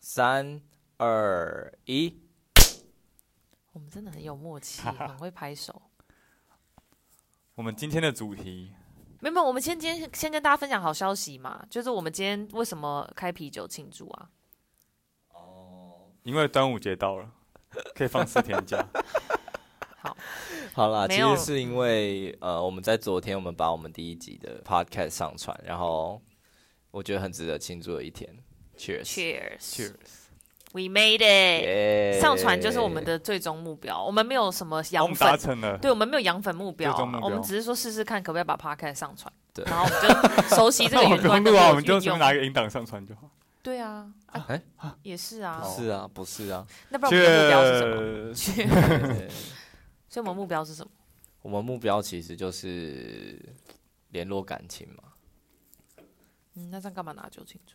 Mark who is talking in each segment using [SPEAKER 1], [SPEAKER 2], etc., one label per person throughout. [SPEAKER 1] 三二一，
[SPEAKER 2] 我们真的很有默契，很会拍手。
[SPEAKER 3] 我们今天的主题，
[SPEAKER 2] 没有，没有，我们先今天先跟大家分享好消息嘛，就是我们今天为什么开啤酒庆祝啊？
[SPEAKER 3] 因为端午节到了， 可以放四天 假。
[SPEAKER 1] 好啦，
[SPEAKER 2] 没
[SPEAKER 1] 其
[SPEAKER 2] 有
[SPEAKER 1] 实是因为呃，我们在昨天我们把我们第一集的 podcast 上传，然后我觉得很值得庆祝的一天，Cheers，
[SPEAKER 2] Cheers，We
[SPEAKER 3] Cheers！
[SPEAKER 2] made it！、
[SPEAKER 1] 耶
[SPEAKER 2] 上传就是我们的最终目标，我们没有什么
[SPEAKER 3] 哦我
[SPEAKER 2] 养
[SPEAKER 3] 们达
[SPEAKER 2] 粉，
[SPEAKER 3] 成了，
[SPEAKER 2] 对我们没有养粉目标啊
[SPEAKER 3] 最终目标
[SPEAKER 2] 我们只是说试试看可不可以把 podcast 上传，
[SPEAKER 1] 对
[SPEAKER 2] 然后我们就熟悉这
[SPEAKER 3] 那
[SPEAKER 2] 个
[SPEAKER 3] 我们
[SPEAKER 2] 云
[SPEAKER 3] 不
[SPEAKER 2] 端
[SPEAKER 3] 用
[SPEAKER 2] 的
[SPEAKER 3] 录啊，我们就
[SPEAKER 2] 运
[SPEAKER 3] 随
[SPEAKER 2] 用
[SPEAKER 3] 便拿一个音档上传就好。
[SPEAKER 2] 对啊，啊
[SPEAKER 1] 哎
[SPEAKER 2] 也是啊
[SPEAKER 1] 不，是啊，不是 啊，
[SPEAKER 2] 那不然我们的目标是什么？
[SPEAKER 3] Cheers
[SPEAKER 1] 对对对
[SPEAKER 2] 所以我们目标是什么？
[SPEAKER 1] 我们目标其实就是联络感情嘛，
[SPEAKER 2] 嗯，那这样干嘛拿酒庆祝？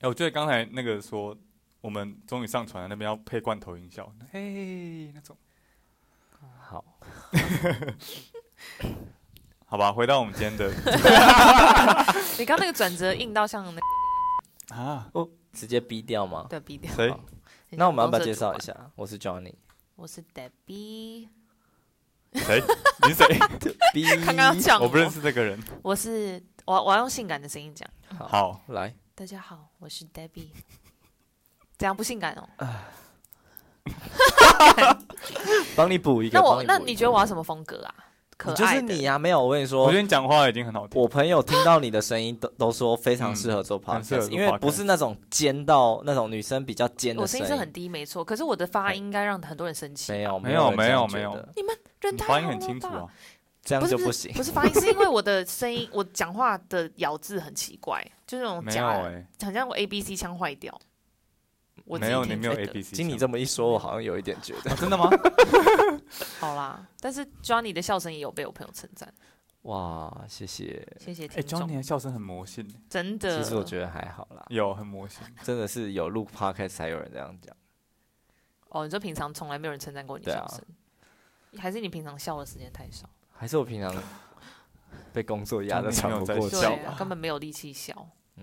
[SPEAKER 3] 哎，我觉得刚才那个说，我们终于上传了，那边要配罐头音效，嘿，那种。
[SPEAKER 1] 好，
[SPEAKER 3] 好吧，回到我们今天的
[SPEAKER 2] 你刚那个转折硬到像那
[SPEAKER 3] 啊，
[SPEAKER 1] 直接逼掉吗？
[SPEAKER 2] 的 B 调，
[SPEAKER 3] 谁
[SPEAKER 1] 好？那我们要不要
[SPEAKER 2] 很像
[SPEAKER 1] 介绍
[SPEAKER 2] 公
[SPEAKER 1] 一
[SPEAKER 2] 社主管？
[SPEAKER 1] 下？我是 Johnny，
[SPEAKER 2] 我是 Debbie，
[SPEAKER 3] 谁？你是谁？
[SPEAKER 1] 逼
[SPEAKER 2] 刚刚讲
[SPEAKER 3] 我不认识这个人。
[SPEAKER 2] 我是我我要用性感的声音讲，嗯
[SPEAKER 3] 好，
[SPEAKER 1] 来，
[SPEAKER 2] 大家好，我是 Debbie，这样不性感哦？
[SPEAKER 1] 帮你补一个。
[SPEAKER 2] 那我
[SPEAKER 1] 帮
[SPEAKER 2] 那
[SPEAKER 1] 补一
[SPEAKER 2] 你
[SPEAKER 1] 个
[SPEAKER 2] 觉得我要什么风格啊？可
[SPEAKER 1] 你就
[SPEAKER 2] 爱
[SPEAKER 1] 是
[SPEAKER 2] 的，
[SPEAKER 1] 你啊？没有，我跟你说，
[SPEAKER 3] 我觉得你讲话已经很好听。
[SPEAKER 1] 我朋友听到你的声音都都说非常适合做
[SPEAKER 3] 很适合
[SPEAKER 1] podcast，、
[SPEAKER 3] 做
[SPEAKER 1] 因为不是那种尖到那种女生比较尖
[SPEAKER 2] 我
[SPEAKER 1] 的
[SPEAKER 2] 声
[SPEAKER 1] 声
[SPEAKER 2] 音
[SPEAKER 1] 音。
[SPEAKER 2] 是很低，没错，可是我的发音应该让很多人生气。
[SPEAKER 1] 没有
[SPEAKER 3] 没
[SPEAKER 1] 有
[SPEAKER 3] 有
[SPEAKER 1] 人这样觉
[SPEAKER 3] 没有
[SPEAKER 1] 得
[SPEAKER 3] 没
[SPEAKER 2] 你们人
[SPEAKER 3] 你
[SPEAKER 2] 太
[SPEAKER 3] 发音
[SPEAKER 2] 好
[SPEAKER 3] 很
[SPEAKER 2] 了
[SPEAKER 3] 清楚
[SPEAKER 2] 吧
[SPEAKER 3] 啊。
[SPEAKER 1] 这样
[SPEAKER 2] 不是
[SPEAKER 1] 就
[SPEAKER 2] 不是
[SPEAKER 1] 行。
[SPEAKER 2] 不是发音，是因为我的声音，我讲话的咬字很奇怪，就那种
[SPEAKER 3] 没有
[SPEAKER 2] 假的，
[SPEAKER 3] 哎，
[SPEAKER 2] 好像我 A B C 腔坏掉。我自
[SPEAKER 3] 没
[SPEAKER 2] 己
[SPEAKER 3] 有，
[SPEAKER 2] 听
[SPEAKER 3] 你没有
[SPEAKER 2] 觉
[SPEAKER 3] A
[SPEAKER 2] 得
[SPEAKER 3] B C。
[SPEAKER 1] 经你这么一说，我好像有一点觉 得，
[SPEAKER 3] 哦真 的吗？
[SPEAKER 2] 好啦，但是 Johnny 的笑声也有被我朋友称赞，
[SPEAKER 1] 哇，谢谢。
[SPEAKER 2] 谢谢
[SPEAKER 3] 哎
[SPEAKER 2] 听众，
[SPEAKER 3] ，Johnny 的笑声很魔性，
[SPEAKER 2] 真的。
[SPEAKER 1] 其实我觉得还好啦，
[SPEAKER 3] 有很魔性。
[SPEAKER 1] 真的是有录 podcast 才有人这样讲。
[SPEAKER 2] 哦，你说平常从来没有人称赞过你
[SPEAKER 1] 对
[SPEAKER 2] 笑
[SPEAKER 1] 啊
[SPEAKER 2] 声，还是你平常笑的时间太少？
[SPEAKER 1] 还是我平常被工作压得喘不过
[SPEAKER 3] 我
[SPEAKER 1] 气
[SPEAKER 2] 对
[SPEAKER 3] 笑
[SPEAKER 2] 啊，
[SPEAKER 3] 吧
[SPEAKER 2] 根本没有力气笑。
[SPEAKER 1] 嗯，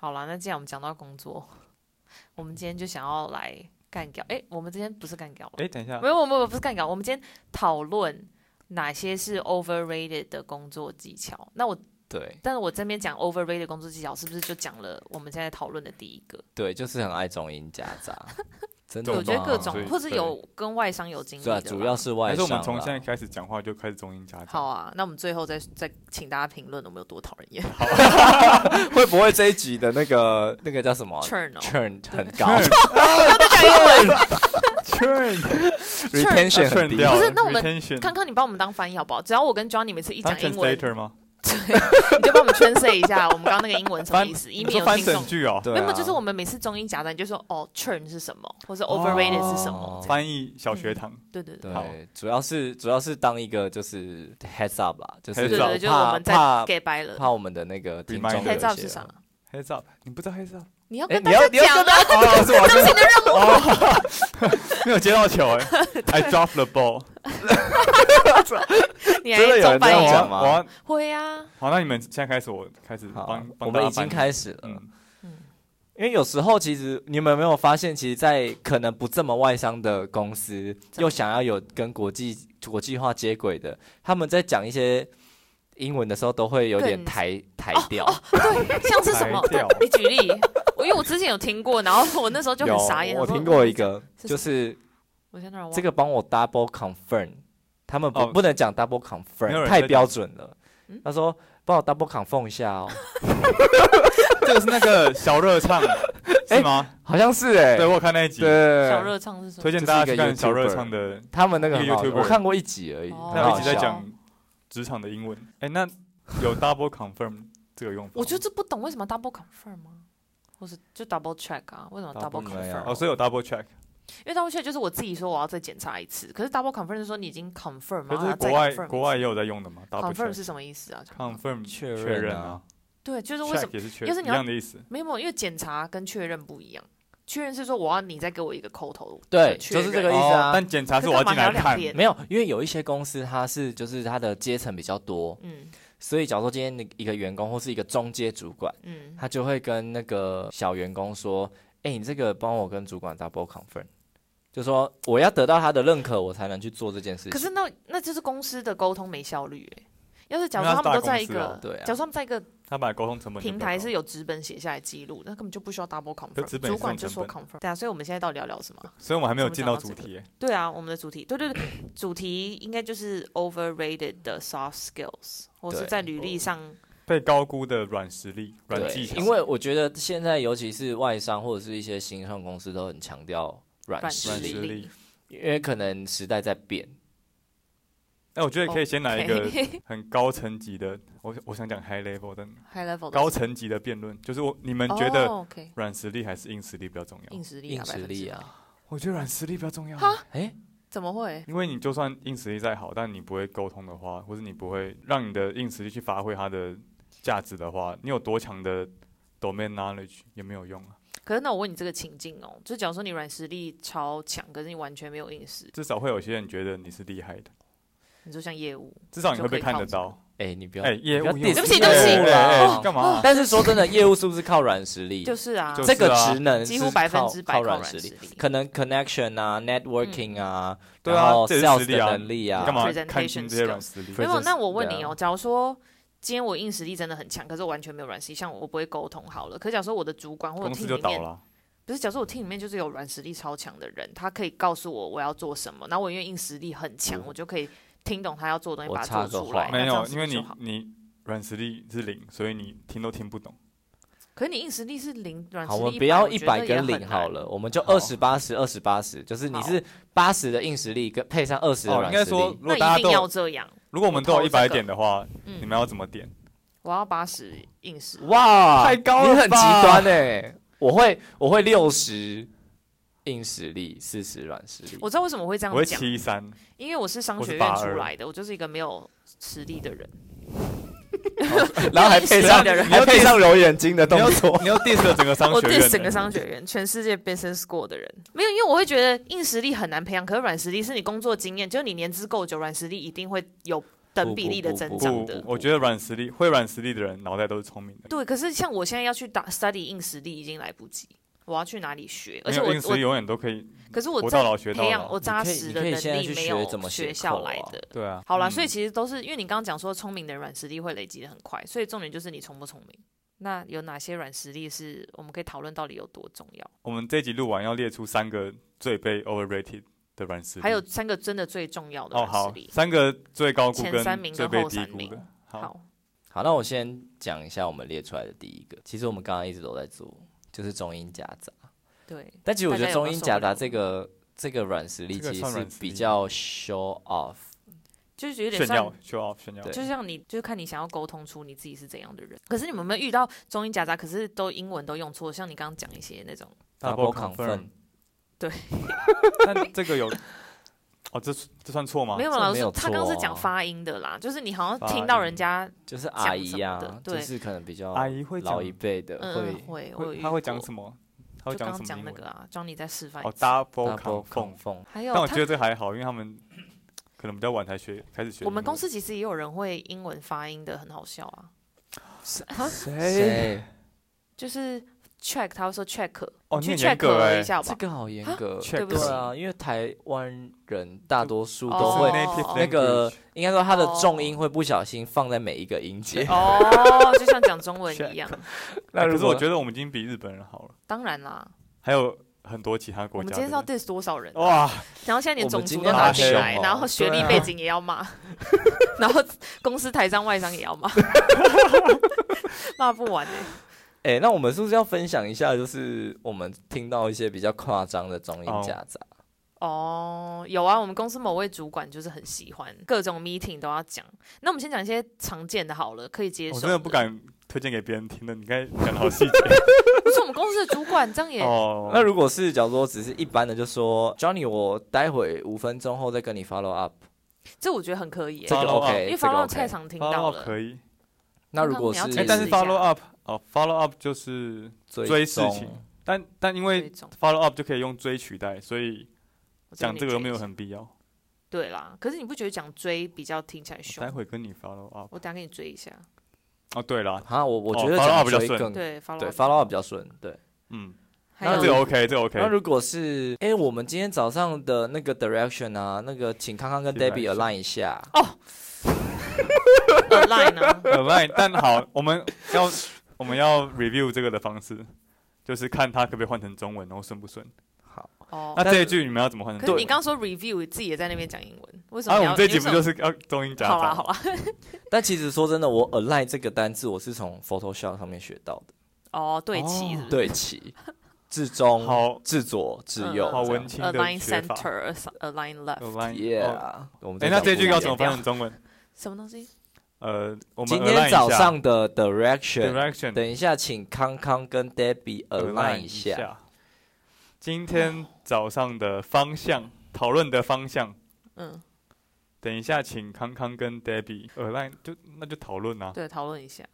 [SPEAKER 2] 好啦，那既然我们讲到工作， 我们今天就想要来干掉。哎、我们今天不是干掉了，
[SPEAKER 3] 哎，等一下
[SPEAKER 2] 没，有，我们不是干掉，我们今天讨论哪些是 overrated 的工作技巧。那我，
[SPEAKER 1] 对
[SPEAKER 2] 但是我这边讲 overrated 工作技巧，是不是就讲了我们现在讨论的第一个？
[SPEAKER 1] 对，就是很爱中英夹杂， 真的
[SPEAKER 3] 对
[SPEAKER 1] 吗。
[SPEAKER 2] 我觉得各
[SPEAKER 3] 所以
[SPEAKER 2] 种，或是有跟外商有经历
[SPEAKER 1] 对啊，
[SPEAKER 2] 的啦，
[SPEAKER 1] 主要是外
[SPEAKER 3] 还是
[SPEAKER 1] 商
[SPEAKER 3] 我
[SPEAKER 1] 啦。
[SPEAKER 3] 们从现在开始讲话就开始中音夹杂。
[SPEAKER 2] 好啊，那我们最后再再请大家评论我们有多讨人厌。
[SPEAKER 1] 会不会这一集的那个那个叫 什么啊
[SPEAKER 2] Churn 哦
[SPEAKER 1] churn 很 高
[SPEAKER 3] ，churn
[SPEAKER 1] ，retention 很
[SPEAKER 3] churn
[SPEAKER 1] 低。
[SPEAKER 3] 掉了，
[SPEAKER 2] 不是那我们
[SPEAKER 3] retention
[SPEAKER 2] 康康，你帮我们当翻译好不好？只要我跟 Johnny 每次一
[SPEAKER 3] 当
[SPEAKER 2] 讲英文，
[SPEAKER 3] translator 吗？
[SPEAKER 2] 你就帮我们圈 say 一下我们刚刚那个英文什么
[SPEAKER 3] 翻
[SPEAKER 2] 意思，以
[SPEAKER 3] 你
[SPEAKER 2] 免
[SPEAKER 3] 说
[SPEAKER 2] 有
[SPEAKER 3] 翻
[SPEAKER 2] 听众
[SPEAKER 3] 整。句哦，
[SPEAKER 1] 对
[SPEAKER 2] 没
[SPEAKER 1] 啊
[SPEAKER 2] 有，就是我们每次中英夹杂，你就说哦，churn 是什么，或者 overrated 是什么
[SPEAKER 1] 哦？
[SPEAKER 2] 这样
[SPEAKER 3] 翻译小学堂。
[SPEAKER 2] 对对对，
[SPEAKER 3] 好
[SPEAKER 1] 对，主要是主要是当一个就是 heads up 啦，就是
[SPEAKER 3] Heads
[SPEAKER 2] 对对
[SPEAKER 3] up
[SPEAKER 2] 对，就是我
[SPEAKER 1] 怕
[SPEAKER 2] 们在
[SPEAKER 1] 怕
[SPEAKER 2] get 掰了。哎
[SPEAKER 1] 怕我们的那个听众
[SPEAKER 3] Reminder
[SPEAKER 1] 有一
[SPEAKER 2] heads up
[SPEAKER 1] 些
[SPEAKER 2] 是啥？？
[SPEAKER 3] Heads up，你不知道 Heads up？
[SPEAKER 2] 你要
[SPEAKER 1] 哎，
[SPEAKER 2] 跟
[SPEAKER 1] 你
[SPEAKER 2] 大
[SPEAKER 1] 要
[SPEAKER 2] 家
[SPEAKER 1] 你要
[SPEAKER 2] 讲
[SPEAKER 1] 跟
[SPEAKER 2] 啊
[SPEAKER 1] 大，家 哦，是我是
[SPEAKER 3] 哦，没有接到球 哎，I dropped the ball。
[SPEAKER 2] 啊你还
[SPEAKER 1] 真的有
[SPEAKER 2] 中
[SPEAKER 1] 人这样
[SPEAKER 2] 翻
[SPEAKER 1] 你
[SPEAKER 2] 译
[SPEAKER 1] 讲
[SPEAKER 3] 好，
[SPEAKER 1] 吗
[SPEAKER 3] 我要
[SPEAKER 2] 会啊，
[SPEAKER 3] 好，那你们现在开始，我开始
[SPEAKER 1] 好
[SPEAKER 3] 帮，帮
[SPEAKER 1] 我
[SPEAKER 3] 大
[SPEAKER 1] 们已
[SPEAKER 3] 家
[SPEAKER 1] 经
[SPEAKER 3] 翻译，
[SPEAKER 1] 开始了。
[SPEAKER 3] 嗯，
[SPEAKER 2] 嗯，
[SPEAKER 1] 因为有时候其实你们有没有发现，其实，在可能不这么外商的公司，
[SPEAKER 2] 怎么
[SPEAKER 1] 又想要有跟国际国际化接轨的，他们在讲一些英文的时候，都会有点
[SPEAKER 2] 更哦
[SPEAKER 1] 抬抬调。
[SPEAKER 2] 像是什么
[SPEAKER 3] 白掉？
[SPEAKER 2] 你举例，我因为我之前有听过，然后我那时候就
[SPEAKER 1] 有
[SPEAKER 2] 很傻眼。
[SPEAKER 1] 我
[SPEAKER 2] 想说
[SPEAKER 1] 听过一，个，
[SPEAKER 2] 是
[SPEAKER 1] 就是
[SPEAKER 2] 我现在突然忘
[SPEAKER 1] 这
[SPEAKER 2] 了
[SPEAKER 1] 个帮我 double confirm，他们不、
[SPEAKER 3] 哦
[SPEAKER 1] 不能讲 double
[SPEAKER 3] 没有
[SPEAKER 1] confirm，
[SPEAKER 3] 人
[SPEAKER 1] 太
[SPEAKER 3] 在
[SPEAKER 1] 标准了。
[SPEAKER 2] 嗯
[SPEAKER 1] 他说帮我 double confirm 一下哦，
[SPEAKER 3] 这个是那个小热唱是吗？
[SPEAKER 1] 好像是哎、
[SPEAKER 3] 对，我有看那一集，
[SPEAKER 2] 小
[SPEAKER 1] 对，
[SPEAKER 2] 热唱是什么
[SPEAKER 3] 推？荐大家
[SPEAKER 1] 这是
[SPEAKER 3] 去
[SPEAKER 1] 一
[SPEAKER 3] 看
[SPEAKER 1] 个
[SPEAKER 3] 小热
[SPEAKER 1] YouTuber
[SPEAKER 3] 唱的，
[SPEAKER 1] 他们那个很
[SPEAKER 3] 一个
[SPEAKER 1] 好，
[SPEAKER 3] YouTuber
[SPEAKER 1] 我看过一集而已，
[SPEAKER 2] 哦
[SPEAKER 1] 很
[SPEAKER 3] 那有
[SPEAKER 1] 好
[SPEAKER 3] 一集在
[SPEAKER 1] 笑。
[SPEAKER 3] 讲职场的英文。哎，那有 double confirm 这个用法吗？
[SPEAKER 2] 我就这不懂为什么 double confirm 啊吗？或是就 double check 啊？为什么 double
[SPEAKER 1] Double check
[SPEAKER 3] 哦，
[SPEAKER 2] confirm？
[SPEAKER 3] 所以有 double check，
[SPEAKER 2] 因为 double check 就是我自己说我要再检查一次，可是 double confirm 是说你已经 confirm
[SPEAKER 3] 可
[SPEAKER 2] 然后
[SPEAKER 3] 是
[SPEAKER 2] 要再
[SPEAKER 3] 国外
[SPEAKER 2] confirm 一次
[SPEAKER 3] 国外也有在用的嘛？double
[SPEAKER 2] confirm
[SPEAKER 3] check
[SPEAKER 2] 是什么意思啊
[SPEAKER 3] confirm
[SPEAKER 1] 确认啊
[SPEAKER 3] 确认啊
[SPEAKER 2] 对，就是为什
[SPEAKER 3] ，check
[SPEAKER 2] 么
[SPEAKER 3] 也是确
[SPEAKER 2] 就是
[SPEAKER 3] 认
[SPEAKER 2] 你
[SPEAKER 3] 一
[SPEAKER 2] 要
[SPEAKER 3] 样的意思。
[SPEAKER 2] 没有没有，因为检查跟确认不一样。确认是说我要你再给我一个口头，
[SPEAKER 1] 对，
[SPEAKER 2] 确认
[SPEAKER 1] 就是这个意思啊。
[SPEAKER 3] 哦但检查是我要进来看
[SPEAKER 2] 可是干嘛还要两遍
[SPEAKER 1] 没有，因为有一些公司它是就是它的阶层比较多，
[SPEAKER 2] 嗯
[SPEAKER 1] 所以假如说今天你一个员工或是一个中阶主管，
[SPEAKER 2] 嗯，
[SPEAKER 1] 他就会跟那个小员工说：“哎、哎、你这个帮我跟主管 double confirm，就说我要得到他的认可，我才能去做这件事情。
[SPEAKER 2] 可是那那就是公司的沟通没效率哎、要是假如
[SPEAKER 3] 因
[SPEAKER 2] 说他
[SPEAKER 3] 为它
[SPEAKER 2] 们
[SPEAKER 3] 是
[SPEAKER 2] 都在一
[SPEAKER 3] 大公司啊
[SPEAKER 2] 个，
[SPEAKER 1] 对啊
[SPEAKER 2] 假如说他们在一个
[SPEAKER 3] 他把沟通成本就
[SPEAKER 2] 平
[SPEAKER 3] 比较
[SPEAKER 2] 台
[SPEAKER 3] 高
[SPEAKER 2] 是有纸本写下来记录，那根本就不需要 double
[SPEAKER 3] 可
[SPEAKER 2] confirm，
[SPEAKER 3] 纸本也
[SPEAKER 2] 主
[SPEAKER 3] 是
[SPEAKER 2] 管
[SPEAKER 3] 用
[SPEAKER 2] 就
[SPEAKER 3] 成
[SPEAKER 2] 说
[SPEAKER 3] 本
[SPEAKER 2] confirm。对啊，所以我们现在到底要聊什么啊？
[SPEAKER 3] 所以我们还没有进到
[SPEAKER 2] 怎
[SPEAKER 3] 主
[SPEAKER 2] 么讲到
[SPEAKER 3] 题耶。
[SPEAKER 2] 对啊，我们的主题，对对对，主题应该就是 overrated 的 soft skills，或是
[SPEAKER 1] 对
[SPEAKER 2] 在履历上
[SPEAKER 3] 被高估的软实力、软技巧，
[SPEAKER 1] 对，因为我觉得现在尤其是外商或者是一些新创公司都很强调软
[SPEAKER 2] 软
[SPEAKER 1] 实
[SPEAKER 3] 软
[SPEAKER 1] 力，
[SPEAKER 3] 实力
[SPEAKER 2] 力。
[SPEAKER 1] 因为可能时代在变。
[SPEAKER 3] 哎，我觉得可以先来一个
[SPEAKER 2] 哦 OK
[SPEAKER 3] 很高层级的，我我想讲 high level 的
[SPEAKER 2] high level 的
[SPEAKER 3] 高层级的辩论，就是我你们觉得
[SPEAKER 2] 哦，OK，
[SPEAKER 3] 软实力还是硬实力比较重要
[SPEAKER 2] 硬？实力
[SPEAKER 1] 硬
[SPEAKER 2] 啊，
[SPEAKER 1] 实力
[SPEAKER 2] 100%，
[SPEAKER 1] 啊，
[SPEAKER 3] 我觉得软实力比较重要，
[SPEAKER 1] 哎、
[SPEAKER 2] 怎么会？
[SPEAKER 3] 因为你就算硬实力再好，但你不会沟通的话，或是你不会让你的硬实力去发挥它的价值的话，你有多强的 domain knowledge 也没有用啊。
[SPEAKER 2] 可是那我问你这个情境哦，就假如说你软实力超强，可是你完全没有硬实，
[SPEAKER 3] 至少会有些人觉得你是厉害的，
[SPEAKER 2] 你就像业务，
[SPEAKER 3] 至少你会
[SPEAKER 2] 就
[SPEAKER 3] 被
[SPEAKER 2] 可以
[SPEAKER 3] 看
[SPEAKER 2] 靠
[SPEAKER 3] 得
[SPEAKER 2] 近
[SPEAKER 3] 到。
[SPEAKER 1] 哎、你不要，
[SPEAKER 3] 哎，
[SPEAKER 1] 你
[SPEAKER 3] 业
[SPEAKER 1] 不要
[SPEAKER 3] 务
[SPEAKER 1] diss
[SPEAKER 3] 业务
[SPEAKER 2] 对不起对不起
[SPEAKER 1] 业务
[SPEAKER 3] 哎
[SPEAKER 1] 啦哦
[SPEAKER 3] 干嘛？
[SPEAKER 1] 但是说真的，业务是不是靠软实力？
[SPEAKER 2] 就是啊，
[SPEAKER 3] 就
[SPEAKER 1] 这
[SPEAKER 3] 是
[SPEAKER 1] 个
[SPEAKER 3] 啊
[SPEAKER 1] 职能
[SPEAKER 2] 几乎
[SPEAKER 1] 是
[SPEAKER 2] 百分
[SPEAKER 1] 靠
[SPEAKER 2] 之百
[SPEAKER 1] 靠
[SPEAKER 2] 靠
[SPEAKER 1] 软
[SPEAKER 2] 实
[SPEAKER 1] 实力，
[SPEAKER 2] 力。
[SPEAKER 1] 可能 connection 啊、networking 啊，
[SPEAKER 3] 对
[SPEAKER 1] 然
[SPEAKER 3] 啊
[SPEAKER 1] 后
[SPEAKER 3] 这也是
[SPEAKER 1] sales
[SPEAKER 3] 实
[SPEAKER 1] 的
[SPEAKER 3] 力啊
[SPEAKER 1] 能力啊，
[SPEAKER 3] 干嘛
[SPEAKER 2] presentation
[SPEAKER 3] 看清这些软实力？
[SPEAKER 2] 没有，
[SPEAKER 1] presence-
[SPEAKER 2] 那我问你哦，
[SPEAKER 1] yeah
[SPEAKER 3] 啊
[SPEAKER 2] 假如说今天我硬实力真的很强，可是我完全没有软实力，像我我不会沟通好了。可假如说我的主管或者
[SPEAKER 3] 公
[SPEAKER 2] team
[SPEAKER 3] 司就
[SPEAKER 2] 里
[SPEAKER 3] 倒
[SPEAKER 2] 面，
[SPEAKER 3] 了。
[SPEAKER 2] 不是假如说我 team 里面就是有软实力超强的人，他可以告诉我我要做什么，然后我因为硬实力很强，我就可以听懂他要做的东
[SPEAKER 1] 嗯
[SPEAKER 2] 西，
[SPEAKER 1] 我
[SPEAKER 2] 把
[SPEAKER 1] 插
[SPEAKER 2] 它
[SPEAKER 1] 个
[SPEAKER 2] 做出
[SPEAKER 1] 话
[SPEAKER 2] 来。那
[SPEAKER 3] 没
[SPEAKER 2] 这样
[SPEAKER 3] 有，
[SPEAKER 2] 是
[SPEAKER 3] 因
[SPEAKER 2] 不
[SPEAKER 3] 为
[SPEAKER 2] 是就
[SPEAKER 3] 你
[SPEAKER 2] 好
[SPEAKER 3] 你软实力是零，所以你听都听不懂。
[SPEAKER 2] 可是你硬实力是零，软实
[SPEAKER 1] 好，
[SPEAKER 2] 力
[SPEAKER 1] 我们
[SPEAKER 2] 100
[SPEAKER 1] 不要
[SPEAKER 2] 我
[SPEAKER 1] 一
[SPEAKER 2] 觉得
[SPEAKER 1] 百
[SPEAKER 2] 也
[SPEAKER 1] 跟
[SPEAKER 2] 很
[SPEAKER 1] 零好
[SPEAKER 2] 难
[SPEAKER 1] 了，我们就
[SPEAKER 3] 好
[SPEAKER 1] 二十八十，二十八十，就是你
[SPEAKER 2] 好
[SPEAKER 1] 是八十的硬实力跟配上二十的
[SPEAKER 3] 哦，应
[SPEAKER 1] 软
[SPEAKER 3] 该
[SPEAKER 1] 实
[SPEAKER 3] 说，
[SPEAKER 1] 力。
[SPEAKER 2] 那
[SPEAKER 3] 如果大
[SPEAKER 2] 一
[SPEAKER 3] 家都
[SPEAKER 2] 定要
[SPEAKER 3] 有，
[SPEAKER 2] 这样。
[SPEAKER 3] 如果我们都有
[SPEAKER 2] 我
[SPEAKER 3] 一
[SPEAKER 2] 投这
[SPEAKER 3] 百
[SPEAKER 2] 个
[SPEAKER 3] 点的话，
[SPEAKER 2] 嗯
[SPEAKER 3] 你们要怎么点？
[SPEAKER 2] 我要八十硬实力，
[SPEAKER 1] 哇，
[SPEAKER 3] 太高了
[SPEAKER 1] 你很极
[SPEAKER 3] 吧
[SPEAKER 1] 端哎、我会我会六十硬实力，四十软实力。
[SPEAKER 2] 我知道为什么会这
[SPEAKER 3] 我
[SPEAKER 2] 样
[SPEAKER 3] 会
[SPEAKER 2] 讲，
[SPEAKER 3] 七三，
[SPEAKER 2] 因为我是商
[SPEAKER 3] 我是
[SPEAKER 2] 学院出
[SPEAKER 3] 82
[SPEAKER 2] 来的，我就是一个没有实力的人。
[SPEAKER 1] 然后还配上
[SPEAKER 2] 硬实力的人
[SPEAKER 1] 还配上揉眼睛的动作。
[SPEAKER 3] 你要 diss 了整个商
[SPEAKER 2] 我
[SPEAKER 3] 学
[SPEAKER 2] 对
[SPEAKER 3] 院
[SPEAKER 2] 整个
[SPEAKER 3] 呢。
[SPEAKER 2] 商学院， 全世界 business school 的人，没有，因为我会觉得硬实力很难培养，可是软实力是你工作经验，就是你年资够久，软实力一定会有等比例的增
[SPEAKER 1] 不
[SPEAKER 2] 长
[SPEAKER 3] 不
[SPEAKER 2] 的。，
[SPEAKER 3] 我觉得软实力会软实力的人脑袋都是聪明的。
[SPEAKER 2] 对，可是像我现在要去打 study 硬实力已经来不及，我要去哪里学？而
[SPEAKER 3] 没
[SPEAKER 2] 且
[SPEAKER 3] 有
[SPEAKER 2] 我
[SPEAKER 3] 硬实力
[SPEAKER 2] 我，
[SPEAKER 3] 永远都可以。
[SPEAKER 2] 可是
[SPEAKER 3] 活
[SPEAKER 2] 我
[SPEAKER 3] 到
[SPEAKER 2] 在
[SPEAKER 3] 老学到啊
[SPEAKER 2] 培养
[SPEAKER 3] 老
[SPEAKER 2] 我扎
[SPEAKER 1] 你可以
[SPEAKER 2] 实
[SPEAKER 1] 你
[SPEAKER 2] 的
[SPEAKER 1] 可以
[SPEAKER 2] 能
[SPEAKER 1] 现在
[SPEAKER 2] 力
[SPEAKER 1] 去
[SPEAKER 2] 没
[SPEAKER 1] 学怎
[SPEAKER 2] 有
[SPEAKER 1] 么
[SPEAKER 2] 学
[SPEAKER 1] 写
[SPEAKER 2] 校
[SPEAKER 1] 扣
[SPEAKER 2] 来
[SPEAKER 1] 啊
[SPEAKER 2] 的。
[SPEAKER 3] 对啊。
[SPEAKER 2] 好啦，
[SPEAKER 3] 嗯
[SPEAKER 2] 所以其实都是因为你刚刚讲说聪明的软实力会累积的很快，所以重点就是你聪不聪明。那有哪些软实力是我们可以讨论到底有多重要？
[SPEAKER 3] 我们这集录完要列出三个最被 overrated 的软实力。
[SPEAKER 2] 还有三个真的最重要的
[SPEAKER 3] 哦，
[SPEAKER 2] 软实
[SPEAKER 3] 好
[SPEAKER 2] 力，。
[SPEAKER 3] 三个最高估
[SPEAKER 2] 前
[SPEAKER 3] 跟
[SPEAKER 2] 三名
[SPEAKER 3] 最
[SPEAKER 2] 跟
[SPEAKER 3] 被
[SPEAKER 2] 后
[SPEAKER 3] 低
[SPEAKER 2] 三
[SPEAKER 3] 估
[SPEAKER 2] 名
[SPEAKER 3] 的。好，
[SPEAKER 2] 好，
[SPEAKER 1] 好，那我先讲一下我们列出来的第一个。其实我们刚刚一直都在做，就是中英夹杂。
[SPEAKER 2] 对，
[SPEAKER 1] 但其实我觉
[SPEAKER 2] 大家
[SPEAKER 1] 得
[SPEAKER 2] 有没
[SPEAKER 1] 中
[SPEAKER 2] 有
[SPEAKER 1] 英
[SPEAKER 2] 受
[SPEAKER 1] 夹
[SPEAKER 2] 不
[SPEAKER 1] 杂
[SPEAKER 2] 了
[SPEAKER 1] 这个这个软实力
[SPEAKER 3] 这个
[SPEAKER 1] 其实
[SPEAKER 3] 算
[SPEAKER 1] 是
[SPEAKER 3] 软实
[SPEAKER 1] 比
[SPEAKER 3] 力
[SPEAKER 1] 较 show off。
[SPEAKER 2] 就是有点
[SPEAKER 3] 炫
[SPEAKER 2] 像
[SPEAKER 3] 耀，show off 炫耀
[SPEAKER 1] 对。
[SPEAKER 2] 就像你，就是看你想要沟通出你自己是怎样的人。可是你们有没有遇到中英夹杂，可是都英文都用错？像你刚刚讲一些那种，
[SPEAKER 1] double
[SPEAKER 3] confirm
[SPEAKER 1] confirm，
[SPEAKER 3] 但 这个有，哦，这这算错吗
[SPEAKER 2] 没？有
[SPEAKER 1] 这
[SPEAKER 2] 老
[SPEAKER 1] 没
[SPEAKER 2] 师
[SPEAKER 1] 有
[SPEAKER 2] 他刚刚是
[SPEAKER 1] 错啊
[SPEAKER 2] 讲发音的啦，就是你好像
[SPEAKER 3] 哦发
[SPEAKER 2] 听到
[SPEAKER 3] 音
[SPEAKER 2] 人家，
[SPEAKER 1] 就是阿
[SPEAKER 2] 讲
[SPEAKER 1] 姨
[SPEAKER 2] 什么
[SPEAKER 1] 啊
[SPEAKER 2] 的，
[SPEAKER 1] 就
[SPEAKER 2] 对
[SPEAKER 1] 是可能比较
[SPEAKER 3] 阿姨会讲
[SPEAKER 1] 老一辈的
[SPEAKER 2] 嗯，
[SPEAKER 1] 会
[SPEAKER 2] 嗯会，我有
[SPEAKER 3] 会
[SPEAKER 2] 遇
[SPEAKER 3] 他会
[SPEAKER 2] 过
[SPEAKER 3] 讲什么？他会
[SPEAKER 2] 就刚刚
[SPEAKER 3] 讲什么
[SPEAKER 2] 讲
[SPEAKER 3] 英
[SPEAKER 2] 那
[SPEAKER 3] 文？
[SPEAKER 2] 个啊，装你再示范一
[SPEAKER 3] 哦
[SPEAKER 2] 次。
[SPEAKER 3] ，double
[SPEAKER 1] double
[SPEAKER 3] confirm。
[SPEAKER 1] confirm。
[SPEAKER 2] 还有
[SPEAKER 3] 但我
[SPEAKER 2] 他
[SPEAKER 3] 觉得这个还好，因为他们可能比较晚才学，开始学英文。
[SPEAKER 2] 我们公司其实也有人会英文发音的，很好笑啊，
[SPEAKER 3] 谁？
[SPEAKER 1] 谁？
[SPEAKER 2] 就是 check，他会说 check，
[SPEAKER 3] 哦，
[SPEAKER 2] 你
[SPEAKER 3] 你
[SPEAKER 2] 去 check
[SPEAKER 3] 很严格
[SPEAKER 2] 了
[SPEAKER 3] 哎
[SPEAKER 2] 一，下
[SPEAKER 1] 这
[SPEAKER 2] 吧。
[SPEAKER 1] 个好严格。
[SPEAKER 3] check
[SPEAKER 2] 对不
[SPEAKER 1] 对
[SPEAKER 2] 起，
[SPEAKER 1] 啊，因为台湾人大多数
[SPEAKER 3] 都
[SPEAKER 1] 都
[SPEAKER 3] 是
[SPEAKER 1] 会
[SPEAKER 2] 哦
[SPEAKER 3] native
[SPEAKER 1] 那个
[SPEAKER 3] language，
[SPEAKER 1] 应该说它的重音会不小心放在每一个音 节。
[SPEAKER 2] 哦，就像讲中文一 样。
[SPEAKER 1] 那
[SPEAKER 3] 哎可
[SPEAKER 1] 如
[SPEAKER 3] 是
[SPEAKER 1] 果
[SPEAKER 3] 我觉得我们已经比日本人好了，
[SPEAKER 2] 当然啦，
[SPEAKER 3] 还有很多其他
[SPEAKER 2] 我
[SPEAKER 3] 国
[SPEAKER 2] 们
[SPEAKER 3] 家
[SPEAKER 2] 今天是要
[SPEAKER 3] 的。
[SPEAKER 2] diss 多少人啊？
[SPEAKER 3] 哇，
[SPEAKER 2] 然后现在连
[SPEAKER 1] 我们
[SPEAKER 2] 种
[SPEAKER 1] 今
[SPEAKER 2] 族都
[SPEAKER 1] 天
[SPEAKER 2] 拿
[SPEAKER 3] 好
[SPEAKER 2] 进
[SPEAKER 3] 凶
[SPEAKER 2] 来，
[SPEAKER 1] 哦
[SPEAKER 2] 然后学历
[SPEAKER 3] 对啊
[SPEAKER 2] 背景也要骂， 然后公司台商外商也要骂， 骂不完、欸。
[SPEAKER 1] 哎、那我们是不是要分享一下，就是我们听到一些比较夸张的中英
[SPEAKER 3] 哦
[SPEAKER 1] 夹杂？
[SPEAKER 2] 哦，有啊，我们公司某位主管就是很喜欢各种 meeting 都要讲。那我们先讲一些常见的好了，可以接受。
[SPEAKER 3] 我真的不。敢推荐给别人听的，你刚才讲的好细节
[SPEAKER 2] 不是我们公司的主管这样也，
[SPEAKER 3] 哦。
[SPEAKER 1] 那如果是假如说只是一般的，就说 Johnny，我待会五分钟后再跟你 follow up，
[SPEAKER 2] 这我觉得很可以、欸。
[SPEAKER 1] 这个
[SPEAKER 3] follow up
[SPEAKER 1] OK，
[SPEAKER 2] 因为
[SPEAKER 1] 这个
[SPEAKER 2] follow up 太
[SPEAKER 1] OK。
[SPEAKER 2] 常听
[SPEAKER 3] follow
[SPEAKER 2] 到
[SPEAKER 3] up
[SPEAKER 2] 了。
[SPEAKER 3] 可以，
[SPEAKER 1] 那如果
[SPEAKER 2] 你要
[SPEAKER 1] 是
[SPEAKER 2] 解
[SPEAKER 3] 哎，
[SPEAKER 2] 释
[SPEAKER 3] 但是
[SPEAKER 2] 一下
[SPEAKER 3] follow up 哦，follow up 就是，追事
[SPEAKER 1] 踪
[SPEAKER 3] 情但但因
[SPEAKER 2] 追
[SPEAKER 3] 为
[SPEAKER 2] 踪
[SPEAKER 3] follow up 就可以用追取代，所以
[SPEAKER 2] 我真的
[SPEAKER 3] 讲这个又没有
[SPEAKER 2] 觉得
[SPEAKER 3] 很必要。
[SPEAKER 2] 对啦。可是你不觉得讲追比较听起来凶
[SPEAKER 3] 待？会跟你 follow up。
[SPEAKER 2] 我等下给你追一下。
[SPEAKER 3] 哦，对啦，
[SPEAKER 1] 啊，我我
[SPEAKER 3] 哦
[SPEAKER 1] 觉得
[SPEAKER 3] follow
[SPEAKER 1] 讲
[SPEAKER 3] up 比较
[SPEAKER 1] 追
[SPEAKER 3] 顺
[SPEAKER 1] 更
[SPEAKER 2] 对，follow
[SPEAKER 1] 对
[SPEAKER 2] up
[SPEAKER 1] follow up 比较顺，对。
[SPEAKER 3] 嗯，
[SPEAKER 2] 还
[SPEAKER 3] 那这个
[SPEAKER 2] 有
[SPEAKER 3] OK，这个
[SPEAKER 1] 那
[SPEAKER 3] OK。
[SPEAKER 1] 如果是哎、我们今天早上的那个 direction 啊，那个请康康跟 Debbie
[SPEAKER 3] Direction
[SPEAKER 1] align 一下。
[SPEAKER 2] 哦 line 呢？
[SPEAKER 3] align，但呃好，我们要我们要 review 这个的方式，就是看它可不可以换成中文，然后顺不顺。
[SPEAKER 1] 好，
[SPEAKER 2] 哦
[SPEAKER 3] 那，
[SPEAKER 1] 但
[SPEAKER 3] 这一
[SPEAKER 1] 是
[SPEAKER 3] 句你们要怎么换成
[SPEAKER 2] 可是
[SPEAKER 3] 中
[SPEAKER 2] 你
[SPEAKER 3] 文？
[SPEAKER 2] 刚说 review 自己也在那边讲英文，为什么
[SPEAKER 3] 啊，
[SPEAKER 2] 你
[SPEAKER 3] 我
[SPEAKER 2] 要？
[SPEAKER 3] 们这一
[SPEAKER 2] 你
[SPEAKER 3] 集
[SPEAKER 2] 为
[SPEAKER 3] 不
[SPEAKER 2] 什
[SPEAKER 3] 就
[SPEAKER 2] 么
[SPEAKER 3] 是要中英夹
[SPEAKER 2] 好啦
[SPEAKER 3] 杂？
[SPEAKER 2] 好啦，
[SPEAKER 1] 但其实说真的，我 align 这个单字我是从 Photoshop 上面学到的，
[SPEAKER 2] 哦，对齐是不是
[SPEAKER 1] 对齐、至中、
[SPEAKER 3] 好
[SPEAKER 1] 至左、至
[SPEAKER 2] 嗯
[SPEAKER 1] 右，
[SPEAKER 3] 好
[SPEAKER 1] 这样
[SPEAKER 3] 文青的
[SPEAKER 2] ，align
[SPEAKER 3] 学法。
[SPEAKER 2] center align left
[SPEAKER 3] align，哦
[SPEAKER 1] Yeah，我们再
[SPEAKER 3] 哎，那
[SPEAKER 1] 讲
[SPEAKER 3] 这
[SPEAKER 1] 不
[SPEAKER 3] 句
[SPEAKER 1] 一
[SPEAKER 3] 要
[SPEAKER 1] 样
[SPEAKER 3] 怎么翻成中文？
[SPEAKER 2] 什么东西？
[SPEAKER 3] 呃，我们
[SPEAKER 1] 今天
[SPEAKER 3] align
[SPEAKER 1] 早
[SPEAKER 3] 一下
[SPEAKER 1] 上的 direction，
[SPEAKER 3] direction
[SPEAKER 1] 等一下请康康跟 Debbie align 一
[SPEAKER 3] 一
[SPEAKER 1] 下。。
[SPEAKER 3] 今天早上的方向，讨论的方向。
[SPEAKER 2] 嗯，
[SPEAKER 3] 等一下，请康康跟 Debbie align，就那就讨论啊。
[SPEAKER 2] 对，讨论一下。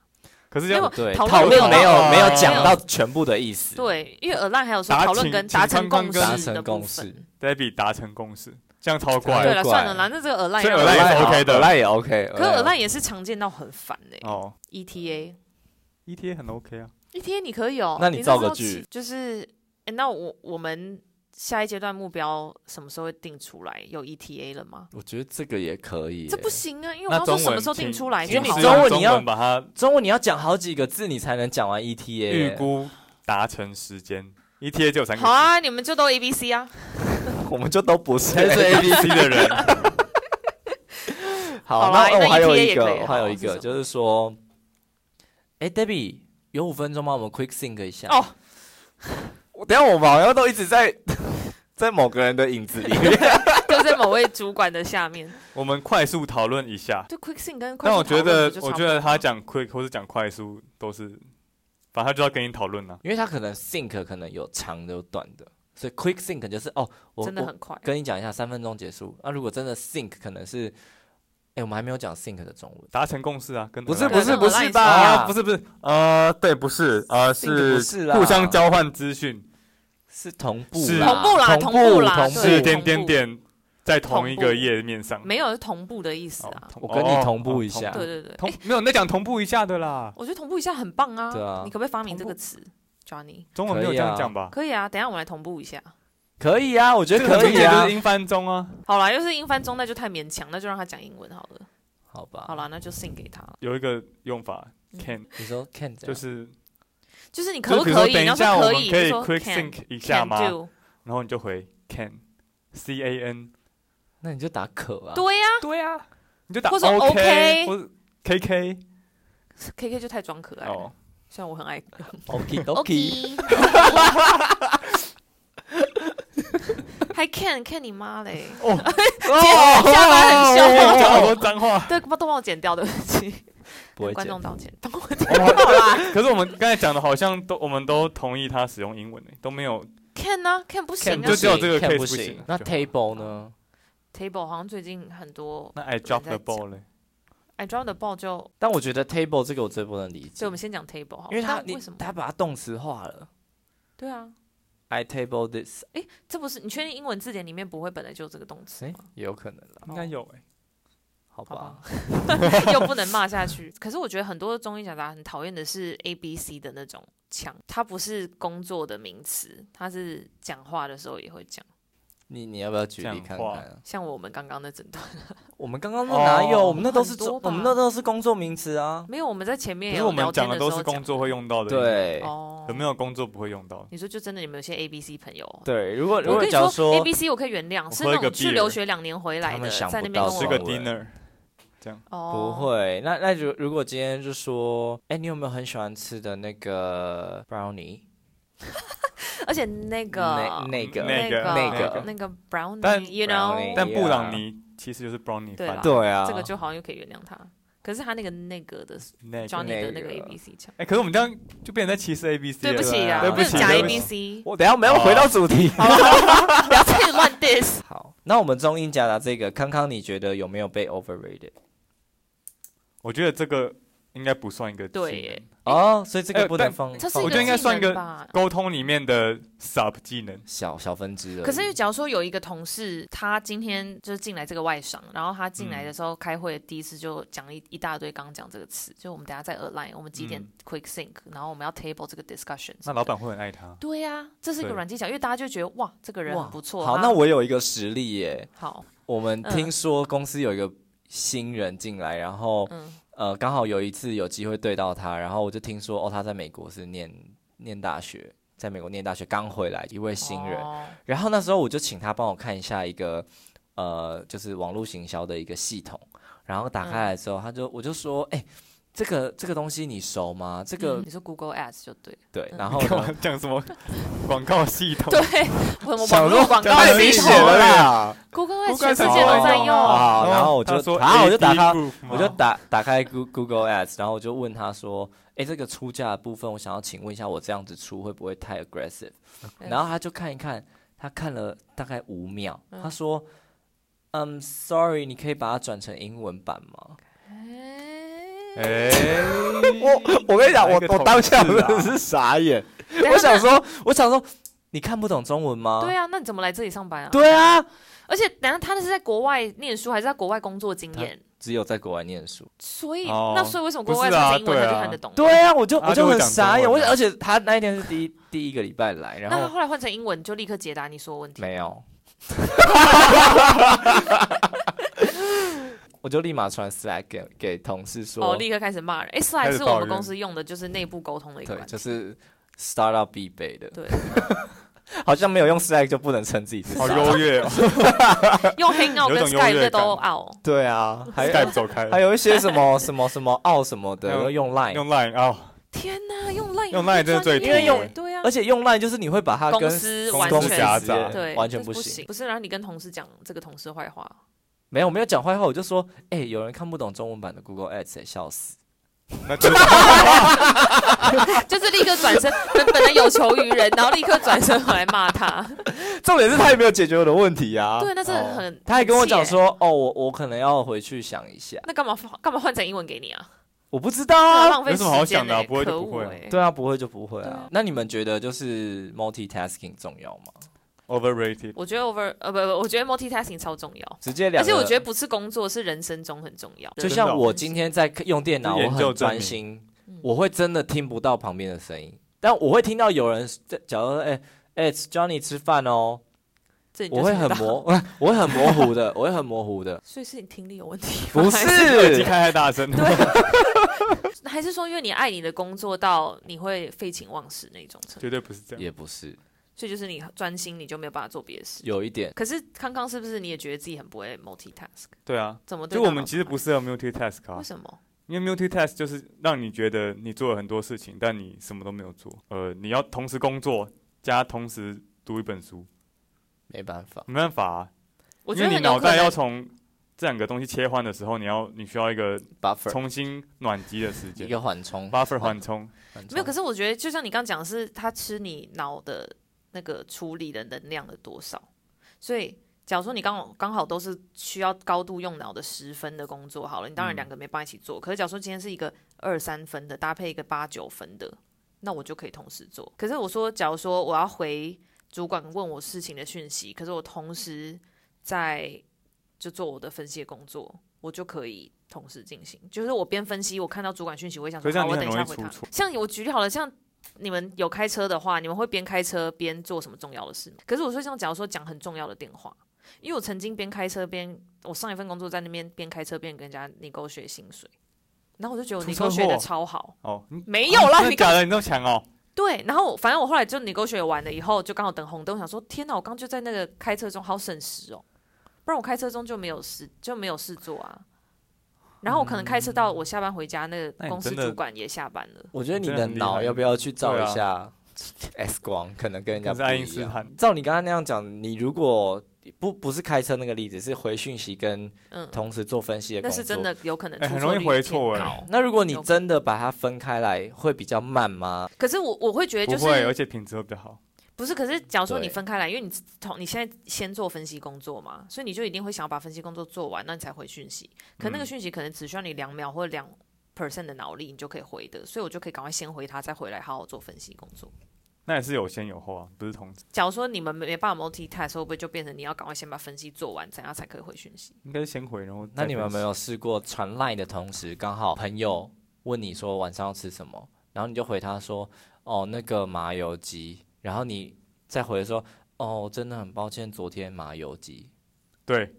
[SPEAKER 3] 可是
[SPEAKER 2] 没有
[SPEAKER 3] 要
[SPEAKER 1] 对，
[SPEAKER 2] 哎讨
[SPEAKER 1] 讨
[SPEAKER 2] 论
[SPEAKER 1] 论
[SPEAKER 2] 没
[SPEAKER 1] 没
[SPEAKER 2] 有
[SPEAKER 1] 有没有
[SPEAKER 3] 到
[SPEAKER 1] 讲到全部的意思。
[SPEAKER 2] 对，因为 align 还有说
[SPEAKER 3] 达
[SPEAKER 2] 讨论
[SPEAKER 3] 请
[SPEAKER 2] 跟
[SPEAKER 3] 请
[SPEAKER 2] 达成
[SPEAKER 3] 刚刚
[SPEAKER 2] 共
[SPEAKER 3] 跟
[SPEAKER 1] 达
[SPEAKER 2] 识
[SPEAKER 1] 成
[SPEAKER 2] 的
[SPEAKER 1] 共
[SPEAKER 2] 部
[SPEAKER 1] 识
[SPEAKER 2] 分。
[SPEAKER 3] Debbie 达成共识，这样超
[SPEAKER 1] 达
[SPEAKER 3] 怪
[SPEAKER 1] 成
[SPEAKER 2] 对啊
[SPEAKER 3] 的。
[SPEAKER 2] 了，
[SPEAKER 1] 怪
[SPEAKER 2] 算了啦，那这个 align
[SPEAKER 3] 所以
[SPEAKER 2] 让我
[SPEAKER 3] align 也是 OK 的
[SPEAKER 1] ，align 嗯也 OK，
[SPEAKER 2] 可是 align 也是常见到很烦呢。，E
[SPEAKER 3] 哦
[SPEAKER 2] ETA
[SPEAKER 3] ，ETA 很 OK 啊。
[SPEAKER 2] ETA 你可以哦，
[SPEAKER 1] 那你
[SPEAKER 2] 你
[SPEAKER 1] 造个
[SPEAKER 2] 知道
[SPEAKER 1] 句
[SPEAKER 2] 起，就是诶那我我们下一阶段目标什么时候会定出来？有 ETA 了吗？
[SPEAKER 1] 我觉得这个也可以耶。
[SPEAKER 2] 这不行啊，因为我
[SPEAKER 3] 那
[SPEAKER 2] 要说
[SPEAKER 3] 中
[SPEAKER 2] 什么
[SPEAKER 3] 文
[SPEAKER 2] 时候定
[SPEAKER 3] 请
[SPEAKER 2] 出来
[SPEAKER 1] 因为
[SPEAKER 2] 就
[SPEAKER 3] 请
[SPEAKER 1] 你
[SPEAKER 2] 好
[SPEAKER 3] 是
[SPEAKER 1] 中
[SPEAKER 2] 了。
[SPEAKER 3] 用
[SPEAKER 1] 文
[SPEAKER 3] 中
[SPEAKER 1] 你要
[SPEAKER 3] 文把它
[SPEAKER 1] 中文你要讲好几个字，你才能讲完 E ETA
[SPEAKER 3] 预
[SPEAKER 1] 耶。
[SPEAKER 3] 估达成时间，ETA ，E 就有三个字。
[SPEAKER 2] 好啊，你们就都 A B C 啊。
[SPEAKER 1] 我们就都不是
[SPEAKER 3] 才是 A B C 的人，
[SPEAKER 1] 好，
[SPEAKER 2] 好啦
[SPEAKER 1] 那那我 E
[SPEAKER 2] 那
[SPEAKER 1] 还有
[SPEAKER 2] ETA
[SPEAKER 1] 一
[SPEAKER 2] 也
[SPEAKER 1] 个
[SPEAKER 2] 可以，
[SPEAKER 1] 我还有
[SPEAKER 2] 好
[SPEAKER 1] 一
[SPEAKER 2] 是什
[SPEAKER 1] 个
[SPEAKER 2] 么
[SPEAKER 1] 就是说，哎，Debbie，有五分钟吗？我们 quick think 一下。
[SPEAKER 2] 哦，
[SPEAKER 1] 我 等一下我们好像都一直在 在某个人的影子 里面。
[SPEAKER 2] 就在某位主管的下面。
[SPEAKER 3] 我们快速讨论一下。
[SPEAKER 2] 就 quick sing 跟快
[SPEAKER 3] 但
[SPEAKER 2] 速
[SPEAKER 3] 我觉
[SPEAKER 2] 讨论
[SPEAKER 3] 得
[SPEAKER 2] 不就，差
[SPEAKER 3] 我
[SPEAKER 2] 不
[SPEAKER 3] 觉
[SPEAKER 2] 多
[SPEAKER 3] 得他
[SPEAKER 2] 吗
[SPEAKER 3] 讲 quick 或是讲快速都是，反正他就要跟你讨论啊了。
[SPEAKER 1] 因为他可能 think 可能有长的有短的，所以 quick think 就是哦，我
[SPEAKER 2] 真的
[SPEAKER 1] 我
[SPEAKER 2] 很快。
[SPEAKER 1] 跟你讲一下，三分钟结束。啊那、如果真的 think 可能是，哎、我们还没有讲 think 的中文。
[SPEAKER 3] 达成共识啊，跟
[SPEAKER 1] 不是
[SPEAKER 3] 德莱
[SPEAKER 1] 不
[SPEAKER 3] 恩
[SPEAKER 1] 是不是
[SPEAKER 3] 啊，
[SPEAKER 1] 吧？
[SPEAKER 3] 不是不是，呃，对，不是，呃，
[SPEAKER 1] Think 不是啦
[SPEAKER 3] 互相交换资讯，
[SPEAKER 1] 是同步
[SPEAKER 3] 是
[SPEAKER 1] 啦
[SPEAKER 2] 同步啦
[SPEAKER 1] 同
[SPEAKER 2] 同步啦
[SPEAKER 1] 同
[SPEAKER 2] 对
[SPEAKER 3] 是
[SPEAKER 2] 同
[SPEAKER 3] 点点
[SPEAKER 2] 步
[SPEAKER 3] 点在同一
[SPEAKER 2] 同
[SPEAKER 3] 个
[SPEAKER 2] 步
[SPEAKER 3] 页面上。
[SPEAKER 2] 没有是同步的意思
[SPEAKER 3] 哦
[SPEAKER 2] 啊。
[SPEAKER 3] 同
[SPEAKER 1] 我跟
[SPEAKER 3] 哦
[SPEAKER 1] 你同步
[SPEAKER 3] 哦
[SPEAKER 1] 一下
[SPEAKER 2] 对对对，
[SPEAKER 3] 同
[SPEAKER 2] 诶
[SPEAKER 3] 没有，你在讲同步一下的啦，
[SPEAKER 2] 我觉得同步一下很棒啊。
[SPEAKER 1] 对啊
[SPEAKER 2] 你可不可以发明这
[SPEAKER 3] 同
[SPEAKER 2] 个词，Johnny？
[SPEAKER 3] 中文没有
[SPEAKER 1] 可以
[SPEAKER 3] 这
[SPEAKER 1] 啊
[SPEAKER 3] 样讲吧？
[SPEAKER 2] 可以啊，等一下我们来同步一下。
[SPEAKER 1] 可以啊，我觉得
[SPEAKER 3] 这个
[SPEAKER 1] 可
[SPEAKER 3] 很明
[SPEAKER 1] 以
[SPEAKER 3] 显
[SPEAKER 1] 啊
[SPEAKER 3] 就是。英翻中啊。
[SPEAKER 2] 好啦，又是英翻中，那就太勉强，那就让他讲英文好了。
[SPEAKER 1] 好
[SPEAKER 3] 哦
[SPEAKER 1] 吧，
[SPEAKER 2] 好啦，那就 sing 给他了。
[SPEAKER 3] 有一个用法，can
[SPEAKER 1] 你说 can 怎
[SPEAKER 3] 就
[SPEAKER 1] 样
[SPEAKER 3] 是
[SPEAKER 2] 就是你嗯啊可
[SPEAKER 3] 就
[SPEAKER 2] 不
[SPEAKER 3] 是比如说
[SPEAKER 2] 可以？
[SPEAKER 3] 等
[SPEAKER 2] 你要
[SPEAKER 3] 一下我
[SPEAKER 2] 可
[SPEAKER 3] 们
[SPEAKER 2] 以，
[SPEAKER 3] 可
[SPEAKER 2] 就
[SPEAKER 3] 以
[SPEAKER 2] 说
[SPEAKER 3] quick
[SPEAKER 2] can
[SPEAKER 3] think 一下
[SPEAKER 2] can
[SPEAKER 3] 吗？
[SPEAKER 2] do。
[SPEAKER 3] 然后你就回 can c a n，
[SPEAKER 1] 那你就打可啊。
[SPEAKER 2] 对呀
[SPEAKER 3] 对啊，你就打
[SPEAKER 2] 或者 OK
[SPEAKER 3] 或者 k k
[SPEAKER 2] ，KK 就太装可爱了
[SPEAKER 3] 哦。，
[SPEAKER 2] 虽然我很爱用。
[SPEAKER 1] ，OK OK，
[SPEAKER 2] 还 can can 你妈嘞！
[SPEAKER 3] 哦，
[SPEAKER 2] 下班很凶
[SPEAKER 3] 我讲好多脏话。
[SPEAKER 2] 对，都帮我剪掉，对不起，
[SPEAKER 1] 不会
[SPEAKER 2] 观
[SPEAKER 1] 剪。
[SPEAKER 2] 众道歉，帮我
[SPEAKER 3] 可是我们刚才讲的，好像都我们都同意他使用英文诶，欸都没有
[SPEAKER 2] can 呢？can 不行
[SPEAKER 1] can
[SPEAKER 2] 啊
[SPEAKER 1] 不
[SPEAKER 3] 就只有
[SPEAKER 1] 行
[SPEAKER 3] 这个
[SPEAKER 1] can
[SPEAKER 3] case
[SPEAKER 1] 不
[SPEAKER 3] 不
[SPEAKER 1] 行
[SPEAKER 3] 行。
[SPEAKER 1] 那
[SPEAKER 3] 就
[SPEAKER 1] table 呢？
[SPEAKER 2] table 好像最近很多
[SPEAKER 3] 那 I drop the ball 嘞。
[SPEAKER 2] I draw the ball 就，
[SPEAKER 1] 但我觉得 table 这个我最不能理解
[SPEAKER 2] 所以我，们先讲 table 好了，
[SPEAKER 1] 因为他
[SPEAKER 2] 但
[SPEAKER 1] 你
[SPEAKER 2] 为什么？
[SPEAKER 1] 他把它动词化了。
[SPEAKER 2] 对啊，
[SPEAKER 1] I table this
[SPEAKER 2] 这不是你确定英文字典里面不会本来就有这个动词
[SPEAKER 1] 哎
[SPEAKER 2] 吗？
[SPEAKER 1] 也有可能了，
[SPEAKER 3] 应该有欸诶。
[SPEAKER 1] 好
[SPEAKER 2] 好
[SPEAKER 1] 吧？
[SPEAKER 2] 吧， 又不能骂下去。可是我觉得很多综艺讲答很讨厌的是 A B C 的那种腔，它不是工作的名词，它是讲话的时候也会讲，
[SPEAKER 1] 你你要不要举例
[SPEAKER 3] 讲
[SPEAKER 1] 看
[SPEAKER 3] 话
[SPEAKER 1] 看啊？
[SPEAKER 2] 像我们刚刚那整
[SPEAKER 1] 哦
[SPEAKER 2] 段，
[SPEAKER 1] 我们刚刚那哪有？
[SPEAKER 3] 哦
[SPEAKER 1] 我们那都是
[SPEAKER 2] 很多
[SPEAKER 1] 中，
[SPEAKER 2] 吧
[SPEAKER 1] 我们那都是工作名词啊。
[SPEAKER 2] 没有我们在前面
[SPEAKER 3] 可
[SPEAKER 2] 也
[SPEAKER 3] 是
[SPEAKER 2] 有
[SPEAKER 3] 我
[SPEAKER 2] 聊天
[SPEAKER 3] 们讲
[SPEAKER 2] 的
[SPEAKER 3] 的
[SPEAKER 2] 时候
[SPEAKER 3] 都是工作会用到的，，
[SPEAKER 1] 对
[SPEAKER 2] 哦，
[SPEAKER 3] 有没有工作不会用到？
[SPEAKER 2] 你说就真的你们有些 A B C 朋友哦，
[SPEAKER 1] 对，如果如
[SPEAKER 2] 我
[SPEAKER 1] 果
[SPEAKER 2] 跟你
[SPEAKER 1] 假如
[SPEAKER 2] 说 A B C 我可以原谅，是
[SPEAKER 3] 喝
[SPEAKER 2] 那
[SPEAKER 3] 一个
[SPEAKER 2] 种去留
[SPEAKER 3] beer
[SPEAKER 2] 学两年回来
[SPEAKER 1] 他
[SPEAKER 2] 的，
[SPEAKER 1] 们想
[SPEAKER 2] 在那
[SPEAKER 1] 不
[SPEAKER 2] 边
[SPEAKER 1] 到是
[SPEAKER 2] 跟
[SPEAKER 3] 吃
[SPEAKER 2] 我
[SPEAKER 3] 个
[SPEAKER 1] 中文
[SPEAKER 3] dinner，
[SPEAKER 2] 哦
[SPEAKER 1] 不会，那那如如果今天就说，哎、你有没有很喜欢吃的那个 brownie？
[SPEAKER 2] 而且那
[SPEAKER 1] 那
[SPEAKER 2] 个
[SPEAKER 1] 那个
[SPEAKER 3] 那个
[SPEAKER 1] 那
[SPEAKER 2] 个
[SPEAKER 1] 个
[SPEAKER 2] 那个 brownie，
[SPEAKER 3] 但
[SPEAKER 1] brownie，
[SPEAKER 2] you know，
[SPEAKER 3] 但布朗
[SPEAKER 1] 呀
[SPEAKER 3] 尼其实就是 brownie
[SPEAKER 2] 哎对
[SPEAKER 3] 饭
[SPEAKER 2] 啦。
[SPEAKER 1] 对啊，
[SPEAKER 2] 这个就好像又可以原谅他。可是他那个那个的
[SPEAKER 3] 那个
[SPEAKER 2] Johnny 的
[SPEAKER 1] 那
[SPEAKER 2] 那个
[SPEAKER 1] 个
[SPEAKER 2] A B C 强，
[SPEAKER 3] 哎，可是我们这样就变成在歧视 A B C
[SPEAKER 2] 对
[SPEAKER 3] 了。
[SPEAKER 2] 不起
[SPEAKER 1] 对
[SPEAKER 2] 啊，
[SPEAKER 1] 啊
[SPEAKER 2] 不能讲
[SPEAKER 3] 对
[SPEAKER 2] A
[SPEAKER 3] 不
[SPEAKER 2] B
[SPEAKER 3] 起
[SPEAKER 2] C，
[SPEAKER 1] 我等一下我们要回到主题。
[SPEAKER 2] 好了好了，好了 不要再乱 diss。
[SPEAKER 1] 好，那我们中英夹杂这个，康康你觉得有没有被 overrated？
[SPEAKER 3] 我觉得这个应该不算一个技
[SPEAKER 2] 对
[SPEAKER 3] 能
[SPEAKER 2] 耶
[SPEAKER 1] 哦，所以这个
[SPEAKER 3] 呃
[SPEAKER 1] 不能
[SPEAKER 3] 但
[SPEAKER 1] 放，
[SPEAKER 2] 这是
[SPEAKER 1] 放
[SPEAKER 2] 一
[SPEAKER 3] 我
[SPEAKER 2] 个
[SPEAKER 3] 觉得应该
[SPEAKER 2] 技
[SPEAKER 3] 算一
[SPEAKER 2] 能
[SPEAKER 3] 个
[SPEAKER 2] 吧
[SPEAKER 3] 沟通里面的 sub 技能，
[SPEAKER 1] 小小分支而已。
[SPEAKER 2] 可是，假如说有一个同事，他今天就是进来这个外商，然后他进来的时候开会第一次就讲一一大堆，刚讲这个词，就我们等下在 align，我们几点
[SPEAKER 3] 嗯
[SPEAKER 2] quick sync，、然后我们要 table 这个 discussion。
[SPEAKER 3] 那老板会很爱他。
[SPEAKER 2] 对呀、这是一个
[SPEAKER 3] 对
[SPEAKER 2] 软技巧，因为大家就觉得哇，这个人
[SPEAKER 1] 哇
[SPEAKER 2] 很不错。啊
[SPEAKER 1] 好，
[SPEAKER 2] 他
[SPEAKER 1] 那我有一个实例耶。
[SPEAKER 2] 好，
[SPEAKER 1] 我们
[SPEAKER 2] 嗯
[SPEAKER 1] 听说公司有一个新人进来，然后
[SPEAKER 2] 嗯
[SPEAKER 1] 呃，刚好有一次有机会对到他，然后我就听说哦，他在美国是念念大学，在美国念大学刚回来，一位新人。
[SPEAKER 2] 哦
[SPEAKER 1] 然后那时候我就请他帮我看一下一个呃，就是网络行销的一个系统。然后打开来之后，他就我就说，哎、这个这个东西你熟吗？这个、
[SPEAKER 2] 嗯你说 Google Ads 就 对了，
[SPEAKER 1] 对，
[SPEAKER 2] 嗯
[SPEAKER 1] 然 后
[SPEAKER 3] 你干
[SPEAKER 1] 呢
[SPEAKER 3] 嘛讲什么广告系统？
[SPEAKER 2] 对，我们
[SPEAKER 1] 想
[SPEAKER 2] 网
[SPEAKER 1] 说
[SPEAKER 2] 络广告
[SPEAKER 1] 太
[SPEAKER 2] 系
[SPEAKER 1] 明
[SPEAKER 2] 统
[SPEAKER 1] 显了
[SPEAKER 2] 啦
[SPEAKER 1] 啦！
[SPEAKER 2] ，Google Ads
[SPEAKER 3] Google
[SPEAKER 2] 全世
[SPEAKER 3] Ads
[SPEAKER 2] 界都在
[SPEAKER 1] 哦
[SPEAKER 2] 用。
[SPEAKER 1] 好然后我就
[SPEAKER 3] 他说
[SPEAKER 1] 好我就打
[SPEAKER 3] AD
[SPEAKER 1] 他
[SPEAKER 3] group 吗
[SPEAKER 1] 我就打打开 Goo- Google Ads，然后我就问他说：“哎，这个出价的部分，我想要请问一下，我这样子出会不会太 aggressive？” 然后他就看一看，他看了大概五秒，
[SPEAKER 3] 嗯
[SPEAKER 1] 他说：“I'm sorry，你可以把它转成英文版吗
[SPEAKER 2] 哎
[SPEAKER 3] 哎，？”
[SPEAKER 1] 我跟你
[SPEAKER 3] 讲我我当下真的是
[SPEAKER 1] 傻眼，
[SPEAKER 3] 啊
[SPEAKER 2] 等一下那
[SPEAKER 1] 说，我想说，你看不懂中文吗
[SPEAKER 2] 对啊，那你怎么来这里上班啊？
[SPEAKER 1] 对啊，
[SPEAKER 2] 而且，难道他是在国外念书，还是在国外工作经验？
[SPEAKER 1] 只有在国外念书。
[SPEAKER 2] 所以，
[SPEAKER 3] 哦
[SPEAKER 2] 那所以为什么国
[SPEAKER 3] 不
[SPEAKER 2] 外
[SPEAKER 3] 是啊
[SPEAKER 2] 是英文他
[SPEAKER 3] 对
[SPEAKER 2] 就
[SPEAKER 3] 啊
[SPEAKER 2] 看得懂？
[SPEAKER 1] 对啊，我就
[SPEAKER 3] 他
[SPEAKER 1] 我就
[SPEAKER 3] 就会
[SPEAKER 1] 很
[SPEAKER 3] 讲
[SPEAKER 1] 傻眼，
[SPEAKER 3] 中
[SPEAKER 1] 我
[SPEAKER 3] 文啊
[SPEAKER 1] 而且他那一天是第一第一个礼拜来，然
[SPEAKER 2] 那他
[SPEAKER 1] 后
[SPEAKER 2] 后来换成英文，就立刻解答你所有问题。
[SPEAKER 1] 没 有，我就立马传 Slack 给给同事
[SPEAKER 2] 哦，
[SPEAKER 1] 说，
[SPEAKER 2] 立刻开始骂人。哎
[SPEAKER 3] 开
[SPEAKER 2] ，Slack
[SPEAKER 3] 始
[SPEAKER 2] 是
[SPEAKER 3] 抱
[SPEAKER 2] 我们
[SPEAKER 3] 怨
[SPEAKER 2] 公司用的，就是内部沟通的一个
[SPEAKER 1] 对，
[SPEAKER 2] 软
[SPEAKER 1] 就
[SPEAKER 2] 件。
[SPEAKER 1] 是 startup 必备的，
[SPEAKER 2] 对，
[SPEAKER 1] 好像没有用 Slack 就不能称自己是
[SPEAKER 3] 好
[SPEAKER 1] startup
[SPEAKER 3] 优越哦
[SPEAKER 2] 用 Hangout
[SPEAKER 3] 有一
[SPEAKER 2] 跟
[SPEAKER 3] 种
[SPEAKER 2] Skype 这
[SPEAKER 3] 优越感
[SPEAKER 2] 都 out。
[SPEAKER 1] 对啊，还有
[SPEAKER 3] ，Skype 走开
[SPEAKER 1] 还
[SPEAKER 3] 了，
[SPEAKER 1] 有一些什么 什么什么奥什么
[SPEAKER 3] 还
[SPEAKER 1] 的，
[SPEAKER 3] 有
[SPEAKER 1] 用 Line，
[SPEAKER 3] 用 Line 啊，
[SPEAKER 2] 天哪，用 Line
[SPEAKER 3] 用
[SPEAKER 2] 还可以
[SPEAKER 3] Line 真
[SPEAKER 2] 赚
[SPEAKER 3] 的最欸
[SPEAKER 2] 钱
[SPEAKER 1] 因为用
[SPEAKER 2] 对啊
[SPEAKER 1] 而，且用 Line 就是你会把它
[SPEAKER 2] 公
[SPEAKER 1] 跟
[SPEAKER 2] 司
[SPEAKER 1] 公
[SPEAKER 2] 完
[SPEAKER 1] 公
[SPEAKER 2] 全
[SPEAKER 1] 司
[SPEAKER 3] 夹
[SPEAKER 1] 直
[SPEAKER 3] 杂
[SPEAKER 1] 接
[SPEAKER 2] 对
[SPEAKER 1] 完全
[SPEAKER 2] 这不
[SPEAKER 1] 行。。
[SPEAKER 2] 不是，然后你跟同事讲这个同事坏话，
[SPEAKER 1] 没有，我没有讲坏话，我就说，哎、有人看不懂中文版的 Google Ads，、欸、笑死。
[SPEAKER 3] 那就是
[SPEAKER 2] 就是立刻转身， 本本来有求于人，然后立刻转身回来骂他。
[SPEAKER 1] 重点是他也没有解决我的问题啊。
[SPEAKER 2] 对，那真的
[SPEAKER 3] 哦
[SPEAKER 2] 很。
[SPEAKER 1] 他还跟我讲
[SPEAKER 2] 很气耶，
[SPEAKER 1] 说，哦，我我可能要回去想一下，
[SPEAKER 2] 那干嘛换干嘛换成英文给你啊？
[SPEAKER 1] 我不知道
[SPEAKER 2] 真的
[SPEAKER 1] 啊。
[SPEAKER 2] 浪费
[SPEAKER 3] 有什
[SPEAKER 2] 时
[SPEAKER 3] 么好
[SPEAKER 2] 间
[SPEAKER 3] 想的啊
[SPEAKER 2] 欸
[SPEAKER 3] 不会就
[SPEAKER 2] 可
[SPEAKER 3] 不会
[SPEAKER 2] 恶
[SPEAKER 3] 啊
[SPEAKER 2] 欸
[SPEAKER 1] 对啊，不会就不会
[SPEAKER 2] 对
[SPEAKER 1] 啊
[SPEAKER 2] 啊。
[SPEAKER 1] 那你们觉得就是 multitasking 重要吗？
[SPEAKER 3] overrated。
[SPEAKER 2] 我觉得 over 呃不不，我觉得 multitasking 超重要，
[SPEAKER 1] 直接两
[SPEAKER 2] 而
[SPEAKER 1] 个，
[SPEAKER 2] 且我觉得不是工作，是人生中很重要。
[SPEAKER 1] 就
[SPEAKER 3] 真的
[SPEAKER 1] 像
[SPEAKER 3] 哦
[SPEAKER 1] 我今天在用电脑，
[SPEAKER 3] 这
[SPEAKER 1] 我
[SPEAKER 3] 研
[SPEAKER 1] 很
[SPEAKER 3] 究证
[SPEAKER 1] 专
[SPEAKER 3] 明
[SPEAKER 1] 心
[SPEAKER 2] 嗯，
[SPEAKER 1] 我会真的听不到旁边的声音，但我会听到有人在，假如说哎哎、欸 Johnny 吃饭哦，
[SPEAKER 2] 这你就
[SPEAKER 1] 我会
[SPEAKER 2] 知
[SPEAKER 1] 很
[SPEAKER 2] 道，
[SPEAKER 1] 模， 我会很模糊的，我会很模糊的。
[SPEAKER 2] 所以是你听力有问题吗，
[SPEAKER 1] 不
[SPEAKER 2] 还
[SPEAKER 3] 耳
[SPEAKER 1] 是，
[SPEAKER 3] 机 开太大声，
[SPEAKER 2] 还是说因为你爱你的工作到你会废寝忘食那种程度，
[SPEAKER 3] 绝对不是这样。
[SPEAKER 1] 也不是，
[SPEAKER 2] 所以就是你专心你就没有办法做别的事。
[SPEAKER 1] 有一点
[SPEAKER 2] 可是康康是不是你也觉得自己很不会 multitask？
[SPEAKER 3] 对啊，
[SPEAKER 1] 哦
[SPEAKER 2] 怎么对？
[SPEAKER 3] 就我们其实不，适合 multitask 啊
[SPEAKER 2] 为，什么？
[SPEAKER 3] 因为 multitask 就是让你觉得你做了很多事情，但你什么都没有做。呃，你要同时工作加同时读一本书，
[SPEAKER 1] 没办法。
[SPEAKER 3] 没办法、啊，
[SPEAKER 2] 我觉得
[SPEAKER 3] 因为
[SPEAKER 2] 很
[SPEAKER 3] 你
[SPEAKER 2] 有
[SPEAKER 3] 脑
[SPEAKER 2] 可
[SPEAKER 3] 袋要
[SPEAKER 2] 能。
[SPEAKER 3] 从这两个东西切换的时候，你要你需要一个
[SPEAKER 1] buffer
[SPEAKER 3] 重新暖机的时
[SPEAKER 1] 一
[SPEAKER 3] 间
[SPEAKER 1] 个缓冲
[SPEAKER 3] ，buffer 缓冲。
[SPEAKER 2] 没有，可
[SPEAKER 1] 是
[SPEAKER 2] 是我觉得就像你刚刚讲的是，它吃你脑的那个处理的能量的多少。所以，假如说你刚好刚好都是需要高度用脑的十分的工作，好了，你当然
[SPEAKER 3] 嗯
[SPEAKER 2] 两个没办法一起做。可是，假如说今天是一个二三分的搭配一个八九分的，那我就可以同时做。可是我说，假如说我要回主管问我事情的讯息，可是我同时在就做我的分析的工作，我就可以同时进行。就是我边分析，我看到主管讯息，我也想说，
[SPEAKER 3] 可是这样
[SPEAKER 2] 好，我
[SPEAKER 3] 你
[SPEAKER 2] 等
[SPEAKER 3] 很
[SPEAKER 2] 一下
[SPEAKER 3] 容易
[SPEAKER 2] 回
[SPEAKER 3] 出
[SPEAKER 2] 他
[SPEAKER 3] 错。
[SPEAKER 2] 像我举例好了，像你们有开车的话，你们会边开车边做什么重要的事吗？可是我说，像假如说讲很重要的电话，因为我曾经边开车边，我上一份工作在那边边开车边跟人家你勾学薪水，然后我就觉得我你
[SPEAKER 3] 出
[SPEAKER 2] 勾
[SPEAKER 3] 车
[SPEAKER 2] 学的
[SPEAKER 3] 祸
[SPEAKER 2] 超好，
[SPEAKER 3] 哦，你
[SPEAKER 2] 没有啦，
[SPEAKER 3] 真
[SPEAKER 2] 你
[SPEAKER 3] 的假的？你这么强哦？
[SPEAKER 2] 对，然后我反正我后来就你勾学完了以后，就刚好等红灯，我想说天哪，我刚就在那个开车中好省时哦，不然我开车中就没有事就没有事做啊。然后我可能开车到我下班回家，那
[SPEAKER 3] 嗯那
[SPEAKER 2] 个
[SPEAKER 3] 你
[SPEAKER 2] 公司
[SPEAKER 3] 真的
[SPEAKER 2] 主管也下班了。
[SPEAKER 1] 我觉得你
[SPEAKER 3] 真的
[SPEAKER 1] 的
[SPEAKER 3] 很厉
[SPEAKER 1] 脑
[SPEAKER 3] 害
[SPEAKER 1] 要不要去照
[SPEAKER 3] 对
[SPEAKER 1] 一
[SPEAKER 3] 啊
[SPEAKER 1] 下 X 光？可能跟人家
[SPEAKER 3] 可
[SPEAKER 1] 不
[SPEAKER 3] 是爱因
[SPEAKER 1] 一
[SPEAKER 3] 斯
[SPEAKER 1] 样。
[SPEAKER 3] 坦，
[SPEAKER 1] 照你刚刚那样讲，你如果不不是开车那个例子，是回讯息跟
[SPEAKER 2] 嗯，
[SPEAKER 1] 同时做分析的
[SPEAKER 2] 那
[SPEAKER 1] 工作，
[SPEAKER 2] 是真的有可能
[SPEAKER 3] 哎
[SPEAKER 2] 出
[SPEAKER 3] 很
[SPEAKER 2] 错
[SPEAKER 3] 容易
[SPEAKER 2] 率
[SPEAKER 3] 回
[SPEAKER 2] 偏
[SPEAKER 3] 错哎
[SPEAKER 2] 高
[SPEAKER 1] 那如果你
[SPEAKER 2] 有可
[SPEAKER 1] 真的把它分开来，会比较慢吗？
[SPEAKER 2] 可是我我会觉得就
[SPEAKER 3] 不会，而
[SPEAKER 2] 是
[SPEAKER 3] 且品质会比较好。
[SPEAKER 2] 不是，可是假如说你
[SPEAKER 1] 对
[SPEAKER 2] 分开来，因为你同你现在先做分析工作嘛，所以你就一定会想要把分析工作做完，那你才回讯息。可那个
[SPEAKER 3] 嗯
[SPEAKER 2] 讯息可能只需要你两秒或两 percent 的脑力，你就可以回的，所以我就可以赶快先回他，再回来好好做分析工作。
[SPEAKER 3] 那也是有先有后啊，不是同时，
[SPEAKER 2] 假如说你们没办法 multitask，会不会就变成你要赶快先把分析做完，怎样才可以回讯息？
[SPEAKER 3] 应该是先回，然后
[SPEAKER 1] 那
[SPEAKER 3] 再
[SPEAKER 1] 你们有
[SPEAKER 3] 分析
[SPEAKER 1] 没有试过传 line 的同时，刚好朋友问你说晚上要吃什么，然后你就回他说哦那个麻油鸡，然后你再回说哦真的很抱歉昨天麻油鸡，
[SPEAKER 3] 对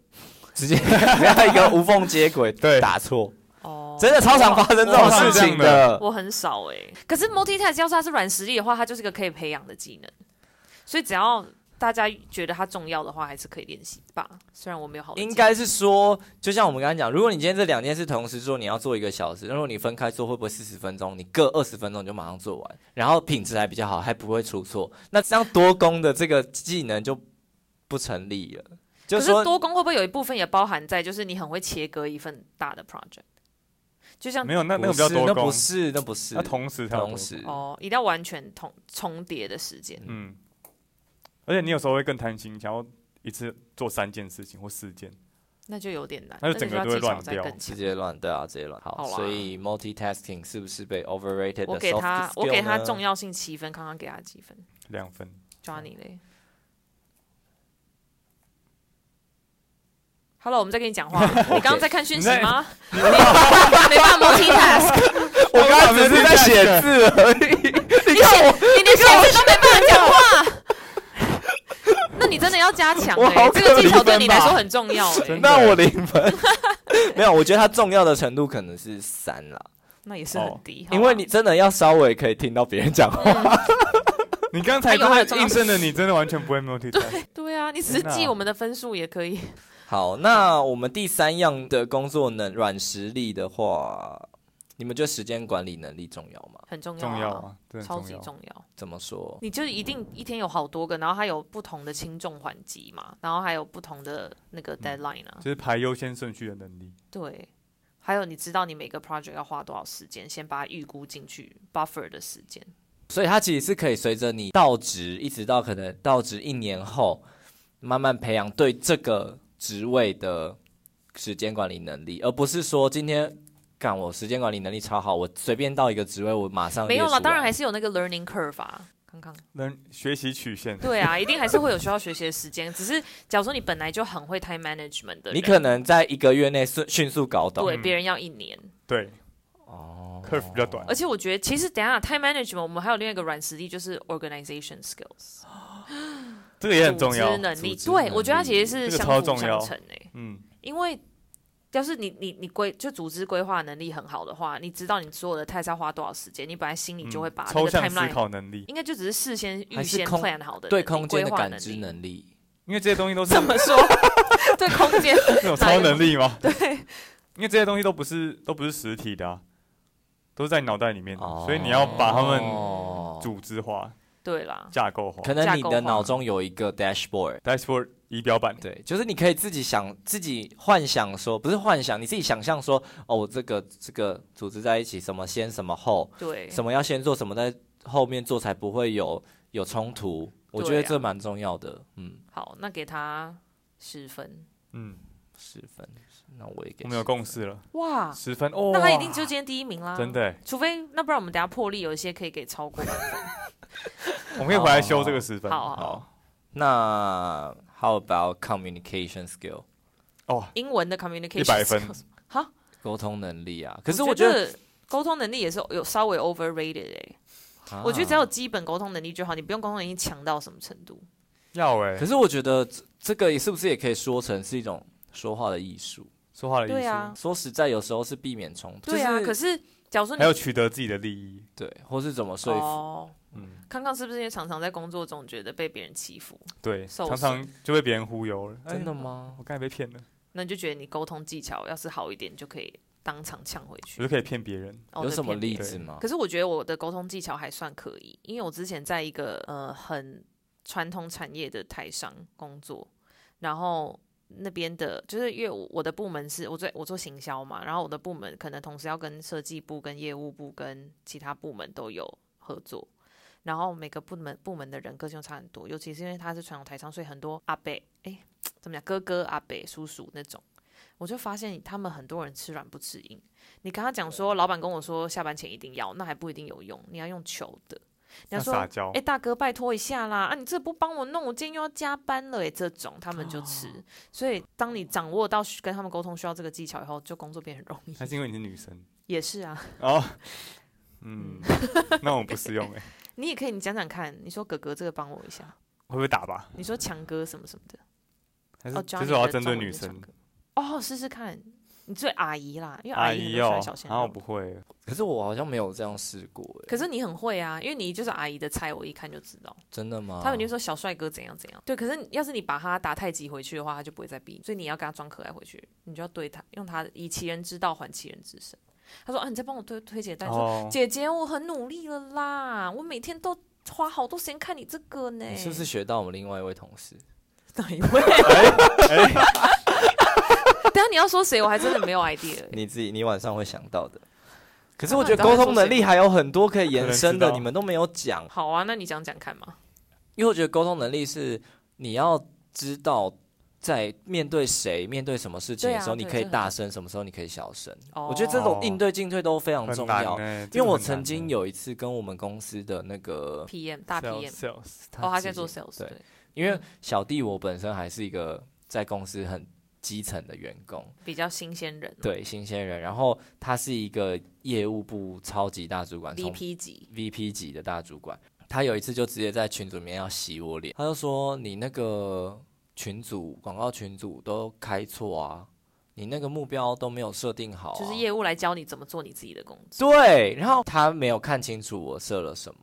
[SPEAKER 1] 直接给他一个无缝接轨，
[SPEAKER 3] 对
[SPEAKER 1] 打错，
[SPEAKER 2] 哦
[SPEAKER 1] 真的超常发生这种事情的。
[SPEAKER 2] 我很少哎、可是 multitask 要是它是软实力的话，它就是个可以培养的技能，所以只要大家觉得它重要的话，还是可以练习吧。虽然我没有好的技能，
[SPEAKER 1] 应该是说，就像我们刚刚讲，如果你今天这两件事同时做，你要做一个小时，那如果你分开做，会不会四十分钟？你各二十分钟你就马上做完，然后品质还比较好，还不会出错。那这样多功的这个技能就不成立了。就
[SPEAKER 2] 可
[SPEAKER 1] 是
[SPEAKER 2] 是
[SPEAKER 1] 说，
[SPEAKER 2] 多工会不会有一部分也包含在，就是你很会切割一份大的 project，就像
[SPEAKER 3] 没有那那个
[SPEAKER 1] 不
[SPEAKER 3] 比较
[SPEAKER 1] 是
[SPEAKER 3] 多
[SPEAKER 1] 那
[SPEAKER 3] 功
[SPEAKER 1] 不，是，那不是，
[SPEAKER 3] 那啊同时才有多
[SPEAKER 1] 同
[SPEAKER 3] 功
[SPEAKER 1] 时，
[SPEAKER 2] 哦，一定要完全重重叠的时间。
[SPEAKER 3] 嗯，而且你有时候会更贪心，想要一次做三件事情或四件，
[SPEAKER 2] 那就有点难，
[SPEAKER 3] 那
[SPEAKER 2] 那
[SPEAKER 3] 就整个
[SPEAKER 2] 要
[SPEAKER 3] 都会
[SPEAKER 2] 技巧
[SPEAKER 3] 乱
[SPEAKER 2] 再
[SPEAKER 3] 掉
[SPEAKER 2] 更
[SPEAKER 1] 直
[SPEAKER 2] 强。
[SPEAKER 1] 接乱，对啊，直接乱。好，
[SPEAKER 2] 好啦
[SPEAKER 1] 所以 multitasking 是不是被 overrated 的 soft skill
[SPEAKER 2] 我给他，我给他重
[SPEAKER 1] 要。
[SPEAKER 2] 要性七分，康康给他几分
[SPEAKER 3] 两分。
[SPEAKER 2] ？Johnny 嘞？Hello，我们在跟你 讲话。你刚刚在看讯息 吗？你没办法 multitask，
[SPEAKER 1] 我刚刚只是在写字而 已。你看我，
[SPEAKER 2] 你连写字都没办法讲话。 那你真的要加强
[SPEAKER 1] 我
[SPEAKER 2] 哎、
[SPEAKER 1] 好
[SPEAKER 2] 这个技
[SPEAKER 1] 可
[SPEAKER 2] 巧
[SPEAKER 1] 怜
[SPEAKER 2] 对你来
[SPEAKER 1] 吧
[SPEAKER 2] 说很重要哎、
[SPEAKER 3] 真的
[SPEAKER 1] 那我零分。没有，我觉得它重要的程度可能是三啦，
[SPEAKER 2] 那也是很
[SPEAKER 3] 哦
[SPEAKER 2] 低。好啊
[SPEAKER 1] 因为
[SPEAKER 2] 吧
[SPEAKER 1] 你真的要稍微可以听到别人讲话。
[SPEAKER 3] 你刚
[SPEAKER 2] 他
[SPEAKER 3] 才
[SPEAKER 2] 有他哎有
[SPEAKER 3] 真
[SPEAKER 2] 重
[SPEAKER 3] 的
[SPEAKER 2] 要
[SPEAKER 3] 应声的，你真的完全不会 multitask。
[SPEAKER 2] 对啊，你只是
[SPEAKER 3] 天哪
[SPEAKER 2] 记我们的分数也可以。
[SPEAKER 1] 好，那我们第三样的工作能软实力的话，你们觉得时间管理能力重要吗？
[SPEAKER 2] 很重要、
[SPEAKER 3] 重要，啊，真的
[SPEAKER 2] 超
[SPEAKER 3] 很
[SPEAKER 2] 级
[SPEAKER 3] 重要。
[SPEAKER 2] 重要。
[SPEAKER 1] 怎么说？
[SPEAKER 2] 你就一定一天有好多个，然后它有不同的轻重缓急嘛，然后还有不同的那个 deadline 啊，
[SPEAKER 3] 就是排优先顺序的能力，
[SPEAKER 2] 对，还有你知道你每个 project 要花多少时间，先把它预估进去 buffer 的时间。
[SPEAKER 1] 所以它其实是可以随着你到职，一直到可能到职一年后，慢慢培养对这个职位的时间管理能力，而不是说今天干我时间管理能力超好，我随便到一个职位我马上
[SPEAKER 2] 没有
[SPEAKER 1] 列
[SPEAKER 2] 啦，
[SPEAKER 1] 出
[SPEAKER 2] 当然
[SPEAKER 1] 来
[SPEAKER 2] 还是有那个 learning curve 啊。刚刚
[SPEAKER 3] 能学习曲线。
[SPEAKER 2] 对啊，一定还是会有需要学习的时间。只是假如说你本来就很会 time management 的人，
[SPEAKER 1] 你可能在一个月内迅迅速搞懂。
[SPEAKER 2] 对别人要一年，
[SPEAKER 3] 对
[SPEAKER 1] 哦
[SPEAKER 3] ，curve 比较短
[SPEAKER 2] 而。且我觉得，其实等一下 time management，我们还有另外一个软实力，就是 organization skills，
[SPEAKER 3] 这个也很重
[SPEAKER 2] 组
[SPEAKER 3] 要
[SPEAKER 2] 织。能
[SPEAKER 1] 组
[SPEAKER 2] 力。
[SPEAKER 1] 织能
[SPEAKER 2] 对，
[SPEAKER 1] 力
[SPEAKER 2] 我觉得它其
[SPEAKER 3] 这
[SPEAKER 2] 实是
[SPEAKER 3] 个
[SPEAKER 2] 相
[SPEAKER 3] 超
[SPEAKER 2] 辅
[SPEAKER 3] 重
[SPEAKER 2] 相
[SPEAKER 3] 要
[SPEAKER 2] 成诶、
[SPEAKER 3] 嗯，
[SPEAKER 2] 因为要是你你你规就组织规划能力很好的话，你知道你所有的 task 要花多少时间，你本来心里就会把
[SPEAKER 3] 嗯
[SPEAKER 2] 那
[SPEAKER 3] 抽
[SPEAKER 2] 个
[SPEAKER 3] 象思
[SPEAKER 2] timeline，、
[SPEAKER 3] 考能力，
[SPEAKER 2] 应该就只是事先预
[SPEAKER 1] 还是
[SPEAKER 2] 先
[SPEAKER 1] 空
[SPEAKER 2] plan 好的
[SPEAKER 1] 对
[SPEAKER 2] 能力
[SPEAKER 1] 空间
[SPEAKER 2] 规
[SPEAKER 1] 的
[SPEAKER 2] 划
[SPEAKER 1] 感
[SPEAKER 2] 能
[SPEAKER 1] 知
[SPEAKER 2] 力
[SPEAKER 1] 能力。
[SPEAKER 3] 因为这些东西都是
[SPEAKER 2] 这么说，对空间
[SPEAKER 3] 那种超能力吗？
[SPEAKER 2] 对，
[SPEAKER 3] 因为这些东西都不是都不是实体的啊，都是在你脑袋里面的，
[SPEAKER 1] 哦
[SPEAKER 3] 所以你要把它们
[SPEAKER 1] 哦
[SPEAKER 3] 组织化、
[SPEAKER 2] 对啦，
[SPEAKER 3] 架构化。
[SPEAKER 1] 可能你
[SPEAKER 2] 架构
[SPEAKER 1] 的
[SPEAKER 2] 化
[SPEAKER 1] 脑中有一个 dashboard，
[SPEAKER 3] dashboard 仪表板，
[SPEAKER 1] 对，就是你可以自己想、自己幻想说，不是幻想，你自己想象说，哦，我这个这个组织在一起，什么先什么后，
[SPEAKER 2] 对，
[SPEAKER 1] 什么要先做，什么在后面做，才不会有有冲突。我觉
[SPEAKER 2] 对
[SPEAKER 1] 得
[SPEAKER 2] 啊
[SPEAKER 1] 这蛮重要的，嗯，
[SPEAKER 2] 好，那给他十分，
[SPEAKER 3] 嗯，
[SPEAKER 1] 十分，那我也给
[SPEAKER 3] 我们有
[SPEAKER 1] 10
[SPEAKER 3] 共识了，
[SPEAKER 2] 哇，
[SPEAKER 3] 十分哦，
[SPEAKER 2] 啊那他一定啊就今天第一名啦，
[SPEAKER 3] 真的欸，
[SPEAKER 2] 除非那不然我们等下破例有一些可以给超过满分。
[SPEAKER 3] 我们可以回来修这个十分。
[SPEAKER 2] 好好好，
[SPEAKER 1] 好。那 How about communication skill，
[SPEAKER 3] 哦，
[SPEAKER 2] 英文的 communication
[SPEAKER 3] 100分
[SPEAKER 2] skills 好，
[SPEAKER 1] 沟通能力啊？可是
[SPEAKER 2] 我
[SPEAKER 1] 觉得，
[SPEAKER 2] 得沟通能力也是有稍微 overrated 哎、我
[SPEAKER 1] 啊
[SPEAKER 2] 觉得只要有基本沟通能力就好，你不用沟通能力强到什么程度。
[SPEAKER 3] 要哎
[SPEAKER 1] 可，是我觉得这这个也是不是也可以说成是一种说话的艺术？
[SPEAKER 3] 说话的
[SPEAKER 2] 对
[SPEAKER 3] 艺术，
[SPEAKER 2] 啊，
[SPEAKER 1] 说实在，有时候是避免冲突，
[SPEAKER 2] 对啊。
[SPEAKER 1] 就是
[SPEAKER 2] 可是假如说你
[SPEAKER 3] 还有取得自己的利益。
[SPEAKER 1] 对，或是怎么说服？
[SPEAKER 2] 哦，
[SPEAKER 3] 嗯，
[SPEAKER 2] 康康是不是也常常在工作中觉得被别人欺负，
[SPEAKER 3] 对，
[SPEAKER 2] 受
[SPEAKER 3] 常常就被别人忽悠了。哎
[SPEAKER 1] 真的？吗？
[SPEAKER 3] 我刚才被骗了，
[SPEAKER 2] 那你就觉得你沟通技巧要是好一点，就可以当场呛回
[SPEAKER 3] 我
[SPEAKER 2] 去
[SPEAKER 3] 就。可以骗别人。
[SPEAKER 2] 哦
[SPEAKER 1] 有
[SPEAKER 2] 这
[SPEAKER 1] 什么
[SPEAKER 2] 骗别
[SPEAKER 1] 例
[SPEAKER 2] 人
[SPEAKER 1] 子吗？
[SPEAKER 2] 可是我觉得我的沟通技巧还算可以，因为我之前在一个呃很传统产业的台商工作，然后那边的，就是因为我我的部门是我做我做行销嘛，然后我的部门可能同时要跟设计部、跟业务部、跟其他部门都有合作。然后每个部门部门的人个性差很多，尤其是因为他是传统台商，所以很多阿伯，哎，怎么讲，哥哥、阿伯、叔叔那种，我就发现他们很多人吃软不吃硬。你跟他讲
[SPEAKER 3] 啊
[SPEAKER 2] 说，老板跟我说下班前一定要，那还不一定有用，你要用求的。你
[SPEAKER 3] 那
[SPEAKER 2] 要说，
[SPEAKER 3] 撒
[SPEAKER 2] 哎、
[SPEAKER 3] 娇，
[SPEAKER 2] 大哥，拜托一下啦！啊，你这不帮我弄，我今天又要加班了哎、这种他们就吃。
[SPEAKER 3] 哦
[SPEAKER 2] 所以，当你掌握到跟他们沟通需要这个技巧以后，就工作变很容易。
[SPEAKER 3] 还是因为你是女生
[SPEAKER 2] 也是啊，
[SPEAKER 3] 哦。嗯，那我不适 用哎、
[SPEAKER 2] 你也可以，你讲讲看，你说哥哥这个帮我一下，
[SPEAKER 3] 会不会打吧？
[SPEAKER 2] 你说强哥什么什么的，
[SPEAKER 3] 还是
[SPEAKER 2] 哦，
[SPEAKER 3] 就
[SPEAKER 2] Johnny
[SPEAKER 3] 是我要
[SPEAKER 2] 的
[SPEAKER 3] 针对
[SPEAKER 2] 中文
[SPEAKER 3] 女
[SPEAKER 2] 就强
[SPEAKER 3] 生
[SPEAKER 2] 哥，哦，试试看，你最阿姨啦，因为
[SPEAKER 3] 阿
[SPEAKER 2] 姨很
[SPEAKER 3] 姨
[SPEAKER 2] 多
[SPEAKER 3] 哦
[SPEAKER 2] 帅小，鲜
[SPEAKER 3] 然后
[SPEAKER 2] 肉
[SPEAKER 3] 我不会，
[SPEAKER 1] 可是我好像没有这样试过、欸，
[SPEAKER 2] 可是你很会啊，因为你就是阿姨的菜，我一看就知道。
[SPEAKER 1] 真的吗？
[SPEAKER 2] 他们就说小帅哥怎样怎样，对。可是要是你把他打太极回去的话，他就不会再逼你，所以你要跟他装可爱回去，你就要对他用他以其人之道还其人之身。他说啊，你在帮我推推姐带，说、
[SPEAKER 3] 哦，
[SPEAKER 2] 姐姐我很努力了啦，我每天都花好多时间看你这个呢。
[SPEAKER 1] 你是 不是学到我们另外一位同事？
[SPEAKER 2] 哪 一位？
[SPEAKER 3] 哎
[SPEAKER 2] 等一下你要说谁？我还真的没有 idea 欸。
[SPEAKER 1] 你自己，你晚上会想到的。可是
[SPEAKER 2] 啊
[SPEAKER 1] 我觉得
[SPEAKER 2] 你刚才
[SPEAKER 1] 沟
[SPEAKER 2] 说
[SPEAKER 1] 通能力还有很多可以延伸
[SPEAKER 3] 可能知
[SPEAKER 1] 的，
[SPEAKER 3] 道
[SPEAKER 1] 你们都没有讲。
[SPEAKER 2] 好啊，那你讲讲看嘛。
[SPEAKER 1] 因为我觉得沟通能力是你要知道在面对谁、面对什么事情
[SPEAKER 2] 对
[SPEAKER 1] 的
[SPEAKER 2] 啊
[SPEAKER 1] 时候，你
[SPEAKER 2] 对
[SPEAKER 1] 可以
[SPEAKER 2] 这很
[SPEAKER 1] 大声，什么时候你可以小声。
[SPEAKER 2] 哦，
[SPEAKER 1] 我觉得这种应对进退都非常
[SPEAKER 3] 很
[SPEAKER 1] 重
[SPEAKER 3] 难
[SPEAKER 1] 要。
[SPEAKER 3] 欸
[SPEAKER 1] 因为我曾经有一次跟我们公司的那个
[SPEAKER 2] PM 大 PM
[SPEAKER 3] ，sales
[SPEAKER 2] 哦，他在
[SPEAKER 1] 自己
[SPEAKER 2] 做 sales
[SPEAKER 1] 对
[SPEAKER 2] 对，
[SPEAKER 1] 因
[SPEAKER 2] 嗯
[SPEAKER 1] 为小弟我本身还是一个在公司很基层的员工，
[SPEAKER 2] 比较新鲜人哦
[SPEAKER 1] 对新鲜人，然后他是一个业务部超级大主管，从
[SPEAKER 2] ，VP 级
[SPEAKER 1] VP 级的大主管，他有一次就直接在群组里面要洗我脸，他就说你那个群组广告群组都开错啊，你那个目标都没有设定好、啊，
[SPEAKER 2] 就是业务来教你怎么做你自己的工作。
[SPEAKER 1] 对，然后他没有看清楚我设了什么，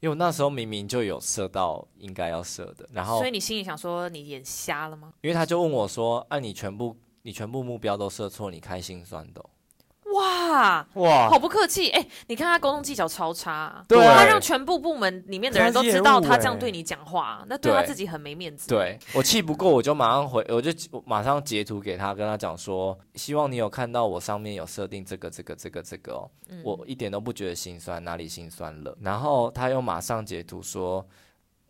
[SPEAKER 1] 因为我那时候明明就有设到应该要设的，然后
[SPEAKER 2] 所以你心里想说你眼瞎了吗？
[SPEAKER 1] 因为他就问我说，啊你全部你全部目标都设错，你开心酸的哦、
[SPEAKER 2] 哇，
[SPEAKER 3] 哇，
[SPEAKER 2] 好不客气哎、你看他沟通技巧超差啊、
[SPEAKER 1] 对
[SPEAKER 2] 他让全部部门里面的人都知道
[SPEAKER 3] 他是
[SPEAKER 2] 他
[SPEAKER 3] 业务
[SPEAKER 2] 这样对你讲话啊、那对
[SPEAKER 1] 欸对
[SPEAKER 2] 他自己很没面子。，
[SPEAKER 1] 对我气不过，我就马上回，我就我马上截图给他，跟他讲说，希望你有看到我上面有设定这个这个这个这个哦，
[SPEAKER 2] 嗯
[SPEAKER 1] 我一点都不觉得心酸，哪里心酸了？然后他又马上截图说，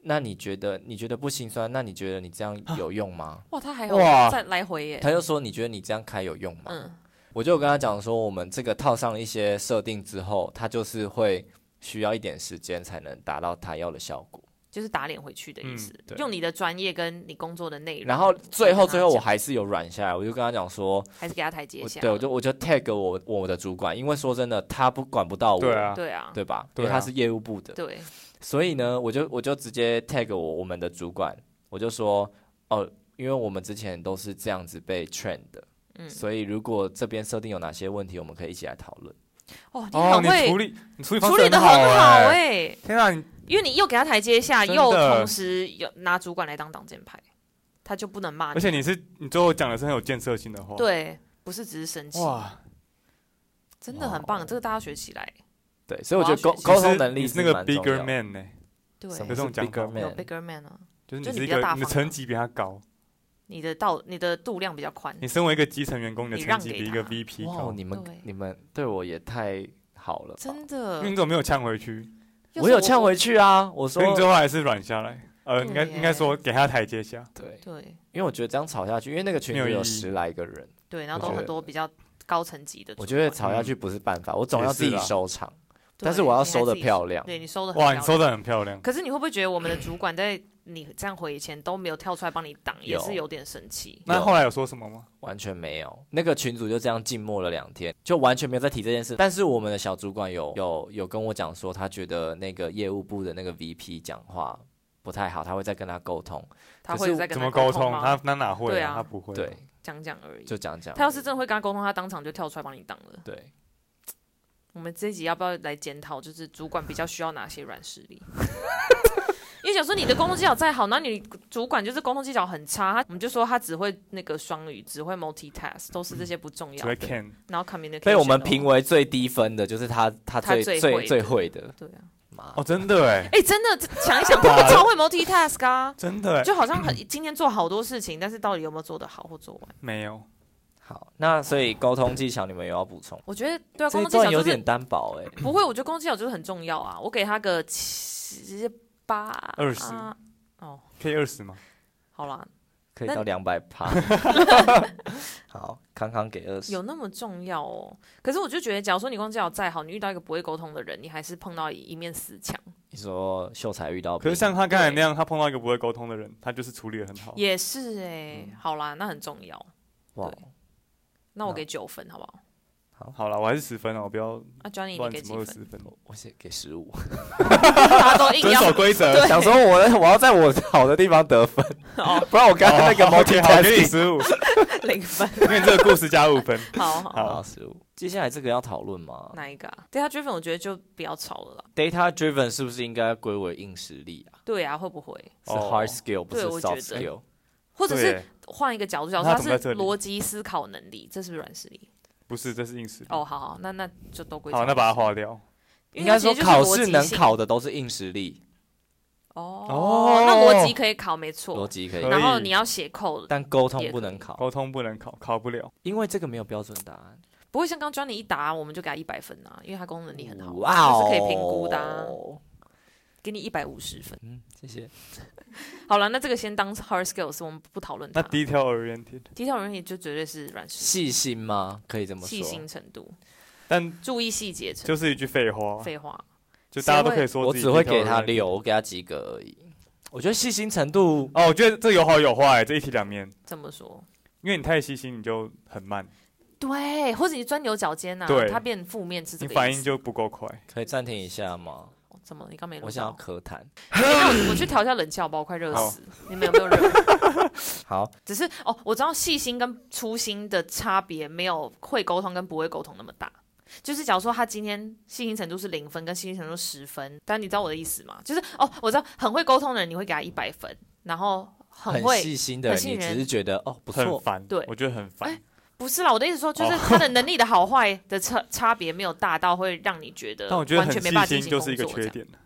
[SPEAKER 1] 那你觉得你觉得不心酸？那你觉得你这样有用吗？
[SPEAKER 2] 哇，他还有
[SPEAKER 3] 哇
[SPEAKER 2] 再来回耶、
[SPEAKER 1] 他就说，你觉得你这样开有用吗？
[SPEAKER 2] 嗯，
[SPEAKER 1] 我就有跟他讲说，我们这个套上一些设定之后，他就是会需要一点时间才能达到他要的效果。
[SPEAKER 2] 就是打脸回去的意思，
[SPEAKER 3] 嗯对
[SPEAKER 2] 用你的专业跟你工作的内容。
[SPEAKER 1] 然后最后最后我
[SPEAKER 2] 讲
[SPEAKER 1] 还是有软下来，我就跟他讲说，
[SPEAKER 2] 还是给他台阶
[SPEAKER 1] 我
[SPEAKER 2] 下。
[SPEAKER 1] 对我就我就 tag 我我的主管，因为说真的，他不管不到我，
[SPEAKER 3] 对啊，
[SPEAKER 2] 对啊，
[SPEAKER 1] 对吧？
[SPEAKER 3] 对啊
[SPEAKER 1] 因为他是业务部的，
[SPEAKER 2] 对，
[SPEAKER 1] 所以呢，我就我就直接 tag 我我们的主管，我就说哦，因为我们之前都是这样子被 train 的，
[SPEAKER 2] 嗯
[SPEAKER 1] 所以如果这边设定有哪些问题，我们可以一起来讨论。
[SPEAKER 2] 哦，你
[SPEAKER 3] 哦，
[SPEAKER 2] 很
[SPEAKER 3] 你
[SPEAKER 2] 会、
[SPEAKER 3] 处理你处理方
[SPEAKER 2] 处
[SPEAKER 3] 式
[SPEAKER 2] 理的
[SPEAKER 3] 好
[SPEAKER 2] 很好
[SPEAKER 1] 欸
[SPEAKER 3] 哎，
[SPEAKER 2] 哎、
[SPEAKER 3] 天啊，你
[SPEAKER 2] 因为你又给他台阶下，
[SPEAKER 3] 真的
[SPEAKER 2] 又同时有拿主管来当挡箭牌，他就不能骂你。
[SPEAKER 3] 而且你是你最后讲的是很有建设性的话，，
[SPEAKER 2] 对，不是只是生气，
[SPEAKER 3] 哇，
[SPEAKER 2] 真的很
[SPEAKER 1] 哇
[SPEAKER 2] 棒，这个大家学起来。
[SPEAKER 1] 对，所以我
[SPEAKER 2] 我
[SPEAKER 1] 觉
[SPEAKER 2] 要
[SPEAKER 1] 得沟沟
[SPEAKER 2] 学习
[SPEAKER 3] 你
[SPEAKER 1] 通
[SPEAKER 3] 是
[SPEAKER 1] 能力
[SPEAKER 3] 你
[SPEAKER 1] 是
[SPEAKER 3] 是那个
[SPEAKER 1] 蛮重要
[SPEAKER 3] bigger
[SPEAKER 1] 的
[SPEAKER 3] man 呢，
[SPEAKER 2] 对，
[SPEAKER 1] 什
[SPEAKER 3] 有
[SPEAKER 1] 么
[SPEAKER 3] 这
[SPEAKER 1] 是
[SPEAKER 3] 种讲
[SPEAKER 1] bigger
[SPEAKER 3] 法
[SPEAKER 2] 有
[SPEAKER 1] man？
[SPEAKER 2] bigger man 啊，
[SPEAKER 3] 就是
[SPEAKER 2] 就你
[SPEAKER 3] 你是一
[SPEAKER 2] 比较
[SPEAKER 3] 个
[SPEAKER 2] 大
[SPEAKER 3] 你的
[SPEAKER 2] 方啊
[SPEAKER 3] 层级比他高，
[SPEAKER 2] 你的道你的度量比较宽，
[SPEAKER 3] 你身为一个基层员工，你的
[SPEAKER 2] 你
[SPEAKER 3] 层
[SPEAKER 2] 让
[SPEAKER 3] 级
[SPEAKER 2] 给
[SPEAKER 3] 比一个
[SPEAKER 2] 他
[SPEAKER 3] VP
[SPEAKER 1] 哇，
[SPEAKER 3] 高，
[SPEAKER 1] 你
[SPEAKER 2] 对
[SPEAKER 1] 们你们对我也太好了吧，
[SPEAKER 2] 真
[SPEAKER 3] 因
[SPEAKER 2] 的
[SPEAKER 3] 为。你怎么没有呛回去？
[SPEAKER 2] 要
[SPEAKER 1] 我
[SPEAKER 2] 是
[SPEAKER 1] 有呛回去啊，我说
[SPEAKER 3] 所以你最后还是软下来，呃，
[SPEAKER 2] 对
[SPEAKER 3] 应该
[SPEAKER 2] 耶
[SPEAKER 3] 应该说给他台阶下，
[SPEAKER 1] 对，
[SPEAKER 2] 对
[SPEAKER 1] 因为我觉得这样吵下去，因为那个群
[SPEAKER 3] 没
[SPEAKER 1] 里
[SPEAKER 3] 有
[SPEAKER 1] 有
[SPEAKER 3] 意义
[SPEAKER 1] 十来个人，
[SPEAKER 2] 对，然后
[SPEAKER 1] 我
[SPEAKER 2] 都
[SPEAKER 1] 觉
[SPEAKER 2] 很
[SPEAKER 1] 得
[SPEAKER 2] 多比较高层级的主管，
[SPEAKER 1] 我觉得吵下去不是办法，我总
[SPEAKER 3] 也
[SPEAKER 1] 要
[SPEAKER 3] 是
[SPEAKER 1] 自己
[SPEAKER 3] 啦
[SPEAKER 1] 收场，
[SPEAKER 2] 对，
[SPEAKER 1] 但是我要收的
[SPEAKER 2] 的
[SPEAKER 1] 漂亮。
[SPEAKER 2] 对你收的
[SPEAKER 3] 哇，你收的很漂亮，
[SPEAKER 2] 可是你会不会觉得我们的主管在你这样回以前都没有跳出来帮你挡，也
[SPEAKER 1] 有
[SPEAKER 2] 是有点生气？
[SPEAKER 3] 那后来有说什么吗？
[SPEAKER 1] 完全没有，那个群主就这样静默了两天，就完全没有再提这件事。但是我们的小主管有有有跟我讲说，他觉得那个业务部的那个 VP 讲话不太好，他会再跟他沟通。
[SPEAKER 2] 他
[SPEAKER 1] 可
[SPEAKER 2] 会
[SPEAKER 1] 是
[SPEAKER 2] 再跟
[SPEAKER 3] 怎
[SPEAKER 2] 他
[SPEAKER 3] 么沟
[SPEAKER 2] 通
[SPEAKER 3] 通？他
[SPEAKER 2] 吗？
[SPEAKER 3] 他哪会
[SPEAKER 2] 对啊
[SPEAKER 3] 他不会。
[SPEAKER 1] 对，，
[SPEAKER 2] 讲讲而已。
[SPEAKER 1] 就讲讲。
[SPEAKER 2] 他要是真的会跟他沟通，他当场就跳出来帮你挡了。
[SPEAKER 1] 对，
[SPEAKER 2] 我们这一集要不要来检讨，就是主管比较需要哪些软实力？ 因为想说你的沟通技巧再好，那你主管就是沟通技巧很差，他我们就说他只会那个双语，只会 multitask，都是这些不重
[SPEAKER 3] 只
[SPEAKER 2] 要
[SPEAKER 1] 嗯
[SPEAKER 3] 会
[SPEAKER 2] 的。
[SPEAKER 3] can
[SPEAKER 2] 然后 communication
[SPEAKER 1] 被我们
[SPEAKER 2] 哦
[SPEAKER 1] 评为最低分的就是他，他
[SPEAKER 2] 他
[SPEAKER 1] 最
[SPEAKER 2] 最会
[SPEAKER 1] 最
[SPEAKER 2] 的
[SPEAKER 1] 最会的。
[SPEAKER 2] 对啊，
[SPEAKER 1] 妈
[SPEAKER 3] 哦，，真的哎，
[SPEAKER 2] 哎、真的这 想一想，他们超会 multitask 啊，
[SPEAKER 3] 真的哎，
[SPEAKER 2] 就好像很今天做好多事情，但是到底有没有做得好或做完？
[SPEAKER 3] 没有，
[SPEAKER 1] 好，那所以沟通技巧你们有要补充？
[SPEAKER 2] 我觉得对啊，
[SPEAKER 1] 这
[SPEAKER 2] 沟
[SPEAKER 1] 一
[SPEAKER 2] 通技巧
[SPEAKER 1] 段有
[SPEAKER 2] 就
[SPEAKER 1] 点
[SPEAKER 2] 是
[SPEAKER 1] 单薄哎、
[SPEAKER 2] 不会，我觉得沟通技巧就是很重要啊。我给他个七八
[SPEAKER 3] 20
[SPEAKER 2] 啊哦，
[SPEAKER 3] 可以二十吗？
[SPEAKER 2] 好啦，
[SPEAKER 1] 可以
[SPEAKER 2] 那
[SPEAKER 1] 到两百趴。好，康康给二十
[SPEAKER 2] 有。那么重要哦？可是我就觉得，假如说你功绩好再好，你遇到一个不会沟通的人，你还是碰到一面死墙，
[SPEAKER 1] 你说秀才遇到兵，
[SPEAKER 3] 可是像他刚才那样，他碰到一个不会沟通的人，他就是处理的很好。
[SPEAKER 2] 也是哎、
[SPEAKER 1] 欸
[SPEAKER 2] 好啦，那很重要。
[SPEAKER 1] 哇，
[SPEAKER 2] 对那我
[SPEAKER 1] 那
[SPEAKER 2] 给九分好不好？
[SPEAKER 3] 好了，我还是十分哦，不要
[SPEAKER 2] 啊，Johnny，你
[SPEAKER 3] 乱
[SPEAKER 2] 给
[SPEAKER 3] 怎
[SPEAKER 2] 几
[SPEAKER 3] 么二
[SPEAKER 2] 分？
[SPEAKER 3] 十分。
[SPEAKER 1] 我先给十五。
[SPEAKER 2] 大家都硬
[SPEAKER 3] 遵
[SPEAKER 2] 要
[SPEAKER 3] 守规则。
[SPEAKER 1] 想说我的我要在我好的地方得分，
[SPEAKER 2] 哦
[SPEAKER 1] 不然我刚刚那个
[SPEAKER 3] 好 OK，好，给你
[SPEAKER 1] multitasking。
[SPEAKER 3] 十五，
[SPEAKER 2] 零分。
[SPEAKER 3] 因为这个故事加五 分。
[SPEAKER 2] 好 好，
[SPEAKER 3] 好
[SPEAKER 1] 好，十五。接下来这个要讨论吗
[SPEAKER 2] 哪一个啊？Data driven，我觉得就不要吵了啦。
[SPEAKER 1] ？Data driven 是不是应该归为硬实力啊？
[SPEAKER 2] 对啊，会不会？
[SPEAKER 1] 是
[SPEAKER 3] 哦
[SPEAKER 1] hard skill 不是
[SPEAKER 2] 对我觉
[SPEAKER 1] soft
[SPEAKER 2] 得
[SPEAKER 1] skill。
[SPEAKER 2] 或者是
[SPEAKER 3] 对，
[SPEAKER 2] 换一个角度，假如
[SPEAKER 3] 那
[SPEAKER 2] 说
[SPEAKER 3] 他
[SPEAKER 2] 它
[SPEAKER 3] 怎么在
[SPEAKER 2] 是
[SPEAKER 3] 这里
[SPEAKER 2] 逻辑思考能力，这是不是软实力？
[SPEAKER 3] 不是，这是硬实力。
[SPEAKER 2] 哦，好好，那那就都归
[SPEAKER 3] 好，那把它划
[SPEAKER 2] 哦
[SPEAKER 3] 掉。
[SPEAKER 1] 应该说考试能考
[SPEAKER 2] 的
[SPEAKER 1] 的都是硬实力，
[SPEAKER 2] 哦，
[SPEAKER 3] 哦
[SPEAKER 2] 那逻辑可以考没
[SPEAKER 1] 逻
[SPEAKER 2] 错，
[SPEAKER 1] 辑可以
[SPEAKER 3] 可，以
[SPEAKER 2] 然后你要写扣的，
[SPEAKER 1] 但沟通
[SPEAKER 2] 也
[SPEAKER 1] 不
[SPEAKER 2] 可
[SPEAKER 1] 能
[SPEAKER 2] 以
[SPEAKER 1] 考，
[SPEAKER 3] 沟通不能考，考不了。
[SPEAKER 1] 因为这个没有标准答案。
[SPEAKER 2] 不会像刚刚 Johnny 一答，我们就给他一百分啊，因为他功能力很好，
[SPEAKER 1] 哇哦，
[SPEAKER 2] 这是可以评估的啊给你一百五十分。
[SPEAKER 1] 嗯，谢谢。
[SPEAKER 2] 好了，那这个先当 hard skills，我们不讨论它
[SPEAKER 3] 那。detail oriented，
[SPEAKER 2] 低调人也就绝对是软实
[SPEAKER 1] 细心吗？可以这么
[SPEAKER 2] 力，
[SPEAKER 1] 说。
[SPEAKER 2] 细心程度，
[SPEAKER 3] 但
[SPEAKER 2] 注意细节程度。
[SPEAKER 3] 就是一啊句废话，
[SPEAKER 2] 废话，
[SPEAKER 3] 就大家
[SPEAKER 2] 谁
[SPEAKER 3] 都
[SPEAKER 2] 会
[SPEAKER 3] 可以说
[SPEAKER 1] 我
[SPEAKER 3] 自己
[SPEAKER 1] 只会
[SPEAKER 3] detail
[SPEAKER 1] 给他
[SPEAKER 3] oriented
[SPEAKER 1] 六，我给他及格而已。我觉得细心程度
[SPEAKER 3] 哦，我觉得这有好有坏，这一体两面。
[SPEAKER 2] 怎么说？
[SPEAKER 3] 因为你太细心，你就很慢，
[SPEAKER 2] 对，或者你钻牛角尖呐、
[SPEAKER 3] 对
[SPEAKER 2] 它变负面是这
[SPEAKER 3] 你
[SPEAKER 2] 个
[SPEAKER 3] 反
[SPEAKER 2] 意
[SPEAKER 3] 应
[SPEAKER 2] 思
[SPEAKER 3] 就不够快。
[SPEAKER 1] 可以暂停一下吗？
[SPEAKER 2] 哦怎么？你刚没录
[SPEAKER 1] 我想要
[SPEAKER 2] 到
[SPEAKER 1] 咳痰。
[SPEAKER 2] 那我我去调一下冷气好不好？我快热
[SPEAKER 3] 好
[SPEAKER 2] 死！你们有没有热？
[SPEAKER 1] 好，
[SPEAKER 2] 只是哦，我知道细心跟粗心的差别没有会沟通跟不会沟通那么大。就是假如说他今天细心程度是零分，跟细心程度十分，但你知道我的意思吗？就是哦，我知道很会沟通的人，你会给他一百分，然后很
[SPEAKER 1] 很
[SPEAKER 2] 会
[SPEAKER 1] 细心的
[SPEAKER 2] 很
[SPEAKER 1] 人，
[SPEAKER 2] 信
[SPEAKER 1] 你只
[SPEAKER 2] 任
[SPEAKER 1] 是觉得哦不
[SPEAKER 3] 很
[SPEAKER 1] 错，
[SPEAKER 3] 烦，
[SPEAKER 2] 对
[SPEAKER 3] 我觉得很烦
[SPEAKER 2] 哎。不是啦，我的意思说，
[SPEAKER 3] 哦
[SPEAKER 2] 就是他的能力的好坏的差差别没有大到会让你觉得
[SPEAKER 3] 但我觉得
[SPEAKER 2] 完
[SPEAKER 3] 很
[SPEAKER 2] 全没办法
[SPEAKER 3] 细
[SPEAKER 2] 进
[SPEAKER 3] 心
[SPEAKER 2] 行
[SPEAKER 3] 就是一个
[SPEAKER 2] 工作这
[SPEAKER 3] 缺
[SPEAKER 2] 样。
[SPEAKER 3] 点，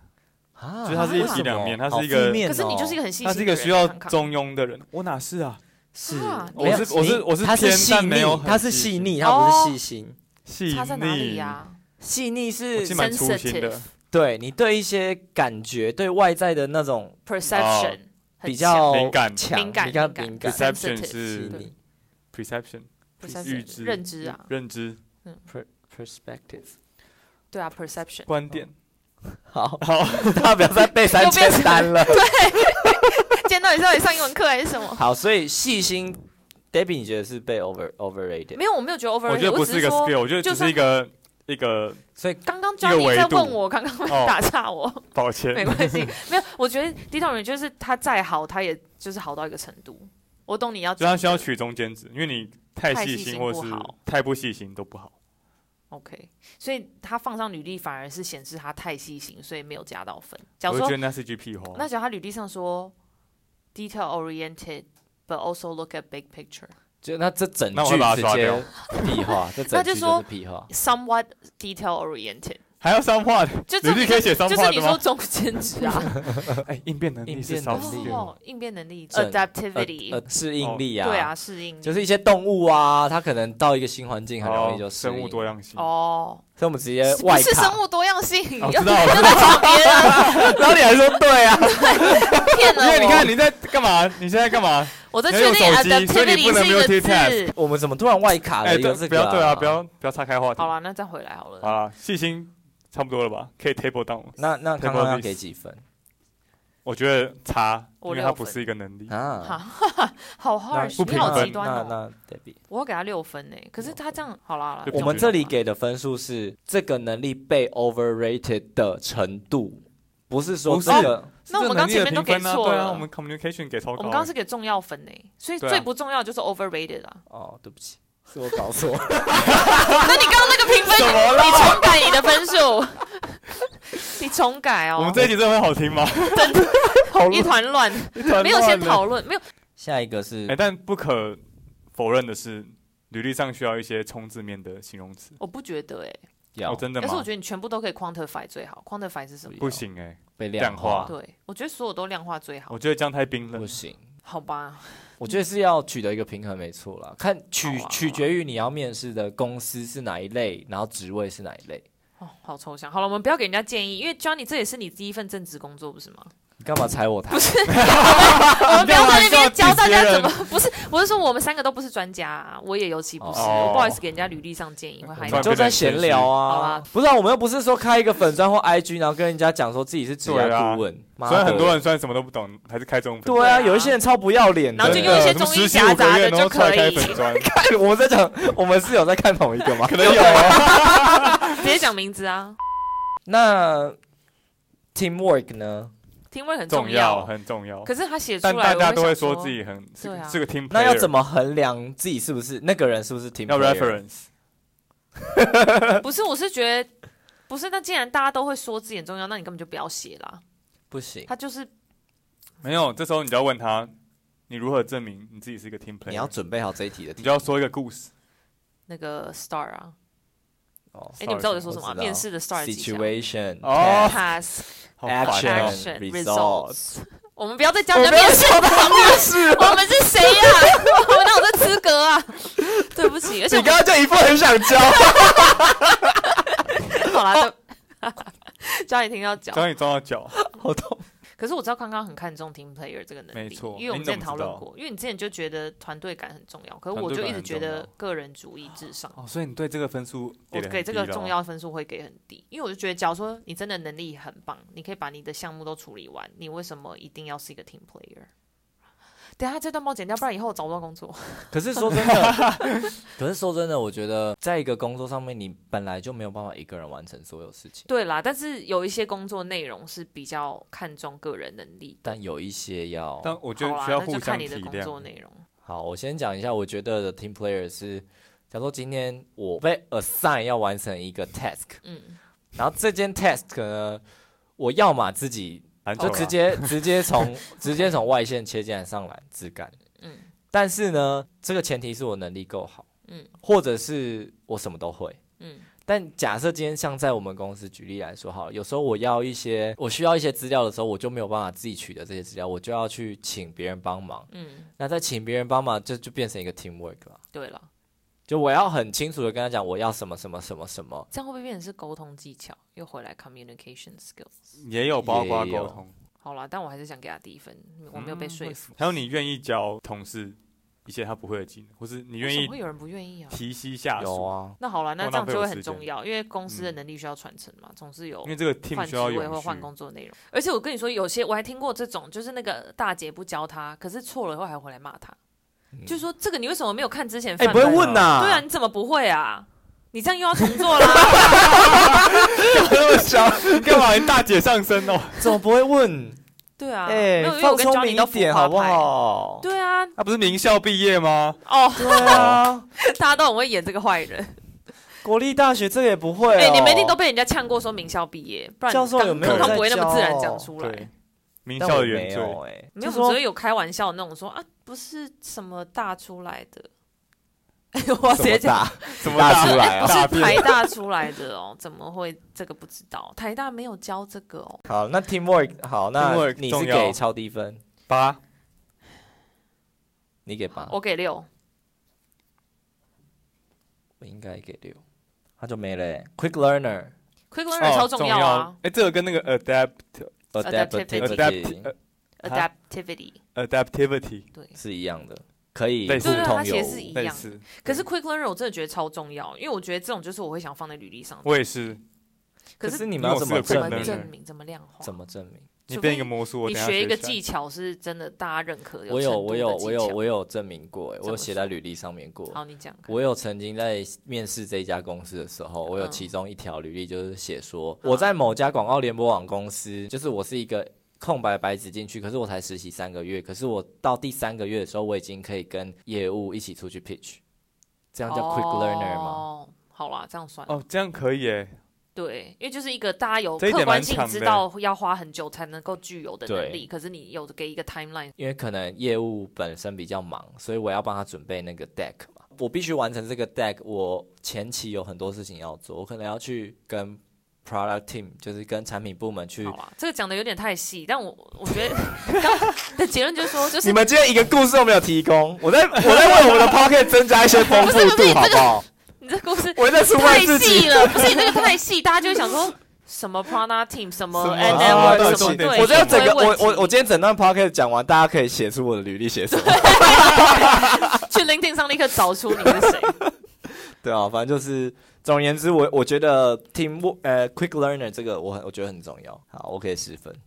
[SPEAKER 1] 啊
[SPEAKER 3] 就是它
[SPEAKER 2] 是一
[SPEAKER 1] 为
[SPEAKER 2] 体
[SPEAKER 1] 什
[SPEAKER 3] 两
[SPEAKER 1] 么
[SPEAKER 3] 面它
[SPEAKER 1] 好
[SPEAKER 3] 是一
[SPEAKER 1] 负
[SPEAKER 3] 个
[SPEAKER 1] 面
[SPEAKER 2] 可是你就是
[SPEAKER 1] 哦
[SPEAKER 2] 一个很细心的
[SPEAKER 3] 他
[SPEAKER 2] 人，
[SPEAKER 3] 是一个需要
[SPEAKER 2] 康康
[SPEAKER 3] 中庸的人。我哪是啊？
[SPEAKER 1] 是
[SPEAKER 2] 啊
[SPEAKER 3] 我是我是我是
[SPEAKER 1] 他是
[SPEAKER 3] 偏
[SPEAKER 1] 细
[SPEAKER 3] 但没有
[SPEAKER 1] 腻
[SPEAKER 3] 很
[SPEAKER 1] 他是
[SPEAKER 3] 细
[SPEAKER 1] 细
[SPEAKER 3] 心
[SPEAKER 1] 腻，他不
[SPEAKER 2] 哦
[SPEAKER 1] 是细心。
[SPEAKER 3] 细
[SPEAKER 2] 差在哪里啊
[SPEAKER 3] 腻，
[SPEAKER 2] 呀、
[SPEAKER 1] 细腻
[SPEAKER 3] 我
[SPEAKER 1] 是
[SPEAKER 3] 其实蛮粗心的
[SPEAKER 2] sensitive，
[SPEAKER 1] 对你对一些感觉、对外在的那种
[SPEAKER 2] p e r c e p t i o n
[SPEAKER 1] 哦比较
[SPEAKER 3] 敏感
[SPEAKER 1] 强
[SPEAKER 2] 敏感
[SPEAKER 1] 比较
[SPEAKER 2] 敏感
[SPEAKER 1] 敏感、
[SPEAKER 3] perception
[SPEAKER 2] sensitive
[SPEAKER 1] 细
[SPEAKER 3] 是
[SPEAKER 2] 对
[SPEAKER 1] 腻
[SPEAKER 3] perception
[SPEAKER 2] perception
[SPEAKER 3] 预知
[SPEAKER 2] 认知啊，
[SPEAKER 3] 认知
[SPEAKER 1] perspective。
[SPEAKER 2] 对啊，perception
[SPEAKER 3] 观点。
[SPEAKER 1] 好，好， 他不要再背三
[SPEAKER 2] 又
[SPEAKER 1] 千
[SPEAKER 2] 变成
[SPEAKER 1] 单了。
[SPEAKER 2] 今天到底是到底上英文课还是什么？
[SPEAKER 1] 好，所以细心，Debbie，你觉得是被 over overrated？
[SPEAKER 2] 没有，我没有觉得 over，
[SPEAKER 3] 我觉得不
[SPEAKER 2] 只
[SPEAKER 3] 是一个
[SPEAKER 2] 说
[SPEAKER 3] skill，我觉得
[SPEAKER 2] 就
[SPEAKER 3] 只
[SPEAKER 2] 算
[SPEAKER 3] 是一个一个
[SPEAKER 1] 所以
[SPEAKER 2] 刚刚
[SPEAKER 3] 一个
[SPEAKER 2] Johnny
[SPEAKER 3] 维
[SPEAKER 2] 在
[SPEAKER 3] 度
[SPEAKER 2] 问我，刚刚
[SPEAKER 3] 哦
[SPEAKER 2] 打岔我，
[SPEAKER 3] 抱
[SPEAKER 2] 没
[SPEAKER 3] 歉。
[SPEAKER 2] 关系，没有，我觉得低头人就是他再好，他也就是好到一个程度。我懂你要
[SPEAKER 3] 就
[SPEAKER 2] 讲的，
[SPEAKER 3] 他需要取中间值，因为你太
[SPEAKER 2] 太
[SPEAKER 3] 细
[SPEAKER 2] 细
[SPEAKER 3] 心
[SPEAKER 2] 心
[SPEAKER 3] 或
[SPEAKER 2] 不
[SPEAKER 3] 是
[SPEAKER 2] 好
[SPEAKER 3] 太不细心都不好。
[SPEAKER 2] OK，所以他放上履历反而是显示他太细心，所以没有加到分。假
[SPEAKER 3] 我
[SPEAKER 2] 如
[SPEAKER 3] 就觉
[SPEAKER 2] 说
[SPEAKER 3] 得那是一句屁话。
[SPEAKER 2] 那假如他履历上说 detail oriented but also look at big picture。
[SPEAKER 1] 就那这整
[SPEAKER 3] 那我
[SPEAKER 1] 句
[SPEAKER 3] 会把它
[SPEAKER 1] 直
[SPEAKER 3] 刷
[SPEAKER 1] 接
[SPEAKER 3] 掉
[SPEAKER 1] 屁 话，这整
[SPEAKER 2] 那
[SPEAKER 1] 句就
[SPEAKER 2] 就
[SPEAKER 1] 是
[SPEAKER 2] 说
[SPEAKER 1] 屁话。
[SPEAKER 2] somewhat detail oriented，
[SPEAKER 3] 还要商话的，
[SPEAKER 2] 就
[SPEAKER 3] 履
[SPEAKER 2] 这
[SPEAKER 3] 历可以写商
[SPEAKER 2] 就是
[SPEAKER 3] 话
[SPEAKER 2] 你
[SPEAKER 3] 的
[SPEAKER 2] 说
[SPEAKER 3] 吗？
[SPEAKER 2] 中间值啊，
[SPEAKER 3] 哎，应变能力是
[SPEAKER 1] 应变
[SPEAKER 3] 少
[SPEAKER 1] 能力
[SPEAKER 3] 数
[SPEAKER 1] 是
[SPEAKER 2] 哦，应变能力
[SPEAKER 1] 正呃
[SPEAKER 2] ，adaptivity，
[SPEAKER 1] 呃，适应力啊，
[SPEAKER 2] 对啊，，适应力，
[SPEAKER 1] 就是一些动物啊，它可能到一个新环境很容易就适应
[SPEAKER 3] 生物多样性。
[SPEAKER 2] 哦，
[SPEAKER 1] 所以我们直接
[SPEAKER 2] 不
[SPEAKER 1] 外
[SPEAKER 2] 是
[SPEAKER 1] 卡
[SPEAKER 2] 生。物多样性，
[SPEAKER 3] 呃哦
[SPEAKER 2] 要
[SPEAKER 3] 知道了
[SPEAKER 2] 要抢别人，
[SPEAKER 1] 然后你还说对啊，
[SPEAKER 2] 骗
[SPEAKER 3] 因为你
[SPEAKER 2] 了
[SPEAKER 3] 看
[SPEAKER 2] 我，
[SPEAKER 3] 你在干嘛？你现在干嘛？
[SPEAKER 2] 我在
[SPEAKER 3] 你要
[SPEAKER 2] 确
[SPEAKER 3] 用
[SPEAKER 2] 定
[SPEAKER 3] 手机所以你不
[SPEAKER 2] adaptivity
[SPEAKER 3] 能
[SPEAKER 2] 是一个
[SPEAKER 3] multitask
[SPEAKER 2] 字。
[SPEAKER 1] 我们怎么突然外卡了
[SPEAKER 3] 哎，
[SPEAKER 1] 一个这个、
[SPEAKER 3] 对不要对啊，不要不要岔开话题
[SPEAKER 2] 好。了，那再回来好了。
[SPEAKER 3] 啊，细心差不多了吧？可以 table down 了。
[SPEAKER 1] 那那康
[SPEAKER 3] Table
[SPEAKER 1] 康要
[SPEAKER 3] list
[SPEAKER 1] 给几分
[SPEAKER 3] 我觉得差，因
[SPEAKER 2] 我
[SPEAKER 3] 为它
[SPEAKER 2] 六
[SPEAKER 3] 不
[SPEAKER 2] 分
[SPEAKER 3] 是一个能力。
[SPEAKER 1] 啊？
[SPEAKER 2] 好好
[SPEAKER 3] 那
[SPEAKER 2] harsh，
[SPEAKER 3] 不
[SPEAKER 2] 你
[SPEAKER 3] 平
[SPEAKER 2] 好
[SPEAKER 3] 衡
[SPEAKER 2] 极端
[SPEAKER 1] 那
[SPEAKER 2] 哦！
[SPEAKER 1] 那 Debbie，
[SPEAKER 2] 我要给他六分呢，可是他这样好啦好啦
[SPEAKER 3] 就，啊
[SPEAKER 1] 我们这里给的分数是这个能力被 overrated 的程度，不是说
[SPEAKER 3] 不是
[SPEAKER 1] 这个
[SPEAKER 2] 那我们刚前面都给
[SPEAKER 3] 是这能力的评
[SPEAKER 2] 错
[SPEAKER 3] 分啊对
[SPEAKER 2] 了
[SPEAKER 3] 啊，我们 communication 给超
[SPEAKER 2] 我
[SPEAKER 3] 高。
[SPEAKER 2] 们刚刚是给重要分呢，所以
[SPEAKER 3] 对啊
[SPEAKER 2] 最不重要就是 overrated 啊。
[SPEAKER 1] 哦，对不起，是我搞错。
[SPEAKER 2] 那你刚刚那个评分，你重改你的分数， 你重改
[SPEAKER 3] 我
[SPEAKER 2] 哦
[SPEAKER 3] 们，这一集真的会好听吗？
[SPEAKER 1] 好
[SPEAKER 2] 一团乱，
[SPEAKER 3] 一
[SPEAKER 2] 没有先
[SPEAKER 3] 团乱了
[SPEAKER 2] 讨论，没有
[SPEAKER 1] 下一个是
[SPEAKER 3] 哎、但不可否认的是，履历上需要一些冲字面的形容词。
[SPEAKER 2] 我不觉得哎、
[SPEAKER 1] 要、
[SPEAKER 3] 哦，真的
[SPEAKER 2] 可
[SPEAKER 3] 吗？
[SPEAKER 2] 是我觉得你全部都可以 quantify 最好，quantify 是什么？
[SPEAKER 3] 不行哎、
[SPEAKER 1] 被
[SPEAKER 3] 量
[SPEAKER 1] 量化
[SPEAKER 3] 化，
[SPEAKER 2] 对，我觉得所有都量化最好
[SPEAKER 3] 我，觉得这样太冰
[SPEAKER 1] 不
[SPEAKER 3] 冷。
[SPEAKER 1] 行。
[SPEAKER 2] 好吧？
[SPEAKER 1] 我觉得是要取得一个平衡，没错啦。看取
[SPEAKER 2] 好啊
[SPEAKER 1] 取决于你要面试的公司是哪一类，然后职位是哪一类。
[SPEAKER 2] 哦，好抽象。好了，我们不要给人家建议，因为 Johnny 这也是你第一份正职工作，不是吗？
[SPEAKER 1] 你干嘛踩我台？
[SPEAKER 2] 不是，我们不要在那边教大
[SPEAKER 3] 你干
[SPEAKER 2] 家怎
[SPEAKER 3] 嘛啊笑
[SPEAKER 2] 么
[SPEAKER 3] 别，
[SPEAKER 2] 不是，我是说我们三个都不是专家、啊，我也有其不是，
[SPEAKER 3] 哦呃
[SPEAKER 2] 我不好意思给人家履历上建议会害
[SPEAKER 3] 你
[SPEAKER 1] 你
[SPEAKER 2] 到
[SPEAKER 3] 突
[SPEAKER 1] 就
[SPEAKER 3] 然变
[SPEAKER 1] 在
[SPEAKER 3] 得
[SPEAKER 1] 闲
[SPEAKER 3] 很
[SPEAKER 1] 聊
[SPEAKER 2] 好
[SPEAKER 1] 啊
[SPEAKER 2] 啊！
[SPEAKER 1] 不是、啊，我们又不是说开一个粉专或 IG，然后跟人家讲说自己是职业
[SPEAKER 3] 对啊
[SPEAKER 1] 顾问。妈
[SPEAKER 3] 虽然
[SPEAKER 1] 的
[SPEAKER 3] 很多人虽然什么都不懂，还是开这种粉
[SPEAKER 1] 对啊，
[SPEAKER 2] 对啊
[SPEAKER 1] 有一些人超不要脸的，啊
[SPEAKER 2] 然后就用一些中医夹杂的就可以
[SPEAKER 3] 真的什么15个月然后出来开 粉砖，
[SPEAKER 1] 看我们在讲， 我们是有在看同一个 吗？
[SPEAKER 3] 可能有啊。
[SPEAKER 2] 直接讲名字啊
[SPEAKER 1] 那 teamwork 呢？
[SPEAKER 2] ，teamwork 很
[SPEAKER 3] 重
[SPEAKER 2] 要
[SPEAKER 3] 要，。很重要。
[SPEAKER 2] 可是他写出来，
[SPEAKER 3] 但大家都
[SPEAKER 2] 我
[SPEAKER 3] 会
[SPEAKER 2] 想说
[SPEAKER 3] 说自己很是
[SPEAKER 2] 对啊
[SPEAKER 3] 是个 team player，
[SPEAKER 1] 那要怎么衡量自己是不是那个人是不是 team？
[SPEAKER 3] 要
[SPEAKER 1] player？
[SPEAKER 3] reference？
[SPEAKER 2] 不是，我是觉得不是。那既然大家都会说自己很重要，那你根本就不要写啦。
[SPEAKER 1] 不行，
[SPEAKER 2] 他就是
[SPEAKER 3] 没有，这时候你就要问他，你如何证明你自己是一个 team player？
[SPEAKER 1] 你要准备好这一题的
[SPEAKER 3] 你
[SPEAKER 1] 题
[SPEAKER 3] 就要说一个故事。
[SPEAKER 2] 那个 star 啊，
[SPEAKER 1] 哦。
[SPEAKER 2] 哎，你们知道我在说什么
[SPEAKER 1] 我
[SPEAKER 2] 吗？
[SPEAKER 1] 知道
[SPEAKER 2] 面试的 star 是几项
[SPEAKER 1] Situation
[SPEAKER 3] 哦
[SPEAKER 2] task
[SPEAKER 3] 好烦哦
[SPEAKER 1] Action
[SPEAKER 2] action
[SPEAKER 1] results
[SPEAKER 2] results。我们不要再教
[SPEAKER 1] 我
[SPEAKER 2] 人
[SPEAKER 1] 没
[SPEAKER 2] 家
[SPEAKER 1] 有
[SPEAKER 2] 面试，
[SPEAKER 1] 想到面试了，
[SPEAKER 2] 我们是谁呀？我们哪有这资格啊？ 对不起，而且
[SPEAKER 1] 你
[SPEAKER 2] 我
[SPEAKER 1] 刚刚就一副很想教。
[SPEAKER 2] 们好
[SPEAKER 3] 哦
[SPEAKER 2] 啦，对 教你听到脚
[SPEAKER 3] 只。要你撞到脚，
[SPEAKER 1] 好痛！
[SPEAKER 2] 可是我知道康康很看重 team player 这个能力，
[SPEAKER 3] 没错
[SPEAKER 2] 因为我们
[SPEAKER 3] 你
[SPEAKER 2] 之
[SPEAKER 3] 怎
[SPEAKER 2] 前
[SPEAKER 3] 么
[SPEAKER 2] 讨论
[SPEAKER 3] 知道
[SPEAKER 2] 过，因为你之前就觉得团队感很重要，可是
[SPEAKER 3] 团
[SPEAKER 2] 我
[SPEAKER 3] 队
[SPEAKER 2] 就
[SPEAKER 3] 感
[SPEAKER 2] 一直
[SPEAKER 3] 很
[SPEAKER 2] 觉
[SPEAKER 3] 重
[SPEAKER 2] 得
[SPEAKER 3] 要
[SPEAKER 2] 个人主义至上，
[SPEAKER 3] 哦，所以你对这个分数
[SPEAKER 2] 我
[SPEAKER 3] 得
[SPEAKER 2] 给这
[SPEAKER 3] 很
[SPEAKER 2] 个
[SPEAKER 3] 低咯哦
[SPEAKER 2] 重要分数会给很低，因为我就觉得，假如说你真的能力很棒，你可以把你的项目都处理完，你为什么一定要是一个 team player？等一下这段帮我剪掉，不然以后我找不到工作。
[SPEAKER 1] 可是说真 的，可是说真的，我觉得在一个工作上面，你本来就没有办法一个人完成所有事情，
[SPEAKER 2] 对啦，但是有一些工作内容是比较看重个人能力的。
[SPEAKER 1] 但有一些要
[SPEAKER 3] 但我觉
[SPEAKER 2] 好
[SPEAKER 3] 得
[SPEAKER 2] 啦，
[SPEAKER 3] 需要
[SPEAKER 2] 那
[SPEAKER 3] 互
[SPEAKER 2] 就
[SPEAKER 3] 相
[SPEAKER 2] 看你
[SPEAKER 3] 体
[SPEAKER 2] 的工作
[SPEAKER 3] 谅。
[SPEAKER 2] 内容。
[SPEAKER 1] 好，我先讲一下，我觉得的 team player 是，假如说今天我被 assign 要完成一个 task，
[SPEAKER 2] 嗯，
[SPEAKER 1] 然后这件 task 呢，我要么自己
[SPEAKER 3] 篮球
[SPEAKER 1] 就
[SPEAKER 3] 啦
[SPEAKER 1] 直接、直接从 直接从外线切进来上篮自干，
[SPEAKER 2] 嗯
[SPEAKER 1] 但是呢，这个前提是我能力够好，
[SPEAKER 2] 嗯
[SPEAKER 1] 或者是我什么都会。
[SPEAKER 2] 嗯
[SPEAKER 1] 但假设今天像在我们公司举例来说，好了，有时候我要一些我需要一些资料的时候，我就没有办法自己取得这些资料，我就要去请别人帮忙。
[SPEAKER 2] 嗯，
[SPEAKER 1] 那在请别人帮忙，这就变成一个 teamwork 了。
[SPEAKER 2] 对了，
[SPEAKER 1] 就我要很清楚的跟他讲，我要什么什么什么什么。
[SPEAKER 2] 这样会不会变成是沟通技巧？又回来 communication skill。
[SPEAKER 3] 也有包括
[SPEAKER 1] 也有
[SPEAKER 3] 沟通，嗯
[SPEAKER 2] 好啦，但我还是想给他低分，我没有被说服。
[SPEAKER 3] 还有你愿意教同事一些他不会的技能，或是你
[SPEAKER 2] 你
[SPEAKER 3] 愿意
[SPEAKER 2] 会有人不愿意啊？
[SPEAKER 3] 提携下
[SPEAKER 1] 有
[SPEAKER 3] 属，
[SPEAKER 1] 啊，
[SPEAKER 2] 那好了，那
[SPEAKER 3] 多
[SPEAKER 2] 这样
[SPEAKER 3] 浪费
[SPEAKER 2] 就
[SPEAKER 3] 我
[SPEAKER 2] 会
[SPEAKER 3] 时
[SPEAKER 2] 很
[SPEAKER 3] 间
[SPEAKER 2] 重要，因为公司的能力需要传承嘛，总是有
[SPEAKER 3] 因为这个 team
[SPEAKER 2] 换
[SPEAKER 3] 需
[SPEAKER 2] 职
[SPEAKER 3] 要
[SPEAKER 2] 位
[SPEAKER 3] 有
[SPEAKER 2] 或换工作内容。而且我跟你说，有些我还听过这种，就是那个大姐不教他，可是错了以后还回来骂他，就是说这个你为什么没有看之前
[SPEAKER 1] 哎、
[SPEAKER 2] 范
[SPEAKER 1] 不会
[SPEAKER 2] 本
[SPEAKER 1] 问呐、
[SPEAKER 2] 对啊，，你怎么不会啊？你这样又要重 做啦？
[SPEAKER 3] 这么小，你 干嘛你大姐上身 哦？
[SPEAKER 1] 怎么不会问？
[SPEAKER 2] 对 啊，
[SPEAKER 1] 哎、
[SPEAKER 2] 没有，因为我
[SPEAKER 1] 放
[SPEAKER 2] 跟
[SPEAKER 1] 聪
[SPEAKER 2] Johnny
[SPEAKER 1] 明
[SPEAKER 2] 都
[SPEAKER 1] 一
[SPEAKER 2] 浮
[SPEAKER 1] 点
[SPEAKER 2] 夸
[SPEAKER 1] 好不
[SPEAKER 2] 派？
[SPEAKER 1] 好？
[SPEAKER 2] 对啊，
[SPEAKER 3] 他不是名校毕业吗？
[SPEAKER 2] 哦，
[SPEAKER 1] 对啊，
[SPEAKER 2] 大家都很会演这个坏人。
[SPEAKER 1] 国立大学这个也不会、哦。
[SPEAKER 2] 哎、你们一定都被人家呛过说名校毕业，不然
[SPEAKER 1] 教授有
[SPEAKER 2] 刚
[SPEAKER 1] 没
[SPEAKER 3] 有
[SPEAKER 2] 通常
[SPEAKER 3] 在
[SPEAKER 2] 不会那么自然
[SPEAKER 1] 教
[SPEAKER 2] 讲出来。
[SPEAKER 3] 对，名
[SPEAKER 1] 但
[SPEAKER 3] 校
[SPEAKER 1] 我
[SPEAKER 3] 的原
[SPEAKER 1] 没
[SPEAKER 3] 罪。
[SPEAKER 1] 有哎、
[SPEAKER 2] 没
[SPEAKER 1] 就
[SPEAKER 2] 有，我们只
[SPEAKER 1] 说
[SPEAKER 2] 会有开玩笑那种说啊，不是什么大出来的，
[SPEAKER 1] 怎
[SPEAKER 2] 我直
[SPEAKER 1] 么
[SPEAKER 2] 接讲哎
[SPEAKER 1] 打
[SPEAKER 3] 什么
[SPEAKER 1] 打啊出 来啊？
[SPEAKER 2] 是台大出来的哦， 怎么会这个不知道？台大没有教这个哦，
[SPEAKER 1] 好，那 teamwork 好，那
[SPEAKER 3] Teamwork
[SPEAKER 1] 你是
[SPEAKER 3] 重要
[SPEAKER 1] 给超低分，
[SPEAKER 3] 八？
[SPEAKER 1] 你给八，
[SPEAKER 2] 我给六，
[SPEAKER 1] 我应该给六，他就没了、欸。Quick learner
[SPEAKER 2] 亏 u i
[SPEAKER 1] 哦
[SPEAKER 2] 超重要啊。
[SPEAKER 3] 哦哎，这个跟那个 adapt
[SPEAKER 1] adaptability
[SPEAKER 2] Adaptivity
[SPEAKER 3] 重要
[SPEAKER 2] Adaptivity，
[SPEAKER 1] 啊
[SPEAKER 3] 呃 adaptivity
[SPEAKER 2] 对
[SPEAKER 1] 是一样的，可以
[SPEAKER 3] 类
[SPEAKER 1] 互
[SPEAKER 3] 似
[SPEAKER 2] 对对，啊它
[SPEAKER 1] 通
[SPEAKER 2] 其
[SPEAKER 1] 有
[SPEAKER 2] 实是一
[SPEAKER 1] 无。
[SPEAKER 3] 类
[SPEAKER 2] 样。
[SPEAKER 3] 似，
[SPEAKER 2] 可是 quick learner 我真的觉得超重要，因为我觉得这种就是我会想放在履历上。
[SPEAKER 3] 我也是，
[SPEAKER 1] 可
[SPEAKER 2] 可
[SPEAKER 1] 是
[SPEAKER 2] 是
[SPEAKER 1] 你们要
[SPEAKER 3] 我
[SPEAKER 1] 怎
[SPEAKER 3] 是
[SPEAKER 1] 么
[SPEAKER 3] 个 quick
[SPEAKER 1] 证
[SPEAKER 2] 怎么
[SPEAKER 3] learner
[SPEAKER 1] 明？
[SPEAKER 2] 证明？怎么量化？
[SPEAKER 1] 怎么证明？
[SPEAKER 3] 你
[SPEAKER 2] 除
[SPEAKER 3] 变
[SPEAKER 2] 非
[SPEAKER 3] 一个魔术，我
[SPEAKER 2] 你
[SPEAKER 3] 等下
[SPEAKER 2] 学一个
[SPEAKER 3] 起来
[SPEAKER 2] 技巧是真的大家认可有
[SPEAKER 1] 我有，
[SPEAKER 2] 程度
[SPEAKER 1] 我
[SPEAKER 2] 的
[SPEAKER 1] 有，
[SPEAKER 2] 技
[SPEAKER 1] 我有，
[SPEAKER 2] 巧
[SPEAKER 1] 我有证明过、欸，我有
[SPEAKER 2] 么
[SPEAKER 1] 写在
[SPEAKER 2] 说
[SPEAKER 1] 履历上面过。
[SPEAKER 2] 好，你讲。
[SPEAKER 1] 我有曾经在面试这家公司的时候，我有
[SPEAKER 2] 嗯
[SPEAKER 1] 其中一条履历就是写说，我在某家广告联播网公司，就是我是一个空白白纸进去，可是我才实习三个月，可是我到第三个月的时候，我已经可以跟业务一起出去 pitch，这样叫 quick learner 吗？
[SPEAKER 2] 哦，好啦，这样算。
[SPEAKER 3] 哦，这样可以诶，
[SPEAKER 2] 对，因为就是一个大家有
[SPEAKER 3] 这一
[SPEAKER 2] 客
[SPEAKER 3] 点
[SPEAKER 2] 观
[SPEAKER 3] 蛮
[SPEAKER 2] 性
[SPEAKER 3] 强
[SPEAKER 2] 知
[SPEAKER 3] 的欸
[SPEAKER 2] 道要花很久才能够具有的
[SPEAKER 1] 对
[SPEAKER 2] 能力，可是你有给一个 timeline，
[SPEAKER 1] 因为可能业务本身比较忙，所以我要帮他准备那个 deck 嘛，我必须完成这个 deck，我前期有很多事情要做，我可能要去跟 product team，就是跟产品部门去
[SPEAKER 2] 好啦，这个讲的有点太细，但我我觉得 刚的结论就是说，就是
[SPEAKER 1] 你们今天一个故事都没有提 供，我在我在为我们的 p o c k e t 增加一些丰富
[SPEAKER 2] 不是不是
[SPEAKER 1] 度，好不好？
[SPEAKER 2] 你这故 事
[SPEAKER 1] 我在出卖
[SPEAKER 2] 太
[SPEAKER 1] 自
[SPEAKER 2] 细
[SPEAKER 1] 己。
[SPEAKER 2] 了，不是你这个太细，大家就会想说什么 Prana Team，什么
[SPEAKER 3] 什么
[SPEAKER 2] N
[SPEAKER 1] 啊
[SPEAKER 2] M
[SPEAKER 1] 到
[SPEAKER 2] R，
[SPEAKER 1] 底
[SPEAKER 2] 什么
[SPEAKER 1] 是
[SPEAKER 2] 对，
[SPEAKER 1] 我觉得
[SPEAKER 2] 什
[SPEAKER 1] 整
[SPEAKER 2] 么
[SPEAKER 1] 个
[SPEAKER 2] 问
[SPEAKER 1] 我我我
[SPEAKER 2] 题
[SPEAKER 1] 今天整段 podcast 讲完，大家可以写出我的履历写 什么。
[SPEAKER 2] 去 LinkedIn 上立刻找出你是谁。
[SPEAKER 1] 对啊，反正就是，总而言之，我我觉得 team work 呃 quick learner 这个我很我觉得很重要。好，我给十分。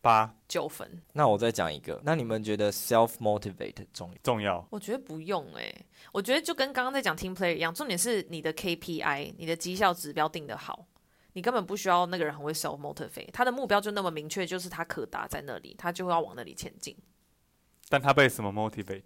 [SPEAKER 3] 八
[SPEAKER 2] 九分，
[SPEAKER 1] 那我再讲一个，那你们觉得 self motivate 重要？
[SPEAKER 3] 重要。
[SPEAKER 2] 我觉得不用哎、我觉得就跟刚刚在讲 team player 一样，重点是你的 KPI，你的绩效指标定得好，你根本不需要那个人很会 self motivate，他的目标就那么明确，就是他可达在那里，他就要往那里前进，
[SPEAKER 3] 但他被什么 motivate？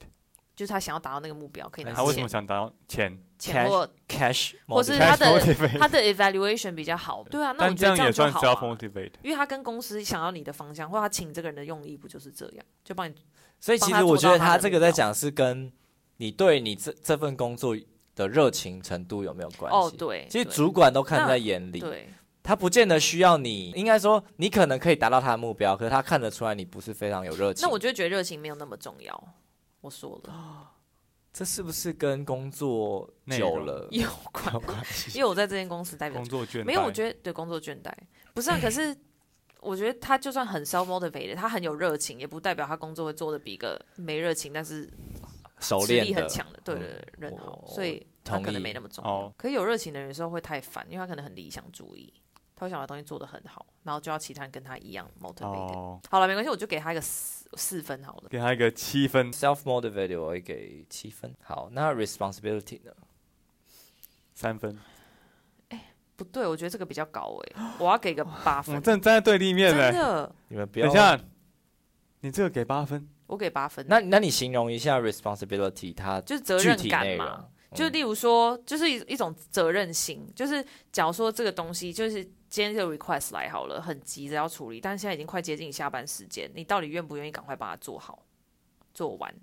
[SPEAKER 2] 就是他想要达到那个目标，可以拿
[SPEAKER 3] 哎他为什么
[SPEAKER 2] 钱
[SPEAKER 3] 想达到钱？
[SPEAKER 2] 钱或
[SPEAKER 1] cash
[SPEAKER 2] 或是
[SPEAKER 1] motivate
[SPEAKER 2] 他的
[SPEAKER 3] Cash motivate
[SPEAKER 2] 他的 evaluation 比较好。对 啊，那我
[SPEAKER 3] 但
[SPEAKER 2] 觉
[SPEAKER 3] 这
[SPEAKER 2] 得
[SPEAKER 3] 样
[SPEAKER 2] 这
[SPEAKER 3] 也
[SPEAKER 2] 就
[SPEAKER 3] 算
[SPEAKER 2] 好
[SPEAKER 3] self
[SPEAKER 2] 啊。
[SPEAKER 3] motivate。
[SPEAKER 2] 因为他跟公司想要你的方向，或他请这个人的用意不就是这样，就帮你
[SPEAKER 1] 所以其实我觉得他这个在讲是跟你对你这这份工作的热情程度有没有关系？
[SPEAKER 2] 哦，对，
[SPEAKER 1] 其实
[SPEAKER 2] 对
[SPEAKER 1] 主管都看
[SPEAKER 2] 那
[SPEAKER 1] 在眼里，
[SPEAKER 2] 对
[SPEAKER 1] 他不见得需要你，应该说你可能可以达到他的目标，可是他看得出来你不是非常有热情。
[SPEAKER 2] 那我就觉得热情没有那么重要。我说 了，
[SPEAKER 1] 这是不是跟工作
[SPEAKER 3] 内
[SPEAKER 1] 久
[SPEAKER 3] 容
[SPEAKER 1] 了
[SPEAKER 2] 有关，
[SPEAKER 1] 关系？
[SPEAKER 2] 因为我在这间公司待比较
[SPEAKER 3] 工
[SPEAKER 2] 久，
[SPEAKER 3] 作倦
[SPEAKER 2] 没有，我
[SPEAKER 3] 得
[SPEAKER 2] 觉得对工作倦怠不是啊。可 是我觉得他就算很 self motivated，他很有热情，也不代表他工作会做的比一个没热情但是
[SPEAKER 1] 熟
[SPEAKER 2] 实
[SPEAKER 1] 练
[SPEAKER 2] 力很
[SPEAKER 1] 的，嗯
[SPEAKER 2] 强的对对对人好，所以他
[SPEAKER 1] 同
[SPEAKER 2] 可能
[SPEAKER 1] 意
[SPEAKER 2] 没那么重要
[SPEAKER 3] 哦。
[SPEAKER 2] 可是有热情的人有时候会太烦，因为他可能很理想主义，他会想把东西做得很好，然后就要其他人跟他一样 motivated。
[SPEAKER 3] 哦，
[SPEAKER 2] 好了，没关系，我就给他一个四四分好了。
[SPEAKER 3] 给他一个七分，
[SPEAKER 1] self motivated 我会给七分。好，那 responsibility 呢？
[SPEAKER 3] 三分。
[SPEAKER 2] 不对，我觉得这个比较高哎、我要给个八
[SPEAKER 1] 哦
[SPEAKER 3] 我
[SPEAKER 2] 分
[SPEAKER 3] 们。正哦站在对立面
[SPEAKER 2] 真
[SPEAKER 3] 嘞。
[SPEAKER 2] 的，
[SPEAKER 1] 你们不要
[SPEAKER 3] 等一下，你这个给八分，
[SPEAKER 2] 我给八分。
[SPEAKER 1] 那那你形容一下 responsibility 它
[SPEAKER 2] 就是责
[SPEAKER 1] 具
[SPEAKER 2] 任
[SPEAKER 1] 体内
[SPEAKER 2] 感
[SPEAKER 1] 容
[SPEAKER 2] 嘛，，
[SPEAKER 1] 嗯
[SPEAKER 2] 就例如说，就是一一种责任心，就是假如说这个东西就是今天这个 request 来好了，很急着要处理，但是现在已经快接近下班时间，你到底愿不愿意赶快把它做好、做完？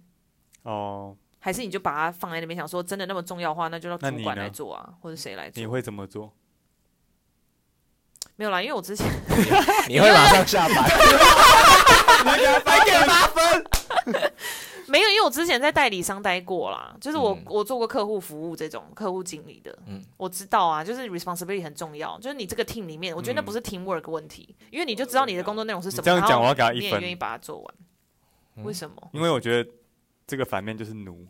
[SPEAKER 3] 哦，
[SPEAKER 2] 还是你就把它放在那边，想说真的那么重要的话，那就让
[SPEAKER 3] 那
[SPEAKER 2] 主
[SPEAKER 3] 你
[SPEAKER 2] 管
[SPEAKER 3] 呢
[SPEAKER 2] 来做啊，或者谁来
[SPEAKER 3] 你
[SPEAKER 2] 做？
[SPEAKER 3] 会怎么做？
[SPEAKER 2] 没有啦，因为我之前
[SPEAKER 1] 你会马上下班。 你给白给八分，
[SPEAKER 2] 没有，因为我之前在代理商待过啦，就是我、
[SPEAKER 1] 嗯
[SPEAKER 2] 我做过客户服务这种客户经理的，
[SPEAKER 1] 嗯
[SPEAKER 2] 我知道啊，就是 responsibility 很重要，就是你这个 team 里面，我觉得那不是 teamwork 问题，因为你就知道你的工作内容是什么，
[SPEAKER 3] 嗯你这样讲
[SPEAKER 2] 然后
[SPEAKER 3] 我要给他一
[SPEAKER 2] 你也
[SPEAKER 3] 分嗯
[SPEAKER 2] 愿意把它做完，为什么？
[SPEAKER 3] 因为我觉得这个反面就是奴，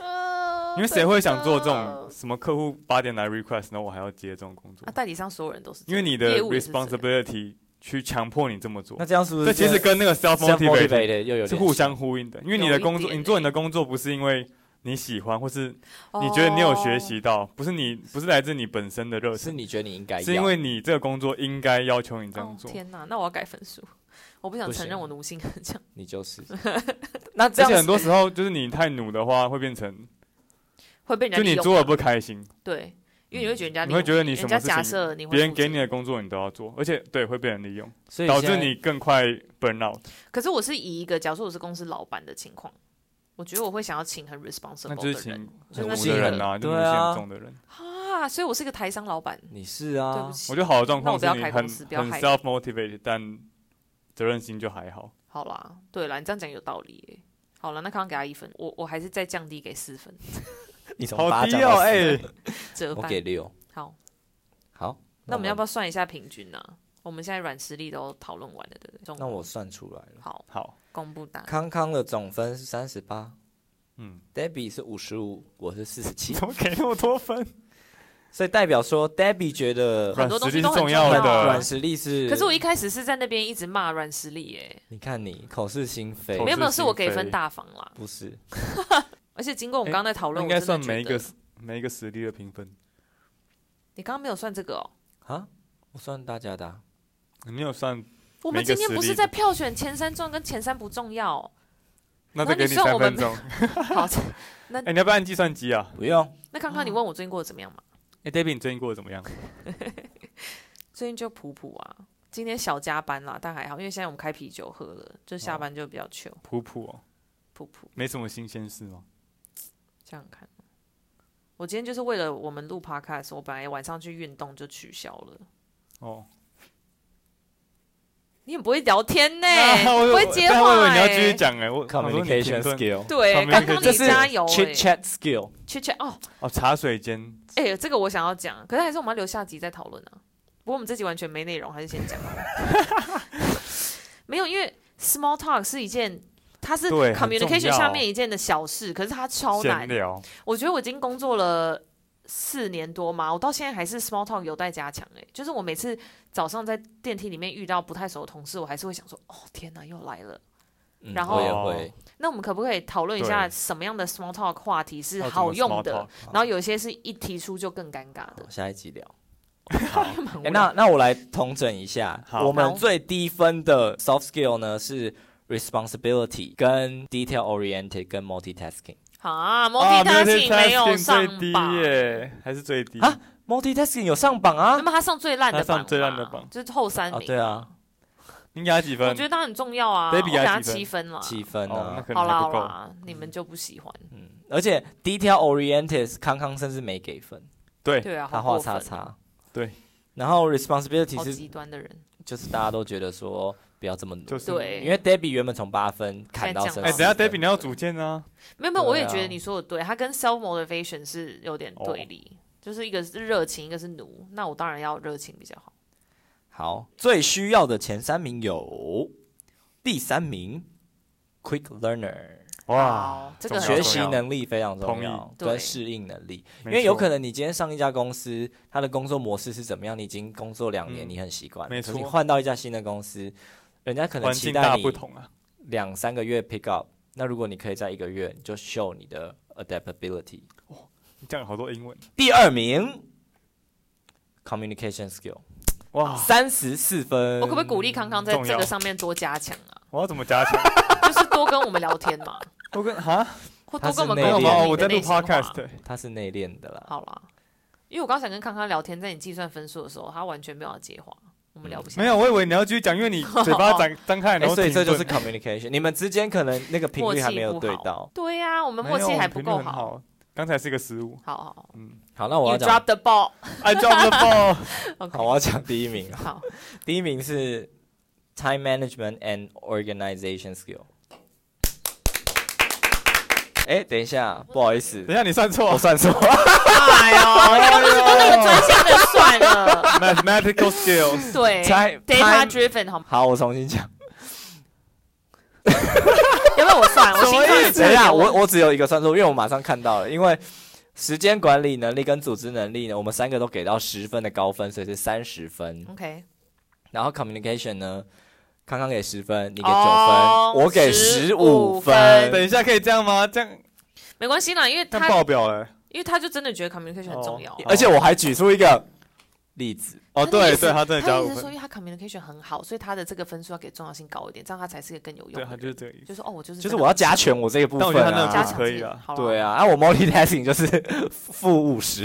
[SPEAKER 2] 呃
[SPEAKER 3] 因为谁会想做这种什么客户八点来 request，然后我还要接这种工作
[SPEAKER 2] 啊？？代理商所有人都是这
[SPEAKER 3] 因
[SPEAKER 2] 样，
[SPEAKER 3] 为你的
[SPEAKER 2] 业务也是这样
[SPEAKER 3] responsibility 去强迫你这么做
[SPEAKER 1] 那，这样是不
[SPEAKER 3] 这
[SPEAKER 1] 是
[SPEAKER 3] 其实跟那个 self
[SPEAKER 1] self
[SPEAKER 3] motivate
[SPEAKER 1] motivated 又有点
[SPEAKER 3] 是互相呼应的，因为你
[SPEAKER 2] 有
[SPEAKER 3] 的
[SPEAKER 2] 一
[SPEAKER 3] 工作，
[SPEAKER 2] 点
[SPEAKER 3] 你做你
[SPEAKER 2] 欸
[SPEAKER 3] 的工作不是因为你喜欢，或是你觉得你有学
[SPEAKER 2] 哦，
[SPEAKER 3] 习到，不是你不是来自你本身的热
[SPEAKER 1] 像是
[SPEAKER 3] 情，
[SPEAKER 1] 你觉得你应该要
[SPEAKER 3] 是因为你这个工作应该要求你这样
[SPEAKER 2] 哦
[SPEAKER 3] 做，
[SPEAKER 2] 天哪，那我要改分数，我不想
[SPEAKER 1] 不
[SPEAKER 2] 承认
[SPEAKER 1] 行
[SPEAKER 2] 我奴性很强，
[SPEAKER 1] 你就是，那这
[SPEAKER 3] 而且
[SPEAKER 1] 样
[SPEAKER 3] 很多时候就是你太努的话，会变成
[SPEAKER 2] 会被人家
[SPEAKER 3] 就
[SPEAKER 2] 利
[SPEAKER 3] 你
[SPEAKER 2] 用
[SPEAKER 3] 做
[SPEAKER 2] 啊
[SPEAKER 3] 了不开心，
[SPEAKER 2] 对，因为你会觉得人家利
[SPEAKER 3] 你会
[SPEAKER 2] 用
[SPEAKER 3] 觉得你什
[SPEAKER 2] 人
[SPEAKER 3] 么
[SPEAKER 2] 家
[SPEAKER 3] 事
[SPEAKER 2] 假
[SPEAKER 3] 情
[SPEAKER 2] 设你会
[SPEAKER 3] 别人
[SPEAKER 2] 负
[SPEAKER 3] 给
[SPEAKER 2] 责
[SPEAKER 3] 你的工作你都要做，而且对会被人利用，
[SPEAKER 1] 所以
[SPEAKER 3] 导致
[SPEAKER 1] 现在
[SPEAKER 3] 你更快奔闹。
[SPEAKER 2] 可是我是以一个，假如说我是公司老板的情况，我觉得我会想要请很
[SPEAKER 3] 那
[SPEAKER 2] responsible
[SPEAKER 3] 就是
[SPEAKER 2] 的人
[SPEAKER 1] 就
[SPEAKER 3] 请很
[SPEAKER 1] 那
[SPEAKER 3] 奴
[SPEAKER 1] 是
[SPEAKER 3] 的
[SPEAKER 1] 很
[SPEAKER 3] 人啊，就
[SPEAKER 1] 对
[SPEAKER 3] 奴性
[SPEAKER 1] 啊
[SPEAKER 3] 很重的人。
[SPEAKER 2] 啊，所以我是一个台商老板。
[SPEAKER 1] 你是
[SPEAKER 2] 对不
[SPEAKER 1] 啊，
[SPEAKER 2] 起，
[SPEAKER 3] 我觉得好的状
[SPEAKER 2] 那我
[SPEAKER 3] 况
[SPEAKER 2] 不
[SPEAKER 3] 是
[SPEAKER 2] 要
[SPEAKER 3] 你
[SPEAKER 2] 开
[SPEAKER 3] 很
[SPEAKER 2] 公司，不要
[SPEAKER 3] 很
[SPEAKER 2] 害
[SPEAKER 3] self motivated，但责任心就还好。
[SPEAKER 2] 好啦，对啦，你这样讲有道理耶。好了，那刚刚给他一分，我我还是再降低给四分，
[SPEAKER 1] 你从
[SPEAKER 3] 好
[SPEAKER 1] 八
[SPEAKER 3] 低
[SPEAKER 1] 讲
[SPEAKER 3] 哦，
[SPEAKER 1] 到四
[SPEAKER 3] 哎，
[SPEAKER 2] 折
[SPEAKER 1] 我
[SPEAKER 2] 半。
[SPEAKER 1] 给六，
[SPEAKER 2] 好，
[SPEAKER 1] 好，
[SPEAKER 2] 那我们要不
[SPEAKER 1] 要？
[SPEAKER 2] 要算一下平均呢、我们现在软实力都讨论完了，对不对？
[SPEAKER 1] 那我算出来了，
[SPEAKER 2] 好
[SPEAKER 3] 好，
[SPEAKER 2] 公布答案。
[SPEAKER 1] 康康的总分是三十八
[SPEAKER 3] 嗯，
[SPEAKER 1] ，Debbie 是五十五，我是四十七，
[SPEAKER 3] 怎么给那么多分？
[SPEAKER 1] 所以代表说 Debbie 觉得
[SPEAKER 2] 很多东
[SPEAKER 3] 软实
[SPEAKER 2] 西
[SPEAKER 3] 力
[SPEAKER 2] 都很
[SPEAKER 3] 是重要
[SPEAKER 2] 重要
[SPEAKER 3] 的，
[SPEAKER 2] 啊
[SPEAKER 1] 软实力是，
[SPEAKER 2] 可是我一开始是在那边一直骂软实力耶，
[SPEAKER 1] 你看你口是心非
[SPEAKER 3] 口，
[SPEAKER 2] 没有没有，
[SPEAKER 3] 是
[SPEAKER 2] 是我
[SPEAKER 3] 心
[SPEAKER 2] 给分
[SPEAKER 3] 非
[SPEAKER 2] 大方啦。
[SPEAKER 1] 不是，
[SPEAKER 2] 而且经过我们刚刚在讨论，
[SPEAKER 3] 应
[SPEAKER 2] 我
[SPEAKER 3] 该
[SPEAKER 2] 真的
[SPEAKER 3] 算
[SPEAKER 2] 觉
[SPEAKER 3] 每一
[SPEAKER 2] 得
[SPEAKER 3] 个每一个实力的评分。
[SPEAKER 2] 你刚刚没有算这个哦。
[SPEAKER 1] 啊，我算大家的啊、
[SPEAKER 3] 你有算？
[SPEAKER 2] 我们
[SPEAKER 3] 每个
[SPEAKER 2] 今天
[SPEAKER 3] 实
[SPEAKER 2] 不是
[SPEAKER 3] 力
[SPEAKER 2] 在票选前三重要跟前三不重要 哦、
[SPEAKER 3] 那
[SPEAKER 2] 那
[SPEAKER 3] 再
[SPEAKER 2] 你
[SPEAKER 3] 给你
[SPEAKER 2] 算
[SPEAKER 3] 三
[SPEAKER 2] 我们
[SPEAKER 3] 分钟。
[SPEAKER 2] 好，
[SPEAKER 3] 哎、你要不要按计算机啊？
[SPEAKER 1] 不用。
[SPEAKER 2] 那康 康，你问我最近过得怎么样嘛？
[SPEAKER 3] 哎、d a v i d 你最近过得怎么样？
[SPEAKER 2] 最近就普普啊，今天小加班啦，但还好，因为现在我们开啤酒喝了，就
[SPEAKER 3] 哦
[SPEAKER 2] 下班就比较糗。
[SPEAKER 3] 普普哦，
[SPEAKER 2] 普普，
[SPEAKER 3] 没什么新鲜事吗？
[SPEAKER 2] 这样看。我今天就是为了我们录 podcast，我本来晚上去运动就取消了。
[SPEAKER 3] 哦，
[SPEAKER 2] 你很不会聊天呢、
[SPEAKER 3] 我
[SPEAKER 2] 哎不会接
[SPEAKER 3] 但我以
[SPEAKER 2] 话、
[SPEAKER 3] 为
[SPEAKER 2] 欸。
[SPEAKER 3] 你要继续讲哎、我我说你
[SPEAKER 1] communication
[SPEAKER 3] 评论
[SPEAKER 1] skill，
[SPEAKER 2] 对，刚刚
[SPEAKER 3] communication-
[SPEAKER 2] 你
[SPEAKER 1] 这是
[SPEAKER 2] 加油哎、
[SPEAKER 1] chit chat skill，
[SPEAKER 2] 去去哦，
[SPEAKER 3] 哦，茶水间
[SPEAKER 2] 哎、这个我想要讲，可是还是我们要留下集再讨论啊。不过我们这集完全没内容，还是先讲好了。 没有，因为 small talk 是一件，它是
[SPEAKER 3] 对很重
[SPEAKER 2] communication
[SPEAKER 3] 要
[SPEAKER 2] 下面一件的小事，可是它超难
[SPEAKER 3] 闲。聊，哦
[SPEAKER 2] 我觉得我已经工作了四年多嘛，我到现在还是 small talk 有待加强哎、就是我每次早上在电梯里面遇到不太熟的同事，我还是会想说，哦天哪，又来了。
[SPEAKER 1] 嗯
[SPEAKER 2] 然
[SPEAKER 1] 我也
[SPEAKER 3] 后
[SPEAKER 1] 会，
[SPEAKER 2] 那我们可不可以讨论一下
[SPEAKER 3] 对
[SPEAKER 2] 什么样的 small talk 话题是
[SPEAKER 3] 要怎么
[SPEAKER 2] 好用
[SPEAKER 3] small
[SPEAKER 2] 的
[SPEAKER 3] talk？？
[SPEAKER 2] 然后有一些是一提出就更尴尬的
[SPEAKER 1] 好。下一集聊。
[SPEAKER 2] 很无
[SPEAKER 1] 诶
[SPEAKER 2] 聊
[SPEAKER 1] 那那我来统整一下，
[SPEAKER 3] 好
[SPEAKER 1] 我
[SPEAKER 2] 好
[SPEAKER 1] 们最低分的 soft skill 呢是 responsibility、跟 detail oriented、跟 multitasking。
[SPEAKER 2] 啊
[SPEAKER 3] 啊
[SPEAKER 2] ，multitasking 没有
[SPEAKER 3] multitasking
[SPEAKER 2] 上
[SPEAKER 3] 最低
[SPEAKER 2] 榜，
[SPEAKER 3] 耶，还是最低
[SPEAKER 1] 啊 multitasking 有上榜啊
[SPEAKER 2] 那？么他上最烂的
[SPEAKER 3] 他上
[SPEAKER 2] 榜嘛，
[SPEAKER 3] 最烂的榜哦
[SPEAKER 2] 就是后三
[SPEAKER 1] 啊，
[SPEAKER 2] 名。
[SPEAKER 1] 对啊，
[SPEAKER 3] 你给他几
[SPEAKER 2] 我
[SPEAKER 3] 分
[SPEAKER 2] 觉？得他很重要啊，我
[SPEAKER 3] Baby
[SPEAKER 2] 给
[SPEAKER 3] 还
[SPEAKER 2] 他七
[SPEAKER 3] 几分
[SPEAKER 2] 分了。
[SPEAKER 1] 七分
[SPEAKER 3] 哦，那
[SPEAKER 1] 啊。
[SPEAKER 3] 可
[SPEAKER 2] 好
[SPEAKER 3] 能
[SPEAKER 2] 啦
[SPEAKER 3] 还
[SPEAKER 2] 好
[SPEAKER 3] 不够。
[SPEAKER 2] 啦，你们就不喜欢。
[SPEAKER 1] 嗯而且 detail oriented 康康甚至没给分，
[SPEAKER 3] 对，
[SPEAKER 2] 对啊，
[SPEAKER 1] 他画
[SPEAKER 2] 好过分
[SPEAKER 1] 叉
[SPEAKER 2] 哦，
[SPEAKER 1] 叉。
[SPEAKER 3] 对。
[SPEAKER 1] 然后 responsibility
[SPEAKER 2] 好
[SPEAKER 1] 是
[SPEAKER 2] 极端的人。
[SPEAKER 1] 就是大家都觉得说不要这么努，
[SPEAKER 3] 就是
[SPEAKER 2] 对，
[SPEAKER 1] 因为 Debbie 原本从八分砍到
[SPEAKER 2] 现
[SPEAKER 1] 升。
[SPEAKER 2] 在
[SPEAKER 3] 哎，
[SPEAKER 2] 讲
[SPEAKER 3] 等一下 David 你要组建啊，
[SPEAKER 2] 没有没有，我也
[SPEAKER 1] 对啊
[SPEAKER 2] 觉得你说的对，他跟 self motivation 是有点对
[SPEAKER 3] 哦
[SPEAKER 2] 立，就是一个是热情，一个是奴。那我当然要热情比较好。
[SPEAKER 1] 好，最需要的前三名有第三名 quick learner，
[SPEAKER 3] 哇，
[SPEAKER 2] 这个很重
[SPEAKER 1] 学
[SPEAKER 2] 要
[SPEAKER 1] 习能力非常重
[SPEAKER 3] 同意
[SPEAKER 1] 要，
[SPEAKER 2] 对
[SPEAKER 1] 跟适应能力。因
[SPEAKER 3] 没
[SPEAKER 1] 为有
[SPEAKER 3] 错
[SPEAKER 1] 可能你今天上一家公司，它的工作模式是怎么样，你已经工作两年，
[SPEAKER 3] 嗯
[SPEAKER 1] 你很习惯了，
[SPEAKER 3] 没
[SPEAKER 1] 可是你
[SPEAKER 3] 错
[SPEAKER 1] 换到一家新的公司，人家可能
[SPEAKER 3] 环
[SPEAKER 1] 期
[SPEAKER 3] 境
[SPEAKER 1] 待
[SPEAKER 3] 大
[SPEAKER 1] 你
[SPEAKER 3] 不同啊，
[SPEAKER 1] 两三个月 pick up，那如果你可以在一个月，你就 show 你的 adaptability。
[SPEAKER 3] 你讲了好多英文
[SPEAKER 1] 第二名 communication skill，
[SPEAKER 3] 哇，
[SPEAKER 1] 三十四分。
[SPEAKER 2] 我可不可以鼓励康康在
[SPEAKER 3] 重要
[SPEAKER 2] 这个上面多加强啊？
[SPEAKER 3] 我要怎么加强？
[SPEAKER 2] 就是多跟我们聊天嘛，
[SPEAKER 3] 我跟哈，
[SPEAKER 2] 或多跟我们
[SPEAKER 1] 内
[SPEAKER 2] 沟
[SPEAKER 1] 敛
[SPEAKER 3] 没有
[SPEAKER 2] 通
[SPEAKER 1] 吗
[SPEAKER 3] 吗？
[SPEAKER 2] 你
[SPEAKER 3] 哦我
[SPEAKER 2] 的
[SPEAKER 3] 在录
[SPEAKER 2] 内心话
[SPEAKER 3] podcast，
[SPEAKER 1] 他是内敛的啦。
[SPEAKER 2] 好啦，因为我刚想跟康康聊天，在你计算分数的时候，他完全没有要接话，我们聊不下
[SPEAKER 3] 嗯没。有，我以为你要继续讲，因为你嘴巴张张开，
[SPEAKER 1] 哎、
[SPEAKER 3] 然后
[SPEAKER 1] 所以这就
[SPEAKER 3] 停
[SPEAKER 1] 是
[SPEAKER 3] 顿
[SPEAKER 1] communication，你们之间可能那个频
[SPEAKER 2] 默
[SPEAKER 1] 率
[SPEAKER 2] 契
[SPEAKER 1] 还没有
[SPEAKER 2] 不
[SPEAKER 1] 对
[SPEAKER 2] 好
[SPEAKER 1] 到。
[SPEAKER 2] 对呀、我们
[SPEAKER 3] 没
[SPEAKER 2] 默
[SPEAKER 3] 有
[SPEAKER 2] 契还
[SPEAKER 3] 我
[SPEAKER 2] 不
[SPEAKER 3] 频率
[SPEAKER 2] 够
[SPEAKER 3] 很
[SPEAKER 2] 好。
[SPEAKER 3] 好，刚才是个失误。
[SPEAKER 2] 好好好
[SPEAKER 3] 嗯
[SPEAKER 1] 好，那我
[SPEAKER 2] ，You
[SPEAKER 1] 要讲
[SPEAKER 2] drop，the ball。
[SPEAKER 3] I dropped the ball 。
[SPEAKER 2] OK，
[SPEAKER 1] 好，我要讲第一名啊。
[SPEAKER 2] 好，
[SPEAKER 1] 第一名是 time management and organization skill。哎、等一下，不好意思
[SPEAKER 3] 等，一下你算
[SPEAKER 1] 我
[SPEAKER 3] 错
[SPEAKER 1] 算错。
[SPEAKER 2] 哎呦，你刚刚就是都那么专项的算了，
[SPEAKER 3] ，mathematical skills。
[SPEAKER 2] 对
[SPEAKER 1] time
[SPEAKER 2] ，data
[SPEAKER 1] time
[SPEAKER 2] driven 好吗？
[SPEAKER 1] 好，我重新讲。
[SPEAKER 2] 要不要我算？我
[SPEAKER 3] 什
[SPEAKER 2] 心
[SPEAKER 3] 么
[SPEAKER 2] 算
[SPEAKER 3] 意思啊
[SPEAKER 1] 等一下，
[SPEAKER 2] 算
[SPEAKER 1] 我我只有一个算错，因为我马上看到了，因为时间管理能力跟组织能力呢，我们三个都给到十分的高分，所以是三十分。
[SPEAKER 2] OK，
[SPEAKER 1] 然后 communication 呢，康康给十分，你给
[SPEAKER 2] 你
[SPEAKER 1] 九分，我给十五
[SPEAKER 2] 哦分，
[SPEAKER 3] 等一下可以这样吗？这样
[SPEAKER 2] 没关系啦，因为
[SPEAKER 3] 看
[SPEAKER 2] 他
[SPEAKER 3] 报表哎。
[SPEAKER 2] 因为他就真的觉得 communication 很重要。啊
[SPEAKER 1] 而且我还举出一个例子。
[SPEAKER 3] 哦，
[SPEAKER 2] 他的意
[SPEAKER 3] 对
[SPEAKER 2] 思
[SPEAKER 3] 对，他真的加
[SPEAKER 2] 他
[SPEAKER 3] 五
[SPEAKER 2] 意思是说，
[SPEAKER 3] 分，
[SPEAKER 2] 因为他 communication 很好，所以他的这个分数要给重要性高一点，这样他才是一个更有用的
[SPEAKER 3] 对，他
[SPEAKER 2] 人。
[SPEAKER 3] 就是这个意思。
[SPEAKER 2] 就是哦，我就是
[SPEAKER 1] 就是
[SPEAKER 2] 真的
[SPEAKER 1] 我要加权我这一部
[SPEAKER 3] 但我
[SPEAKER 1] 分
[SPEAKER 3] 觉得他那
[SPEAKER 2] 加
[SPEAKER 3] 个
[SPEAKER 1] 啊
[SPEAKER 2] 强。
[SPEAKER 3] 可以
[SPEAKER 2] 这个
[SPEAKER 3] 啊
[SPEAKER 2] 好啦
[SPEAKER 1] 对啊，啊，我 multitasking 就是 负五 十。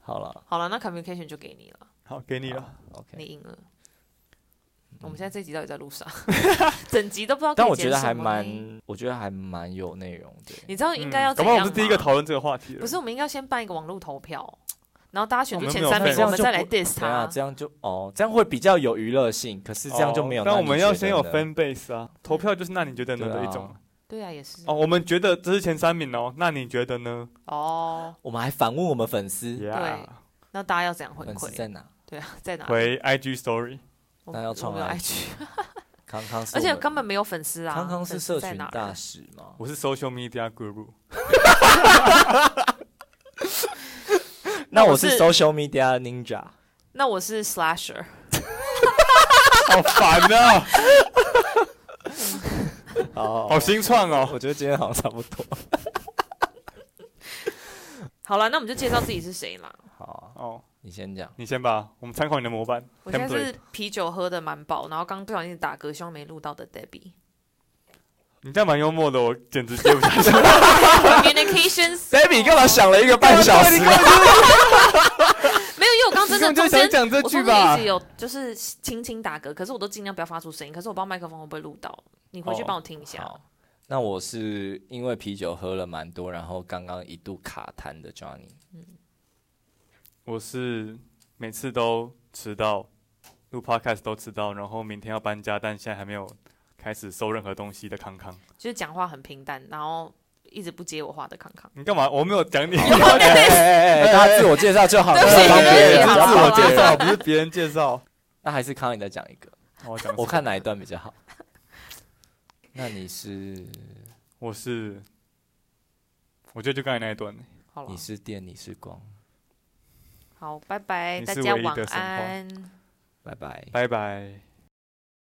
[SPEAKER 1] 好了
[SPEAKER 2] 好了，那 communication 就给你了，
[SPEAKER 3] 好，给你了。
[SPEAKER 2] 你
[SPEAKER 1] ，OK。嗯
[SPEAKER 2] 赢了。我们现在这集到底在 路上，整集都不知道可以
[SPEAKER 1] 但我
[SPEAKER 2] 剪
[SPEAKER 1] 觉得
[SPEAKER 2] 什
[SPEAKER 1] 还
[SPEAKER 2] 么
[SPEAKER 1] 蛮
[SPEAKER 2] 呢，
[SPEAKER 1] 我觉得还蛮有内容的。
[SPEAKER 2] 你知道应该要
[SPEAKER 3] 嗯
[SPEAKER 2] 怎
[SPEAKER 3] 搞
[SPEAKER 2] 样吗？
[SPEAKER 3] 不好我们是第一个讨论这个话题的。
[SPEAKER 2] 不是，我们应该先办一个网络投票，然后大家选出
[SPEAKER 3] 我
[SPEAKER 1] 哦
[SPEAKER 3] 们
[SPEAKER 2] 前
[SPEAKER 3] 没有
[SPEAKER 2] 三名，
[SPEAKER 3] 分
[SPEAKER 2] 我们
[SPEAKER 1] 这
[SPEAKER 2] 再
[SPEAKER 1] 样
[SPEAKER 2] 来
[SPEAKER 1] 就
[SPEAKER 2] diss
[SPEAKER 1] 对啊，
[SPEAKER 2] 他。
[SPEAKER 1] 这样就哦，这样会比较有娱乐性，可是
[SPEAKER 3] 哦，
[SPEAKER 1] 这样就没有。
[SPEAKER 3] 但
[SPEAKER 1] 那
[SPEAKER 3] 我
[SPEAKER 1] 你
[SPEAKER 3] 们要
[SPEAKER 1] 觉得
[SPEAKER 3] 先有
[SPEAKER 1] 呢，
[SPEAKER 3] 分 base 啊，投票就是那你觉得呢
[SPEAKER 1] 对
[SPEAKER 3] 的
[SPEAKER 1] 啊
[SPEAKER 3] 一种。
[SPEAKER 2] 对啊，也是
[SPEAKER 3] 哦，我们觉得这是前三名哦，那你觉得呢
[SPEAKER 2] 哦。
[SPEAKER 1] 我们还反问我们粉丝，
[SPEAKER 2] 啊
[SPEAKER 3] ？Yeah，
[SPEAKER 2] 那大家要怎样回
[SPEAKER 1] 粉丝
[SPEAKER 2] 馈？
[SPEAKER 1] 在哪？
[SPEAKER 2] 对啊，在哪？
[SPEAKER 3] 回 IG story。
[SPEAKER 2] 我
[SPEAKER 1] 那
[SPEAKER 2] 们
[SPEAKER 1] 要
[SPEAKER 2] 我
[SPEAKER 1] 创
[SPEAKER 2] 们有
[SPEAKER 1] IG
[SPEAKER 2] IG，
[SPEAKER 1] 康康是
[SPEAKER 2] 而
[SPEAKER 1] 我
[SPEAKER 2] 且
[SPEAKER 1] 们
[SPEAKER 2] 根本没有粉丝啊。
[SPEAKER 1] 康康是
[SPEAKER 2] 粉丝
[SPEAKER 1] 社
[SPEAKER 2] 在
[SPEAKER 1] 群
[SPEAKER 2] 哪儿啊
[SPEAKER 1] 大使嘛？
[SPEAKER 3] 我是 social media guru，
[SPEAKER 1] 那我
[SPEAKER 2] 我
[SPEAKER 1] 是
[SPEAKER 2] 是
[SPEAKER 1] social media ninja。
[SPEAKER 2] 那我是 slasher，
[SPEAKER 3] 好烦啊，
[SPEAKER 1] 好
[SPEAKER 3] 好新创哦。
[SPEAKER 1] 我觉得今天好像差不多。
[SPEAKER 2] 好了，那我们就介绍自己是谁啦。
[SPEAKER 1] 好啊，
[SPEAKER 3] 哦，
[SPEAKER 1] 你先讲。
[SPEAKER 3] 你先吧，我们参考你的模板。
[SPEAKER 2] 我现在
[SPEAKER 3] template
[SPEAKER 2] 是啤酒喝的蛮饱，然后刚不小心打嗝，希望没录到的 Debbie。
[SPEAKER 3] 你这样蛮幽默的，我简直接不下去。
[SPEAKER 2] Communications，
[SPEAKER 1] Baby 干嘛想了一个半小时？啊
[SPEAKER 2] 没有，因为我刚 真的
[SPEAKER 3] 根本就
[SPEAKER 2] 中
[SPEAKER 3] 想
[SPEAKER 2] 间。
[SPEAKER 3] 讲这
[SPEAKER 2] 我
[SPEAKER 3] 句
[SPEAKER 2] 中间
[SPEAKER 3] 吧
[SPEAKER 2] 一直。有就是轻轻打嗝，可是我都尽量不要发出声音，可是我不知道麦克风会不会录到，你回去
[SPEAKER 3] 哦
[SPEAKER 2] 帮我听一下。
[SPEAKER 1] 好，那我是因为啤酒喝了蛮多，然后刚刚一度卡痰的 Johnny。
[SPEAKER 3] 我是每次都迟到，录 podcast 都知道，然后明天要搬家，但现在还没有开始收任何东西的康康，
[SPEAKER 2] 就是讲话很平淡，然后一直不接我话的康康。
[SPEAKER 3] 你干嘛？我没有讲你，
[SPEAKER 1] 哎哎哎，大家自我介绍就好了，
[SPEAKER 2] 哦对不起
[SPEAKER 1] 帮别人
[SPEAKER 2] 对不起
[SPEAKER 1] 自
[SPEAKER 2] 好
[SPEAKER 1] 我
[SPEAKER 2] 啦
[SPEAKER 1] 介
[SPEAKER 3] 介
[SPEAKER 1] 绍
[SPEAKER 3] 绍。不是别人介绍。
[SPEAKER 1] 那还是康，你再讲一个，
[SPEAKER 3] 我讲什么
[SPEAKER 1] 我看哪一段比较好。 那你是
[SPEAKER 3] 我是，我觉得就刚才那一段，
[SPEAKER 2] 好了
[SPEAKER 1] 你，是电，你是光，
[SPEAKER 2] 好，拜拜，
[SPEAKER 3] 你
[SPEAKER 2] 大
[SPEAKER 3] 是
[SPEAKER 2] 家
[SPEAKER 3] 唯一
[SPEAKER 2] 晚
[SPEAKER 3] 的神话
[SPEAKER 2] 安。
[SPEAKER 1] 拜拜。
[SPEAKER 3] 拜拜。